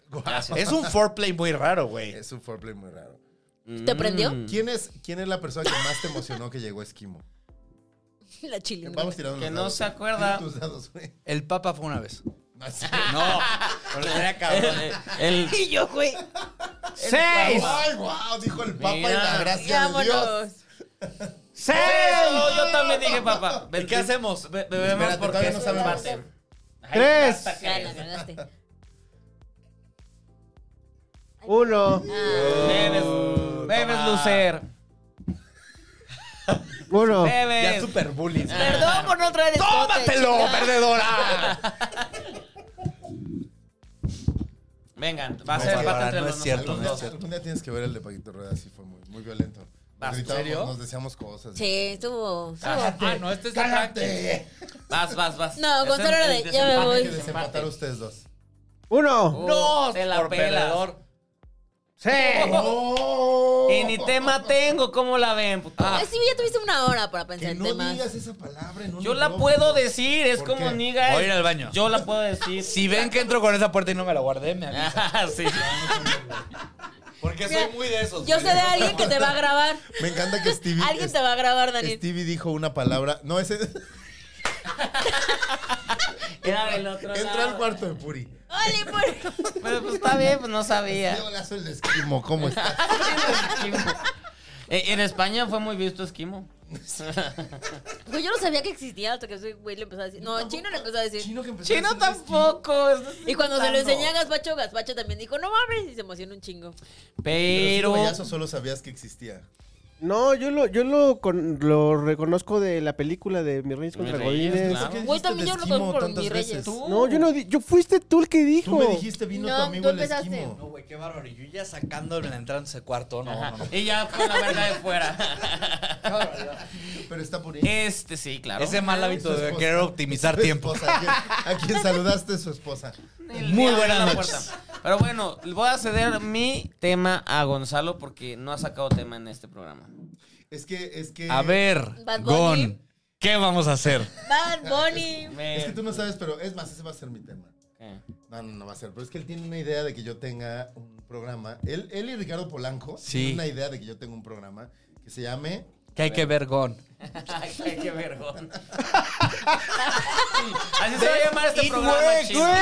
H: Es un foreplay muy raro, güey.
D: Es un foreplay muy raro.
F: ¿Te prendió?
H: Mm.
D: ¿Quién es, ¿Quién es la persona que más te emocionó que llegó a Esquimo?
F: La chile.
D: Vamos tirando
E: Que
D: los
E: no
D: dados.
E: se acuerda.
D: Tira tus dados, güey.
H: El Papa fue una vez.
D: No, sí.
H: No, pero era cabrón.
E: El
F: Y yo, güey.
H: ¡Seis!
D: ¡Ay, wow! Dijo el Papa y la
E: Mira.
D: gracia de Dios.
F: Vámonos.
H: ¡Seis!
E: Eso, yo también dije, papá.
H: ¿Y qué hacemos?
E: Be- bebemos
D: Espérate,
E: porque
D: todavía
E: es
D: no
E: un
D: sabemos.
E: mate. Ay,
I: Tres.
E: hasta que-
F: Ya la cagaste.
I: Uno,
F: Ah,
E: Bebes, bebes, Lucer.
I: uno.
H: Ya
E: Bebes.
H: super bullies.
F: Perdón por no traer este escote.
H: ¡Tómatelo,
F: chingada.
H: perdedora!
E: Vengan, va a
H: No,
E: ser
H: Bárbara,
E: empate entre
H: no
E: los
H: es cierto,
D: Algún
H: no
D: día,
H: es cierto.
D: algún día tienes que ver el de Paquito Rueda, sí fue muy, muy violento. Nos
E: Vas, ¿en
D: gritábamos,
E: serio?
D: Nos decíamos cosas.
F: Sí, estuvo. estuvo.
H: Ah, no, este es de ataque.
E: Vas, vas, vas.
F: No, Gonzalo era de- ya me voy.
D: Hay que desempatar ustedes dos.
I: Uno.
E: No,
H: No,
E: te la
H: por
E: pelas.
H: perdedor.
D: ¡No!
E: Y ni tema tengo, ¿cómo la ven? puta?
F: Ay, Ah. Eh, sí, ya tuviste una hora para pensar
D: Que
F: en
D: no
F: temas.
D: digas esa palabra en un
E: Yo la
D: micrófono.
E: puedo decir, es
D: ¿Por
E: como
D: qué?
E: niga.
H: Voy a ir al baño.
E: Yo la puedo decir.
H: Si ven que entro con esa puerta y no me la guardé, me avisan.
E: Ah, sí.
H: Porque
F: Mira,
H: soy muy de esos.
F: Yo sé
H: güey.
F: de alguien que te va a grabar.
D: Me encanta que Stevie.
F: Alguien te va a grabar, Daniel.
D: Stevie dijo una palabra. No, ese.
E: Era del otro lado.
D: Entró al cuarto de Puri.
F: Oli, por-
E: Pero pues está bien, pues no sabía.
D: Yo lazo el esquimo, ¿cómo estás?
E: Eh, En España fue muy visto esquimo.
F: Güey, yo no sabía que existía hasta que ese güey le empezó a decir. No, Chino le empezó a decir.
D: Chino que empezó a
E: Chino
D: decir
E: tampoco. es-
F: Y cuando se lo enseñé a Gaspacho, Gaspacho también dijo, no mames, y se emocionó un chingo.
D: Pero. Pero
E: Pero.
D: payaso solo sabías que existía.
I: No, yo lo, yo lo, con- lo reconozco de la película de Mis Reyes
E: Mis
I: contra
E: Reyes,
I: Godines.
E: claro.
D: ¿Qué
F: Güey,
D: dijiste
F: también
D: de
F: yo lo
D: esquimo
F: conozco por
D: tantas
F: Mis Reyes.
D: veces?
E: Tú.
I: No, yo no, di- yo fuiste tú el que dijo.
D: Tú me dijiste, vino
F: No,
D: tu
F: tú
D: amigo el
F: empezaste.
D: esquimo.
H: No, güey, qué bárbaro. Y Yo ya sacando, entrando ese cuarto. No,
E: Ajá.
H: no, no.
E: Y ya con la verdad de fuera.
D: Pero está Puri.
E: Este sí, claro.
H: Ese mal hábito
D: Su
H: de
D: esposa.
H: querer optimizar
D: Su
H: tiempo.
D: esposa, ¿A quién- a quien saludaste su esposa?
E: El
H: Muy
E: diablo
H: buenas
E: en la
H: noches.
E: puerta. Pero bueno, le voy a ceder mi tema a Gonzalo porque no ha sacado tema en este programa.
D: Es que, es que.
H: A ver,
F: Bad Bunny.
H: Gon, ¿qué vamos a hacer?
F: Bad Bunny.
D: Es que tú no sabes, pero es más, ese va a ser mi tema.
E: ¿Qué?
D: No, no, no va a ser. Pero es que él tiene una idea de que yo tenga un programa. Él, él y Ricardo Polanco
H: Sí.
D: tienen una idea de que yo tengo un programa que se llame.
H: Que hay que ver, Gon.
E: Ay, qué- qué vergón. Así se va a llamar este
H: It
E: programa,
H: works,
E: chino.
I: Güey,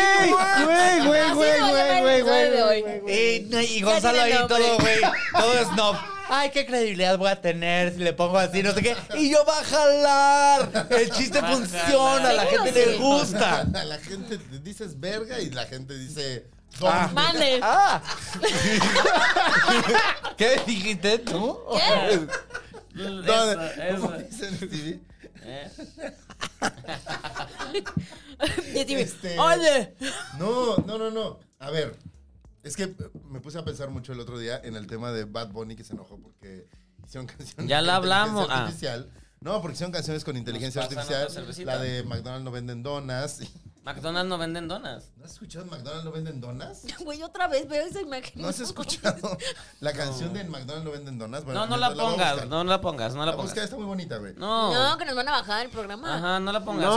I: güey, güey,
F: Así
I: güey,
F: se va a llamar
I: güey, güey,
F: el episodio de
I: güey,
F: hoy.
I: güey, güey.
H: Eh, Y, y Gonzalo
F: tiene
H: ahí
F: nombre.
H: todo, güey. Todo snob. ay, qué credibilidad voy a tener si le pongo así, no sé qué. Y yo va a jalar. El chiste
D: Va a
H: funciona, a la
D: jalar.
H: gente le
D: Sí.
H: gusta.
D: A la gente te dices verga y la gente dice.
H: Ah.
D: "Dónde".
F: Mande.
H: Ah. ¿Qué dijiste tú?
F: ¿Qué?
D: ¿Dónde? ¿Cómo dicen, Stevie?
F: Ya dime,
D: Este,
F: Oye.
D: No, no, no, no. A ver, es que me puse a pensar mucho el otro día en el tema de Bad Bunny que se enojó porque hicieron canciones.
E: Ya
D: con inteligencia
E: la hablamos. Ah.
D: Artificial. No, porque hicieron canciones con inteligencia
E: pasan otra
D: artificial.
E: cervecita.
D: La de McDonald's no venden donas.
E: McDonald's no venden donas.
D: ¿No has escuchado McDonald's no venden donas?
F: Güey, otra vez veo esa imagen.
D: ¿No has escuchado la canción de McDonald's no venden donas?
E: No, no la
D: mientras voy a
E: pongas,
D: buscar.
E: no la pongas, no la
D: La busca,
E: pongas.
D: está muy bonita, güey.
E: No.
F: No, que nos van a bajar el programa.
E: Ajá, no la pongas.
D: No,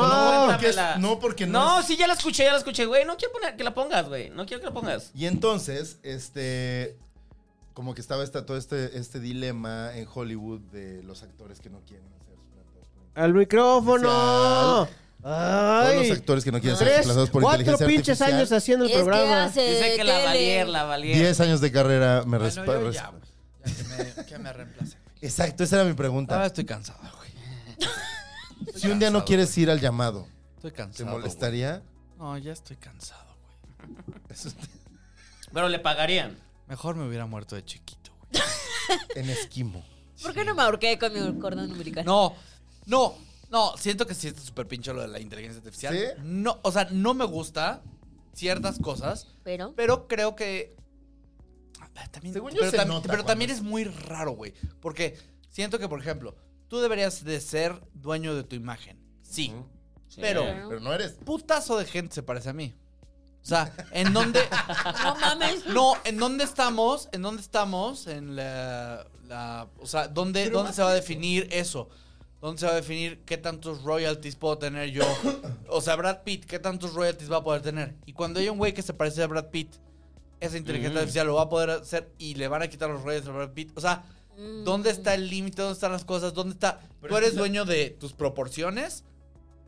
D: porque es-
E: póngamela.
D: no, porque no
E: No,
D: es-
E: sí, ya la escuché, ya la escuché, güey. No quiero poner- que la pongas, güey. No quiero que la pongas.
D: Y entonces, este, como que estaba esta, todo este, este dilema en Hollywood de los actores que no quieren hacer su
I: ¡Al micrófono! ¡Ay!
D: Todos los actores que no quieren ser
I: Tres,
D: reemplazados por
I: cuatro
D: inteligencia
I: pinches
D: artificial.
I: años haciendo el
F: Es que
I: programa.
F: hace
E: Dice que la
F: Eh, tele.
E: valier, la valier.
D: 10 años de carrera me
H: Bueno,
D: respa-
H: yo
D: res-
H: ya, pues. güey. Ya que me, que me reemplace.
D: Exacto, esa era mi
H: Ahora
D: pregunta.
H: estoy cansado, güey.
D: Si un día no
H: cansado,
D: quieres ir al llamado,
H: Estoy
D: ¿te
H: cansado.
D: molestaría?
H: güey. No, ya estoy cansado, güey.
D: Eso-
E: Pero le pagarían.
H: Mejor me hubiera muerto de chiquito, güey.
D: en esquimo.
F: ¿Por qué no me ahorqué con mi cordón umbilical?
H: No, no, no. Siento que sí está súper pincho lo de la inteligencia artificial.
D: ¿Sí?
H: No, o sea, no me gusta ciertas cosas,
F: Pero.
H: pero creo que. Ah, También,
D: Según yo
H: pero,
D: se
H: tam-
D: nota
H: pero
D: cuando-
H: también es muy raro, güey. Porque siento que, por ejemplo, tú deberías de ser dueño de tu imagen. Sí.
D: Ujú.
H: Pero,
F: Claro.
D: Pero no eres.
H: putazo de gente se parece a mí. O sea, ¿en dónde?
F: No mames.
H: No, ¿en dónde estamos? ¿En dónde estamos? En la. la- o sea, ¿dónde,
D: Pero
H: dónde
D: más
H: se va a
D: que
H: definir eso? ¿Dónde se va a definir qué tantos royalties puedo tener yo? O sea, Brad Pitt, ¿qué tantos royalties va a poder tener? Y cuando hay un güey que se parece a Brad Pitt, esa inteligencia
E: Mm.
H: artificial lo va a poder hacer y le van a quitar los royalties a Brad Pitt. O sea,
D: Mm.
H: ¿dónde está el límite? ¿Dónde están las cosas? ¿Dónde está?
D: Pero
H: ¿Tú
D: es
H: eres
D: que la-
H: dueño de tus proporciones?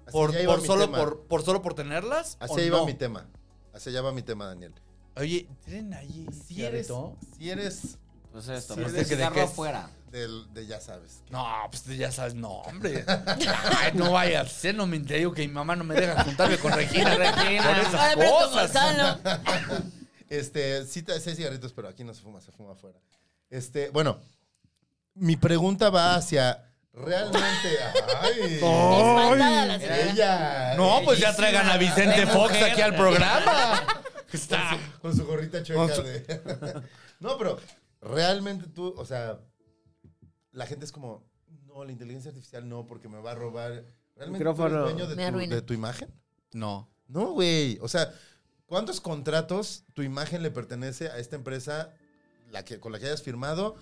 D: Hacia
H: por,
D: allá iba
H: por
D: mi
H: solo,
D: tema.
H: por, por solo por tenerlas.
D: Hacia
H: ¿o
D: allá iba
H: no?
D: mi tema. Hacia allá va mi tema, Daniel.
H: Oye, ¿tienen ahí
D: Si eres, si eres
E: Pues esto,
D: Sí,
E: pues
D: de
E: te
D: que- de
E: cigarro
D: que-
E: afuera.
D: del, de ya sabes.
H: No, pues tú ya sabes, no, hombre. Ay, no vaya a ser, no me te digo que mi mamá no me deja juntarme con Regina,
F: Ah,
H: Regina. Con esas
F: Ay, Beto
H: cosas.
F: Gonzalo.
D: Este, sí, te- sí hay cigarritos, pero aquí no se fuma, se fuma afuera. Este, bueno, mi pregunta va hacia realmente. ¡Ay!
F: Espantada la señora.
D: Ella.
H: No, pues ya
E: Bellísima.
H: traigan a Vicente
E: De
H: Fox
E: mujer.
H: aquí al programa. Está.
D: Con su gorrita
H: Con
D: chueca
H: su-
D: de. no, pero realmente tú, o sea, la gente es como, no, la inteligencia artificial no, porque me va a robar. ¿Realmente tú eres
I: Micrófono.
D: dueño de
F: Me
D: tu-
F: arruina.
D: de tu imagen?
H: No.
D: No, güey. O sea, ¿cuántos contratos tu imagen le pertenece a esta empresa la que, con la que hayas firmado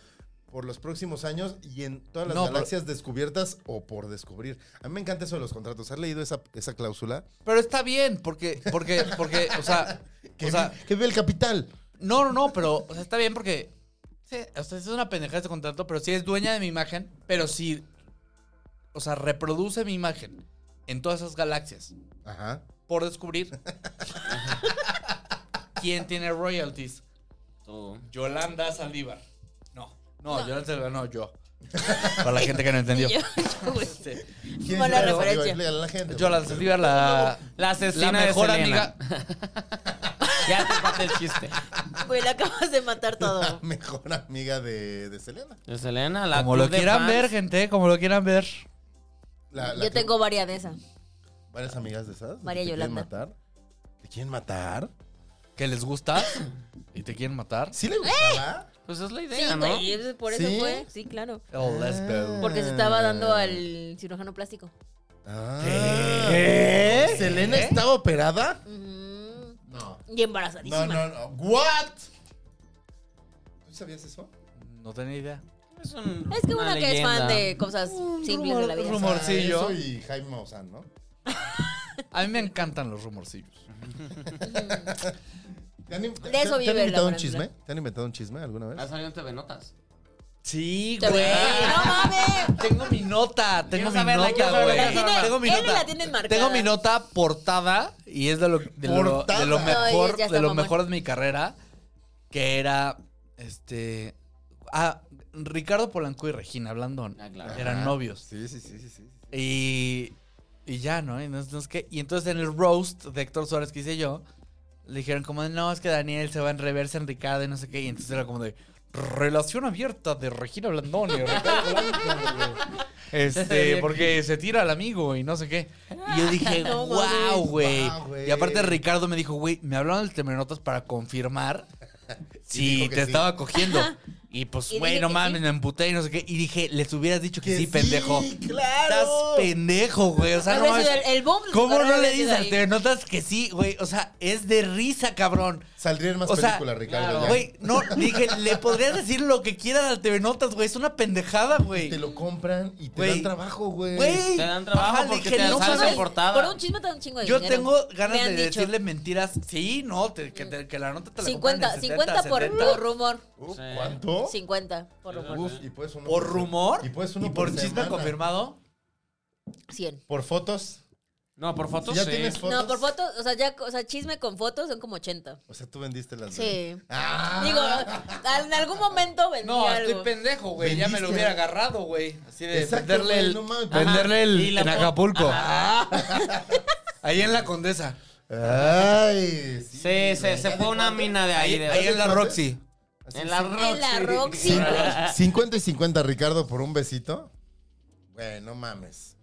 D: por los próximos años y en todas las
H: No, pero-
D: galaxias descubiertas o por descubrir? A mí me encanta eso de los contratos. ¿Has leído esa, esa cláusula?
H: Pero está bien, porque, porque, porque, o sea,
D: Que,
H: o sea,
D: vi- que vive el capital.
H: no, no, no, pero o sea, está bien porque, sí, o sea, es una pendejada este contrato, pero si es dueña de mi imagen, pero si, o sea, reproduce mi imagen en todas esas galaxias.
D: Ajá.
H: por descubrir quién tiene royalties.
E: Tú.
H: Yolanda Saldívar. No, no, Yolanda Saldívar, no, yo. Para la gente que no entendió.
F: Yo, yo, güey.
D: ¿Quién
F: Buena
D: es Yolanda
F: referencia.
D: Saldívar? Explícale a la gente.
H: Yolanda Saldívar, la,
E: La
H: la
E: asesina
H: mejor
E: de
H: amiga.
E: Ya te maté el chiste.
F: Güey, le acabas de matar todo.
D: Mejor amiga de, de Selena.
E: De Selena, Pues, la
H: como
E: club
H: lo
E: de
H: quieran
E: fans.
H: ver, gente, como lo quieran ver.
D: La- la
F: Yo
D: que-
F: tengo varias de esas.
D: varias amigas de esas.
F: María
D: ¿Te quieren
F: Yolanda.
D: matar? ¿Te quieren matar?
H: Que les gusta y te quieren matar.
D: ¿Sí le gustaba?
F: Eh.
E: Pues es la
F: Sí,
E: idea, ¿no?
F: güey, es- por eso
D: ¿Sí?
F: fue. Sí, claro.
H: Oh, let's
E: Ah.
H: go.
F: Porque se estaba dando al cirujano plástico.
D: Ah.
I: ¿Qué?
D: ¿Selena estaba operada?
F: Ujú.
D: No.
F: Y embarazadísima.
D: No, no, no. ¿What? ¿Tú sabías eso?
H: No tenía idea.
E: Es, un-
F: Es que
E: una
F: una, que es fan
E: leyenda.
F: de cosas simples de la vida.
H: rumor. Rumorcillo.
D: Eso y Jaime Maussan, ¿no?
H: A mí me encantan los rumorcillos.
D: ¿Te han, in- te-
F: De eso
D: te han
F: vive la
D: inventado un
F: farándula.
D: chisme? ¿Te han inventado un chisme alguna
E: Ha
D: vez?
E: salido en TV Notas.
H: Sí,
F: Te- ¡No mames!
H: Tengo mi nota, tengo
E: Quiero
H: mi
E: saberla, quiero
H: nota,
E: saberla,
H: güey.
E: quiero saberla.
H: Tengo mi
F: Él la
H: nota.
F: tiene marcada.
H: Tengo mi nota portada y es de lo, de lo,
D: Portada.
H: de lo
D: No,
F: ya
H: mejor,
F: está
H: de lo
F: mamón.
H: mejor de mi carrera, que era este a Ricardo Polanco y Regina Blandón
E: Ah,
H: eran
D: Ajá.
H: novios.
D: Sí, sí, sí, sí, sí.
H: Y, y ya, ¿no? Y, no- no es que- y entonces en el roast de Héctor Suárez que hice yo, le dijeron como, no, es que Daniel se va en reversa en Ricardo y no sé qué. Y entonces era como de, relación abierta de Regina Blandón y Ricardo Blandón, güey". Este, porque se tira al amigo y no sé qué. Y yo dije,
D: No
H: wow,
D: mames.
H: güey.
D: Guau, güey.
H: Y aparte Ricardo me dijo, güey, me hablaron del Temeranotas para confirmar
D: Y
H: si
D: dijo que
H: te
D: sí.
H: estaba cogiendo. Y pues,
D: Y
H: güey,
D: dije
H: no
D: que
H: mames,
D: sí.
H: me emputé y no sé qué. Y dije, les hubieras dicho que, sí, pendejo. Estás
D: ¡Claro!
H: pendejo, güey. O sea, no
F: Habría
H: mames.
F: sido el- el bomb de su
H: ¿Cómo
F: carrera
H: no le
F: habría sido
H: dices al
F: ahí.
H: TV Notas que sí, güey? O sea, es de risa, cabrón.
D: Saldrían más películas, Ricardo, ya.
H: Güey, no, dije, le podrías decir lo que quieran al TV Notas, güey. Es una pendejada, güey. Te
D: lo compran y te dan trabajo, güey.
H: Güey.
E: Te dan trabajo
H: Ajá,
E: porque
H: dije,
E: te
H: no
E: sales
H: mames.
E: en portada.
F: Por un chisme te dan un chingo de
H: Yo
F: dinero.
H: tengo ganas
F: Me han
H: de
F: dicho.
H: decirle mentiras. Sí, no, te- que, te- que la nota te la
F: 50, 50 por, por rumor.
D: Uf, ¿Cuánto?
F: 50 por rumor.
D: Uf, y puedes uno
H: ¿Por rumor?
D: Y puedes uno
H: ¿Y por chisme confirmado?
F: 100.
D: ¿Por fotos?
E: No, por fotos.
D: ¿Ya
E: sí.
D: tienes fotos?
F: No, por fotos, o sea, ya, o sea, chisme con fotos son como 80.
D: O sea, tú vendiste las
F: Sí.
D: Ah.
F: Digo, al- en algún momento vendí
H: No,
F: algo.
H: estoy pendejo, güey. Ya me lo
D: Vendiste.
H: hubiera agarrado, güey. Así de
D: Exacto,
H: venderle
D: güey,
H: el.
D: no mames.
H: venderle el.
D: Y la
H: en
D: fo-
H: Acapulco. Ahí en la Condesa.
D: Ay.
E: Sí, se, se fue una mina de ahí. de-
H: Ahí en la Roxy.
E: En la Roxy.
F: En la Roxy.
D: Cinco- 50 y 50, Ricardo, por un besito. Güey, no mames.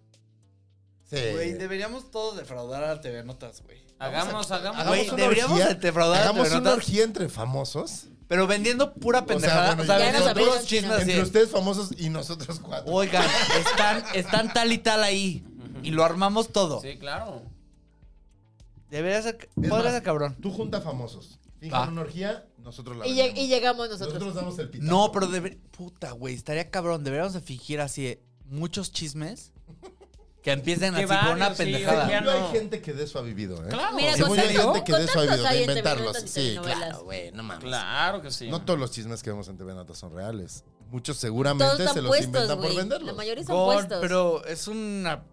D: Sí.
H: Güey, deberíamos todos defraudar a TV Notas, güey.
E: Hagamos, hagamos.
D: Hagamos
H: Güey,
D: una
H: deberíamos
D: orgía-
H: defraudar a
D: Hagamos
H: TV
D: una
H: Notas.
D: orgía entre famosos.
H: Pero vendiendo pura pendejada.
D: bueno,
H: O sea,
D: ya
H: vendiendo
D: nos abrimos
H: puros chismes así.
D: Entre
H: de,
D: ustedes famosos y nosotros cuatro.
H: Oigan, están, están tal y tal ahí. Y lo armamos todo.
E: Sí, claro.
H: Debería ser.
D: Es
H: Podría
D: más,
H: ser cabrón.
D: Tú junta famosos.
H: Va.
D: Fija una orgía, nosotros la
F: Y, lleg-
D: vendemos.
F: y llegamos nosotros.
D: Nosotros damos el pitazo.
H: No, pero debe... Puta, güey, estaría cabrón. Deberíamos de fingir así de muchos chismes que empiecen
E: Que
H: así con una
E: varios, sí,
H: pendejada.
E: ya
D: Según yo
E: no.
D: hay gente que de eso ha vivido, ¿eh?
E: Claro.
F: Mira,
D: Según yo hay
F: ¿contactos-
D: gente que de eso ha vivido,
F: contactos hay
D: de
F: en
D: inventarlos.
F: telenovelas y
D: Sí,
F: telenovelas?
D: claro, güey, no mames.
E: Claro que sí.
D: No todos los chismes que vemos en TV Notas son reales. Muchos seguramente
F: Todos
D: se
F: están
D: los
F: puestos,
D: inventan por
F: güey. La
D: venderlos.
F: mayoría están
H: Gor,
F: puestos.
H: pero es una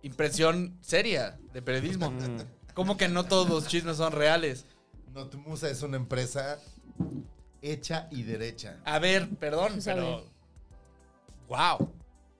H: impresión seria de periodismo. Como que no todos los chismes son reales.
D: Notmusa es una empresa hecha y derecha.
H: A ver, perdón,
F: Pues, a
H: pero. Wow.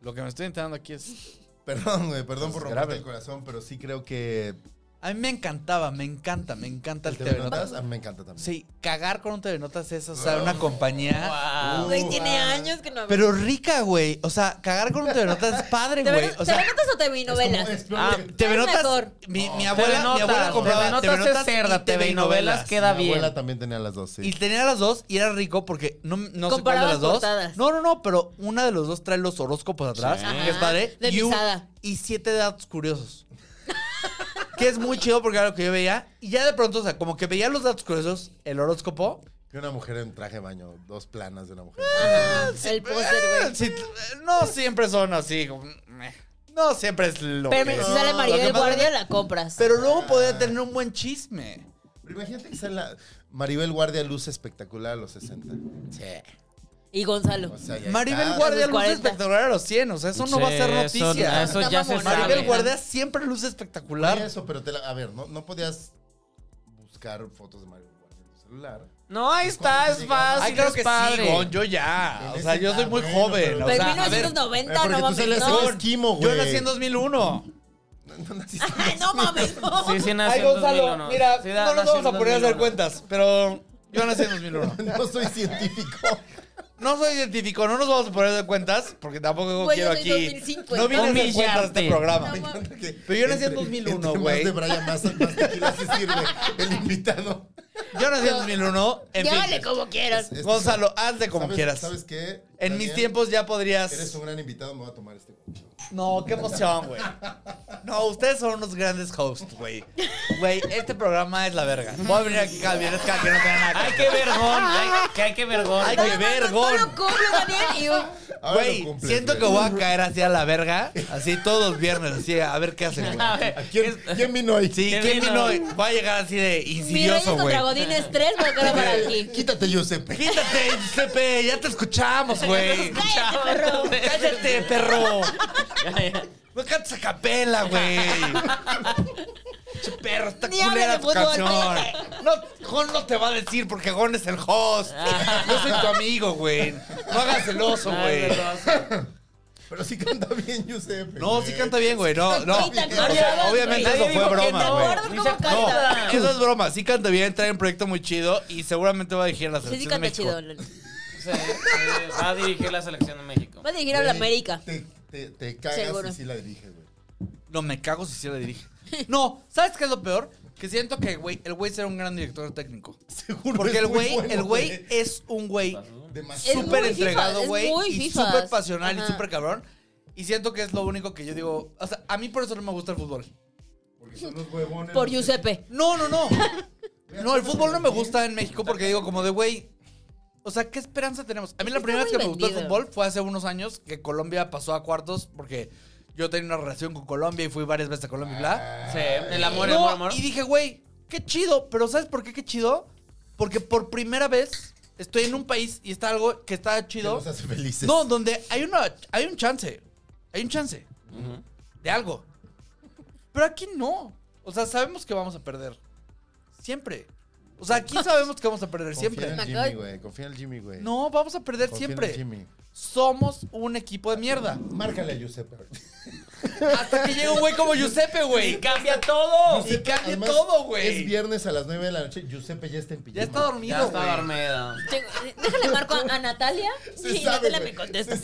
H: Lo que me estoy enterando aquí es.
D: Perdón, güey, perdón
H: Es
D: por romperte
H: grave.
D: el corazón, pero sí creo que
H: A mí me encantaba, me encanta, me encanta el
D: TV
H: TV
D: Notas
H: Notas.
D: a mí me encanta también.
H: Sí, cagar con un TV Notas es, o sea, una compañía.
E: Wow.
F: Güey, tiene años que no.
H: Pero rica, güey. O sea, cagar con un TV Notas es padre,
F: ¿Te
H: güey. O sea,
F: notas o te vi novelas?
D: Es como- es-
E: Ah,
H: TV
F: Es
H: Notas.
F: mejor.
H: Mi, mi
E: No.
H: abuela, mi abuela
E: Telenotas,
H: compraba
E: telenotas
H: TV Notas
E: es cerda,
H: y TV novelas.
E: queda
D: Mi abuela
E: bien.
D: también tenía las dos, sí.
H: Y tenía las dos y era rico porque no, no sé cuál de
F: Comparabas
H: las dos.
F: portadas.
H: No, no, no, pero una de los dos trae los horóscopos atrás,
E: Sí.
H: que es padre.
F: De
H: y, un-
F: Misada.
H: y siete datos curiosos. que es muy chido porque era lo que yo veía. Y ya de pronto, o sea, como que veía los datos curiosos, el horóscopo.
D: Que una mujer en traje de baño, dos planas de una mujer.
F: El póster, güey.
H: Sí, no siempre son así. como, meh. No siempre es lo
F: Pero
H: que
F: mira, si
H: No,
F: sale
H: lo
F: Maribel
H: que pasa-
F: Guardia, la compras.
H: Pero luego podía tener un buen chisme.
D: Pero imagínate que sea la Maribel Guardia luz espectacular a los 60. Sí.
F: Y Gonzalo.
D: O sea, ya
H: Maribel
D: está.
H: Guardia
F: Los
H: luce
F: 40.
H: espectacular a los 100. O sea, eso no va a ser
E: Sí, eso-
H: noticia.
E: Eso, ya se
F: mamona.
H: Maribel
E: sabe.
F: Guardia-
H: Guardia siempre luce
D: Oye,
H: espectacular.
D: eso, pero te la- a ver, no, no podías buscar fotos de Maribel Guardia en tu celular.
E: No, ahí está, es fácil,
H: Ay, Ah, claro
E: es
H: que
E: padre.
H: sí, Gon, yo ya. O sea, yo soy muy
D: Ah, bueno,
H: joven.
D: pero-
H: O
F: Pero
H: sea,
F: en
H: a ver, eh,
F: 1990,
D: porque
F: no
D: tú
F: mames.
D: sales
F: No,
D: en- esquimo,
H: yo
D: güey.
H: nací en 2001.
D: No naciste.
F: Ay, no mames, no.
E: Sí, sí, nació
H: Ay,
E: en
H: Gonzalo,
E: 2001.
H: mira,
E: Sí, da-
H: no nos
E: nació en
H: vamos a poner a hacer
E: 2001.
H: cuentas, pero yo nací en 2001.
D: No soy científico.
H: No soy científico, no nos vamos a poner de cuentas, porque tampoco
F: Güey,
H: quiero
F: yo soy
H: aquí.
F: 2005,
H: no vine a hacer
E: entonces.
H: cuentas de este
E: Humillarte.
H: programa.
F: No mames.
H: Pero yo nací en
D: Entre-
H: 2001,
D: entre
H: güey.
D: Más de Brian Massa, más tequila se sirve el invitado.
H: Yo nací en 2001. En
F: Llévale
H: fin,
F: como quieras.
D: Es-
H: Gonzalo, hazle como
D: ¿Sabes-
H: quieras.
D: ¿Sabes qué?
H: En mis
D: Daniel?
H: tiempos ya podrías.
D: Eres un gran invitado, me voy a tomar este.
H: No, qué emoción, güey. No, ustedes son unos grandes hosts, güey. Güey, este programa es la verga. Voy a venir aquí cada viernes, cada que no tenga nada.
E: Ay, qué vergón, ay, que hay que vergón.
H: Ay,
F: Nada
H: qué
F: más no-
H: vergón.
F: No lo cumple, Daniel. Y un-
D: Ahora
H: Güey,
D: lo cumples,
H: siento
D: güey.
H: que voy a caer así a la verga. Así todos los viernes, así a ver qué hacen,
E: A
H: güey.
E: ver,
D: ¿Quién, ¿Quién vino hoy?
H: Sí,
E: Qué
H: ¿quién vino
E: vino?
H: hoy? Va a llegar así de
F: Mi Reyes
H: insidioso, güey.
F: contra Godínez 3, porque era para aquí.
D: Quítate, Giuseppe.
H: Quítate, Giuseppe, ya te escuchamos, güey.
F: Cállate, perro.
H: Cállate, perro. No cantes a capela, güey. Che, perro, está
F: Ni habla
H: culera
F: de
H: tu
F: fútbol.
H: canción. No, Gon no te va a decir porque Gon es el host. Yo soy tu amigo, güey. No hagas el oso,
D: No,
H: güey.
D: es Pero sí canta bien, Giuseppe.
H: No, sí canta bien, güey. No, no.
D: Sí canta
H: O sea,
D: bien,
H: obviamente
D: güey. Nadie
H: eso fue
D: dijo que
H: broma,
D: no.
H: güey.
D: Gordo, ¿cómo canta?
H: No, eso es broma. Sí canta bien, trae un proyecto muy chido y seguramente va a dirigir la
F: Sí,
H: selección
F: sí
H: de
F: canta
H: México.
F: chido. Loli.
E: Sí, sí, va a dirigir la selección de México.
F: Va a dirigir a la América.
D: Te, te
F: Seguro.
D: sí la dirige, güey.
H: No, me cago si sí la dirige. No, ¿sabes qué es lo peor? Que siento que güey, el güey será un gran director técnico. Seguro. Porque
D: es
H: el
D: muy
H: güey,
D: bueno,
H: el güey
D: güey.
H: es un güey
D: Demasiado.
H: súper
D: Es muy
H: entregado,
D: FIFA, es
H: güey.
D: muy
H: Y
D: FIFA.
H: súper pasional y
D: Ajá.
H: súper cabrón. Y siento que es lo único que yo digo. O sea, a mí por eso no me gusta el fútbol.
D: Porque son los huevones.
F: Por Giuseppe.
H: No, no, no. No, el fútbol no me gusta en México porque digo como de, güey, o sea, ¿qué esperanza tenemos? A mí la primera vez que
F: muy
H: me gustó el
F: vendido.
H: fútbol fue hace unos años que Colombia pasó a cuartos porque yo tenía una relación con Colombia y fui varias veces a Colombia y bla.
E: Sí, el amor,
H: No,
E: el amor, amor.
H: Y dije, güey, qué chido, pero ¿sabes por qué qué chido? Porque por primera vez estoy en un país y está algo que está chido.
D: nos hace felices.
H: No, donde hay, una, hay un chance, hay un chance de algo. Pero aquí no. O sea, sabemos que vamos a perder. Siempre. O sea, aquí sabemos que vamos a perder
D: Confía en el
H: siempre.
D: Jimmy, güey. Confía en el Jimmy, güey.
H: No, vamos a perder
D: Confía en el
H: siempre.
D: Jimmy.
H: Somos un equipo de mierda.
D: Márcale a Giuseppe.
H: Hasta que llega un güey como Giuseppe, güey.
E: Y cambia todo.
H: Y cambie
D: Además,
H: todo,
D: Es
H: güey.
D: viernes a las 9 de la noche. Giuseppe ya está en pijama.
H: Ya está
E: Ya
H: dormido,
E: está
H: güey.
E: dormida.
F: Tengo- Déjale marco a, a Natalia
D: Se
F: y
D: sabe,
F: Natalia
D: güey.
F: me contesta.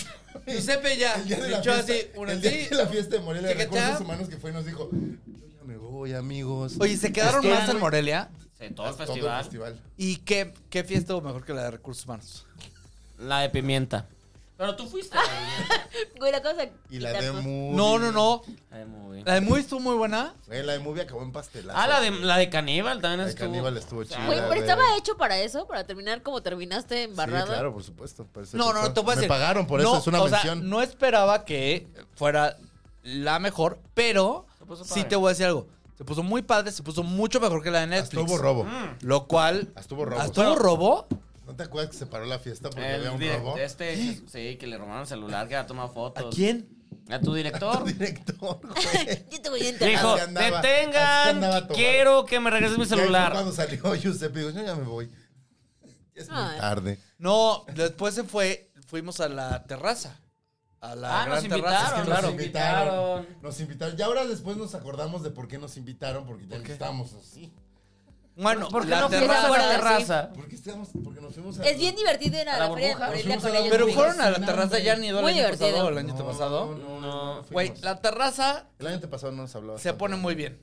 H: Giuseppe ya.
D: El día de
H: Le
D: la
H: echó
D: fiesta,
H: así, una
D: el día
H: así.
D: de la fiesta de Morelia de
H: Chiquita.
D: Recursos Humanos que fue y nos dijo, yo ya me voy, amigos.
H: Oye, se quedaron
D: Estoy
H: más en
D: muy-
H: Morelia.
E: Sí, todo el
D: Todo el
E: festival.
D: festival.
H: ¿Y qué, qué fiesta mejor que la de recursos humanos?
E: La de pimienta. Pero tú fuiste. güey.
F: Güey, la cosa.
D: Y la de Movie.
H: No, no, no.
E: La de movie.
H: La de Muy estuvo muy buena.
D: Güey, la de Movie acabó en pastelazo.
E: Ah, la de, la de Caníbal también
D: La de
E: estuvo.
D: Caníbal estuvo chida.
F: Güey, pero
D: güey.
F: estaba hecho para eso, para terminar como terminaste embarrada.
D: Sí, claro, por supuesto. para eso
H: No,
D: se
H: no,
D: fue.
H: no, te voy
D: Me
H: a decir.
D: pagaron por
H: No,
D: eso, es una
H: o sea,
D: mención.
H: no esperaba que fuera la mejor, pero
E: Se puso
H: sí
E: padre.
H: te voy a decir algo. Se puso muy padre, se puso mucho mejor que la de
D: Hasta
H: Netflix. Mm.
D: hubo robo.
H: Lo cual.
D: Hasta hubo robo.
H: Hasta hubo robo.
D: ¿No te acuerdas que se paró la fiesta porque
E: El
D: había un
E: direct-
D: robo?
E: Este, sí, que le robaron el celular, que había tomado fotos.
H: ¿A quién?
E: A tu director.
D: Director, güey.
F: Yo te voy a enterrar.
E: Dijo,
D: Así andaba, así andaba
E: detengan,
D: Tobar".
E: quiero que me regreses
D: Y
E: mi
D: ahí fue
E: celular.
D: Cuando salió Giuseppe, digo, yo ya me voy. Ya es muy
F: Ay.
D: tarde.
H: No, después se fue. Fuimos a la terraza. A la
E: Ah,
H: gran
E: nos
H: terraza.
E: invitaron,
H: claro.
E: nos invitaron.
D: Nos invitaron. Y ahora después nos acordamos de por qué nos invitaron, porque ya estábamos así.
H: Bueno,
E: ¿Por qué
H: la
E: no fuimos
H: terraza.
E: a la
F: sí.
E: terraza?
D: Porque estábamos, porque nos fuimos a
F: Es bien divertido ir a
E: ¿A
F: la,
E: la
F: feria de
E: burbuja?
F: Morelia
D: Nos
F: con
D: fuimos a la
F: ellos.
H: Pero
D: Sí,
H: fueron a la
D: sí,
H: terraza
D: hombre.
H: ya ni el
F: Muy
H: año pasado
F: divertido.
H: o el año
D: No,
H: pasado.
D: No, no, no
H: Güey,
D: fuimos.
H: la terraza
D: El año pasado no nos hablaba.
H: se
D: tanto.
H: pone muy bien.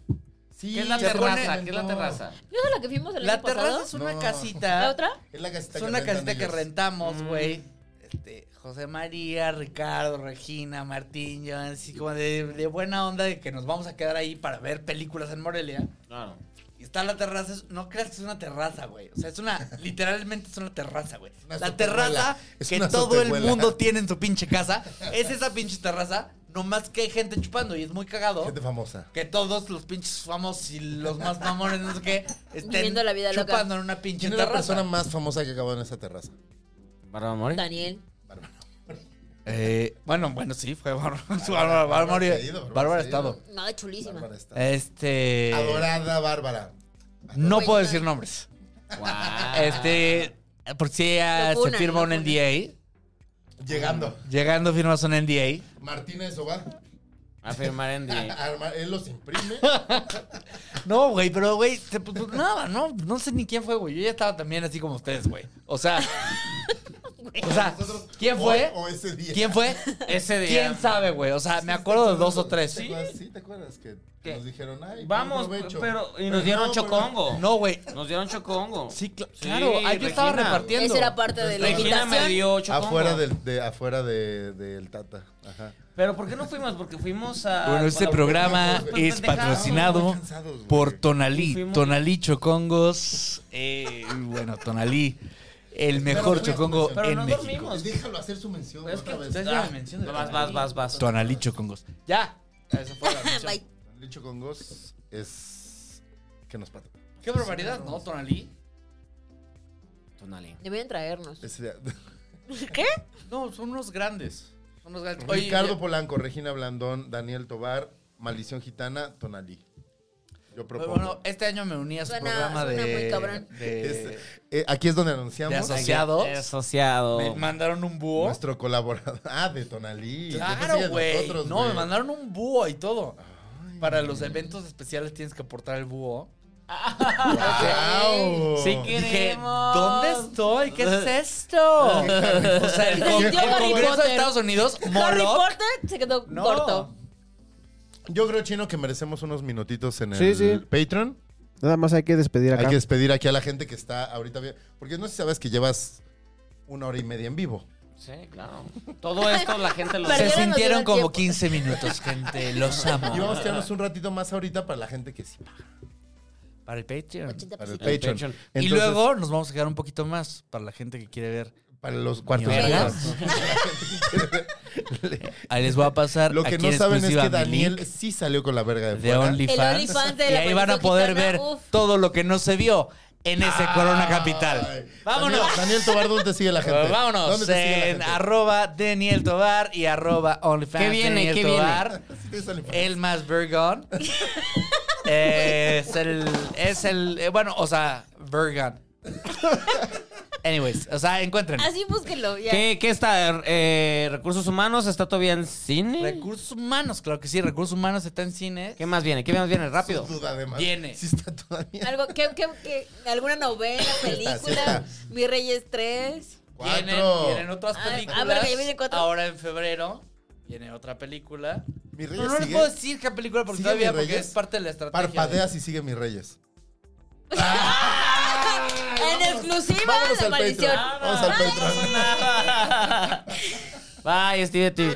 D: Sí,
E: ¿Qué es la
D: se
E: terraza?
D: pone-
E: ¿Qué es la
D: no.
E: terraza?
F: ¿No es la que fuimos el
H: La
F: año pasado?
H: terraza es una
D: No.
H: casita.
F: ¿La otra?
D: Es la casita
H: Es una
D: rentan
H: casita que
D: ellos. Mm.
H: rentamos, güey. Este, José María, Ricardo, Regina, Martín, yo, así como de, de buena onda de que nos vamos a quedar ahí para ver películas en Morelia.
E: Claro.
H: Y está la terraza, es- no creas que es una terraza, güey. O sea, es una, literalmente es una terraza, güey.
D: Una
H: La
D: sotehuela.
H: terraza
D: Es
H: que
D: una
H: todo el
D: sotehuela.
H: mundo tiene en su pinche casa. Es esa pinche terraza, nomás que hay gente chupando y es muy cagado.
D: Gente famosa.
H: Que todos los pinches famosos y los más mamones, no sé qué, estén
F: Viviendo la vida loca.
H: chupando en una pinche
D: ¿Quién es la
H: terraza.
D: persona más famosa que acabó en esa terraza?
E: Bárbara Mori.
F: Daniel.
D: Bárbara.
H: Eh, bueno, bueno, sí, fue Bárbara. Bárbara, Bárbara,
D: Cedido, Bárbara
H: Bárbara
D: Cedido.
H: Estado.
F: No, chulísima.
D: Bárbara está.
H: Este.
D: Adorada Bárbara.
H: No
F: Güey,
H: puedo
F: no.
H: decir nombres.
E: Guau.
H: Este. Por si ella
F: Lo funan,
H: se firma
F: lo
H: un
F: funan.
H: NDA.
D: Llegando.
H: Llegando firmas un NDA.
D: Martínez Ovar.
E: A firmar en D.
D: Arma- Él los imprime.
H: No, güey, pero güey, se- pues, pues, nada, no, no sé ni quién fue, güey. Yo ya estaba también así como ustedes, güey. O sea. o sea, ¿quién fue?
D: O, o ese día.
H: ¿Quién fue?
E: Ese día.
H: ¿Quién sabe, güey? O sea, me acuerdo de dos o tres.
D: ¿Te acuerdas? Sí, ¿te acuerdas que
E: ¿Qué?
D: nos dijeron, ay,
E: Vamos,
D: buen provecho"?
E: pero. Y nos dieron
D: no, pero-
E: chocongo.
H: No, güey.
E: Nos dieron chocongo.
H: Sí, cl-
E: Sí,
H: claro. ah, yo estaba
E: Regina.
H: repartiendo.
F: Esa era parte de la
E: Regina
F: invitación.
E: me dio chocongo.
D: Afuera del, de, afuera de, del Tata. Ajá.
E: Pero ¿por qué no fuimos? Porque fuimos a.
H: Bueno, este
E: a-
H: programa
D: Pues,
H: es
E: pendejados,
H: patrocinado
D: muy cansados, güey.
H: por Tonalí.
E: Sí, fuimos.
H: Tonalí Chocongos. eh, bueno, Tonalí, el mejor
D: Pero fue-
H: chocongo
E: Pero
H: en
E: no
H: México.
E: dormimos.
D: Déjalo hacer su mención
E: Es que
D: otra vez. Ah.
E: ustedes
H: pues, ya
E: ya
H: me mencionan de
E: Vas,
H: la
E: vas, vas, vas.
H: Tonalí Chocongos. Ya. Esa fue la mención.
F: Bye.
D: Licho con Gos es... Que nos pato.
H: Qué barbaridad, ¿no, Tonalí?
E: Tonali.
F: Debían traernos.
D: Ese día.
F: ¿Qué?
H: No, son unos grandes. Son unos grandes. Oye, eh,
D: Ricardo
H: ya-
D: Polanco, Regina Blandón, Daniel Tobar, Maldición Gitana, Tonalí. Yo
H: Pero
D: propongo.
H: bueno, este año me uní a su
F: Suena-
H: programa
F: suena
H: de.
F: muy cabrón.
H: de-
D: Eh, aquí es donde anunciamos.
H: de asociados.
E: De asociado.
H: Me mandaron un búho.
D: Nuestro colaborador. Ah, de Tonalí. Yo pensé que
H: Claro,
D: de
H: güey.
D: nosotros,
H: No, me mandaron un búho y todo. Para los eventos especiales tienes que aportar el búho.
D: ¡Guau!
E: Sí
H: Dije,
E: queremos.
H: ¿dónde estoy? ¿Qué es esto? o sea, el, con- el
F: Yo, Harry
H: Congreso
F: Potter.
H: de Estados Unidos,
F: Harry
H: Moloch.
F: Potter se quedó
H: No.
F: corto.
D: Yo creo, Chino, que merecemos unos minutitos en el
I: Sí, sí.
D: Patreon.
I: Nada más hay que despedir acá.
D: Hay que despedir aquí a la gente que está ahorita bien. Porque no sé si sabes que llevas una hora y media en vivo.
E: Sí, claro. Todo esto la gente lo
F: Pero
H: Se
F: ya no
E: sabe.
F: nos dio
H: sintieron
F: el
H: como
F: tiempo.
H: 15 minutos, gente. Los
D: Y vamos
H: amo.
D: a quedarnos un ratito más ahorita para la gente que sí paga.
H: Para el Patreon.
F: 80
D: Para el
F: pesitos.
D: Patreon.
E: Patreon.
H: Y
D: Entonces,
H: luego nos vamos a quedar un poquito más para la gente que quiere ver.
D: Para los cuartos
H: Mierdas.
D: oscuros.
H: Ahí les voy a pasar.
D: Lo que
H: aquí
D: no
H: en
D: saben es
H: exclusiva
D: que
H: mi
D: Daniel
H: link
D: sí salió con la verga de
H: de
D: fuera.
F: El
H: OnlyFans.
F: OnlyFans
H: y
F: de la
H: ahí van a
F: Policía
H: poder
F: Gitana,
H: ver
F: uf.
H: todo lo que no se vio en ese Corona
D: Ah, Ay.
H: Capital. Vámonos.
D: Daniel, Daniel Tobar, ¿dónde te sigue la gente?
H: Pues vámonos.
D: ¿Dónde te sigue la
H: en
D: gente?
H: arroba Daniel Tobar y arroba OnlyFans.
E: ¿Qué viene?
H: Daniel
E: ¿Qué viene?
H: Tobar,
D: Sí, te sale-
H: El más vergón. Eh, es el. Es el. eh, bueno, o sea, vergón. Anyways, o sea, encuentren.
F: Así búsquenlo. Ya.
E: ¿Qué, qué está? Eh, ¿Recursos humanos? ¿Está todavía en cine?
H: Recursos humanos, claro que sí. Recursos humanos está en cine.
E: ¿Qué más viene? ¿Qué más viene? Rápido.
D: Sin duda, además.
H: Viene.
D: Sí está todavía.
F: Algo, ¿qué, qué, qué? alguna novela, película?
D: está.
F: Mi Reyes 3.
H: Vienen,
D: Cuatro.
H: vienen otras
F: Ah, ah,
H: películas.
F: verga, ya vienen cuatro.
H: Ahora en febrero viene otra película.
D: Mi Reyes
H: Pero no les
D: sigue.
H: puedo decir qué película porque
D: ¿Sigue
H: todavía
D: Mis
H: porque
D: Reyes?
H: es parte de la estrategia.
D: Parpadeas y sigue mis reyes.
F: en exclusiva
D: Vámonos
F: de
D: al Patreon.
F: Maldición. Ah,
D: Vamos al Patreon.
E: Bye, Steve TV.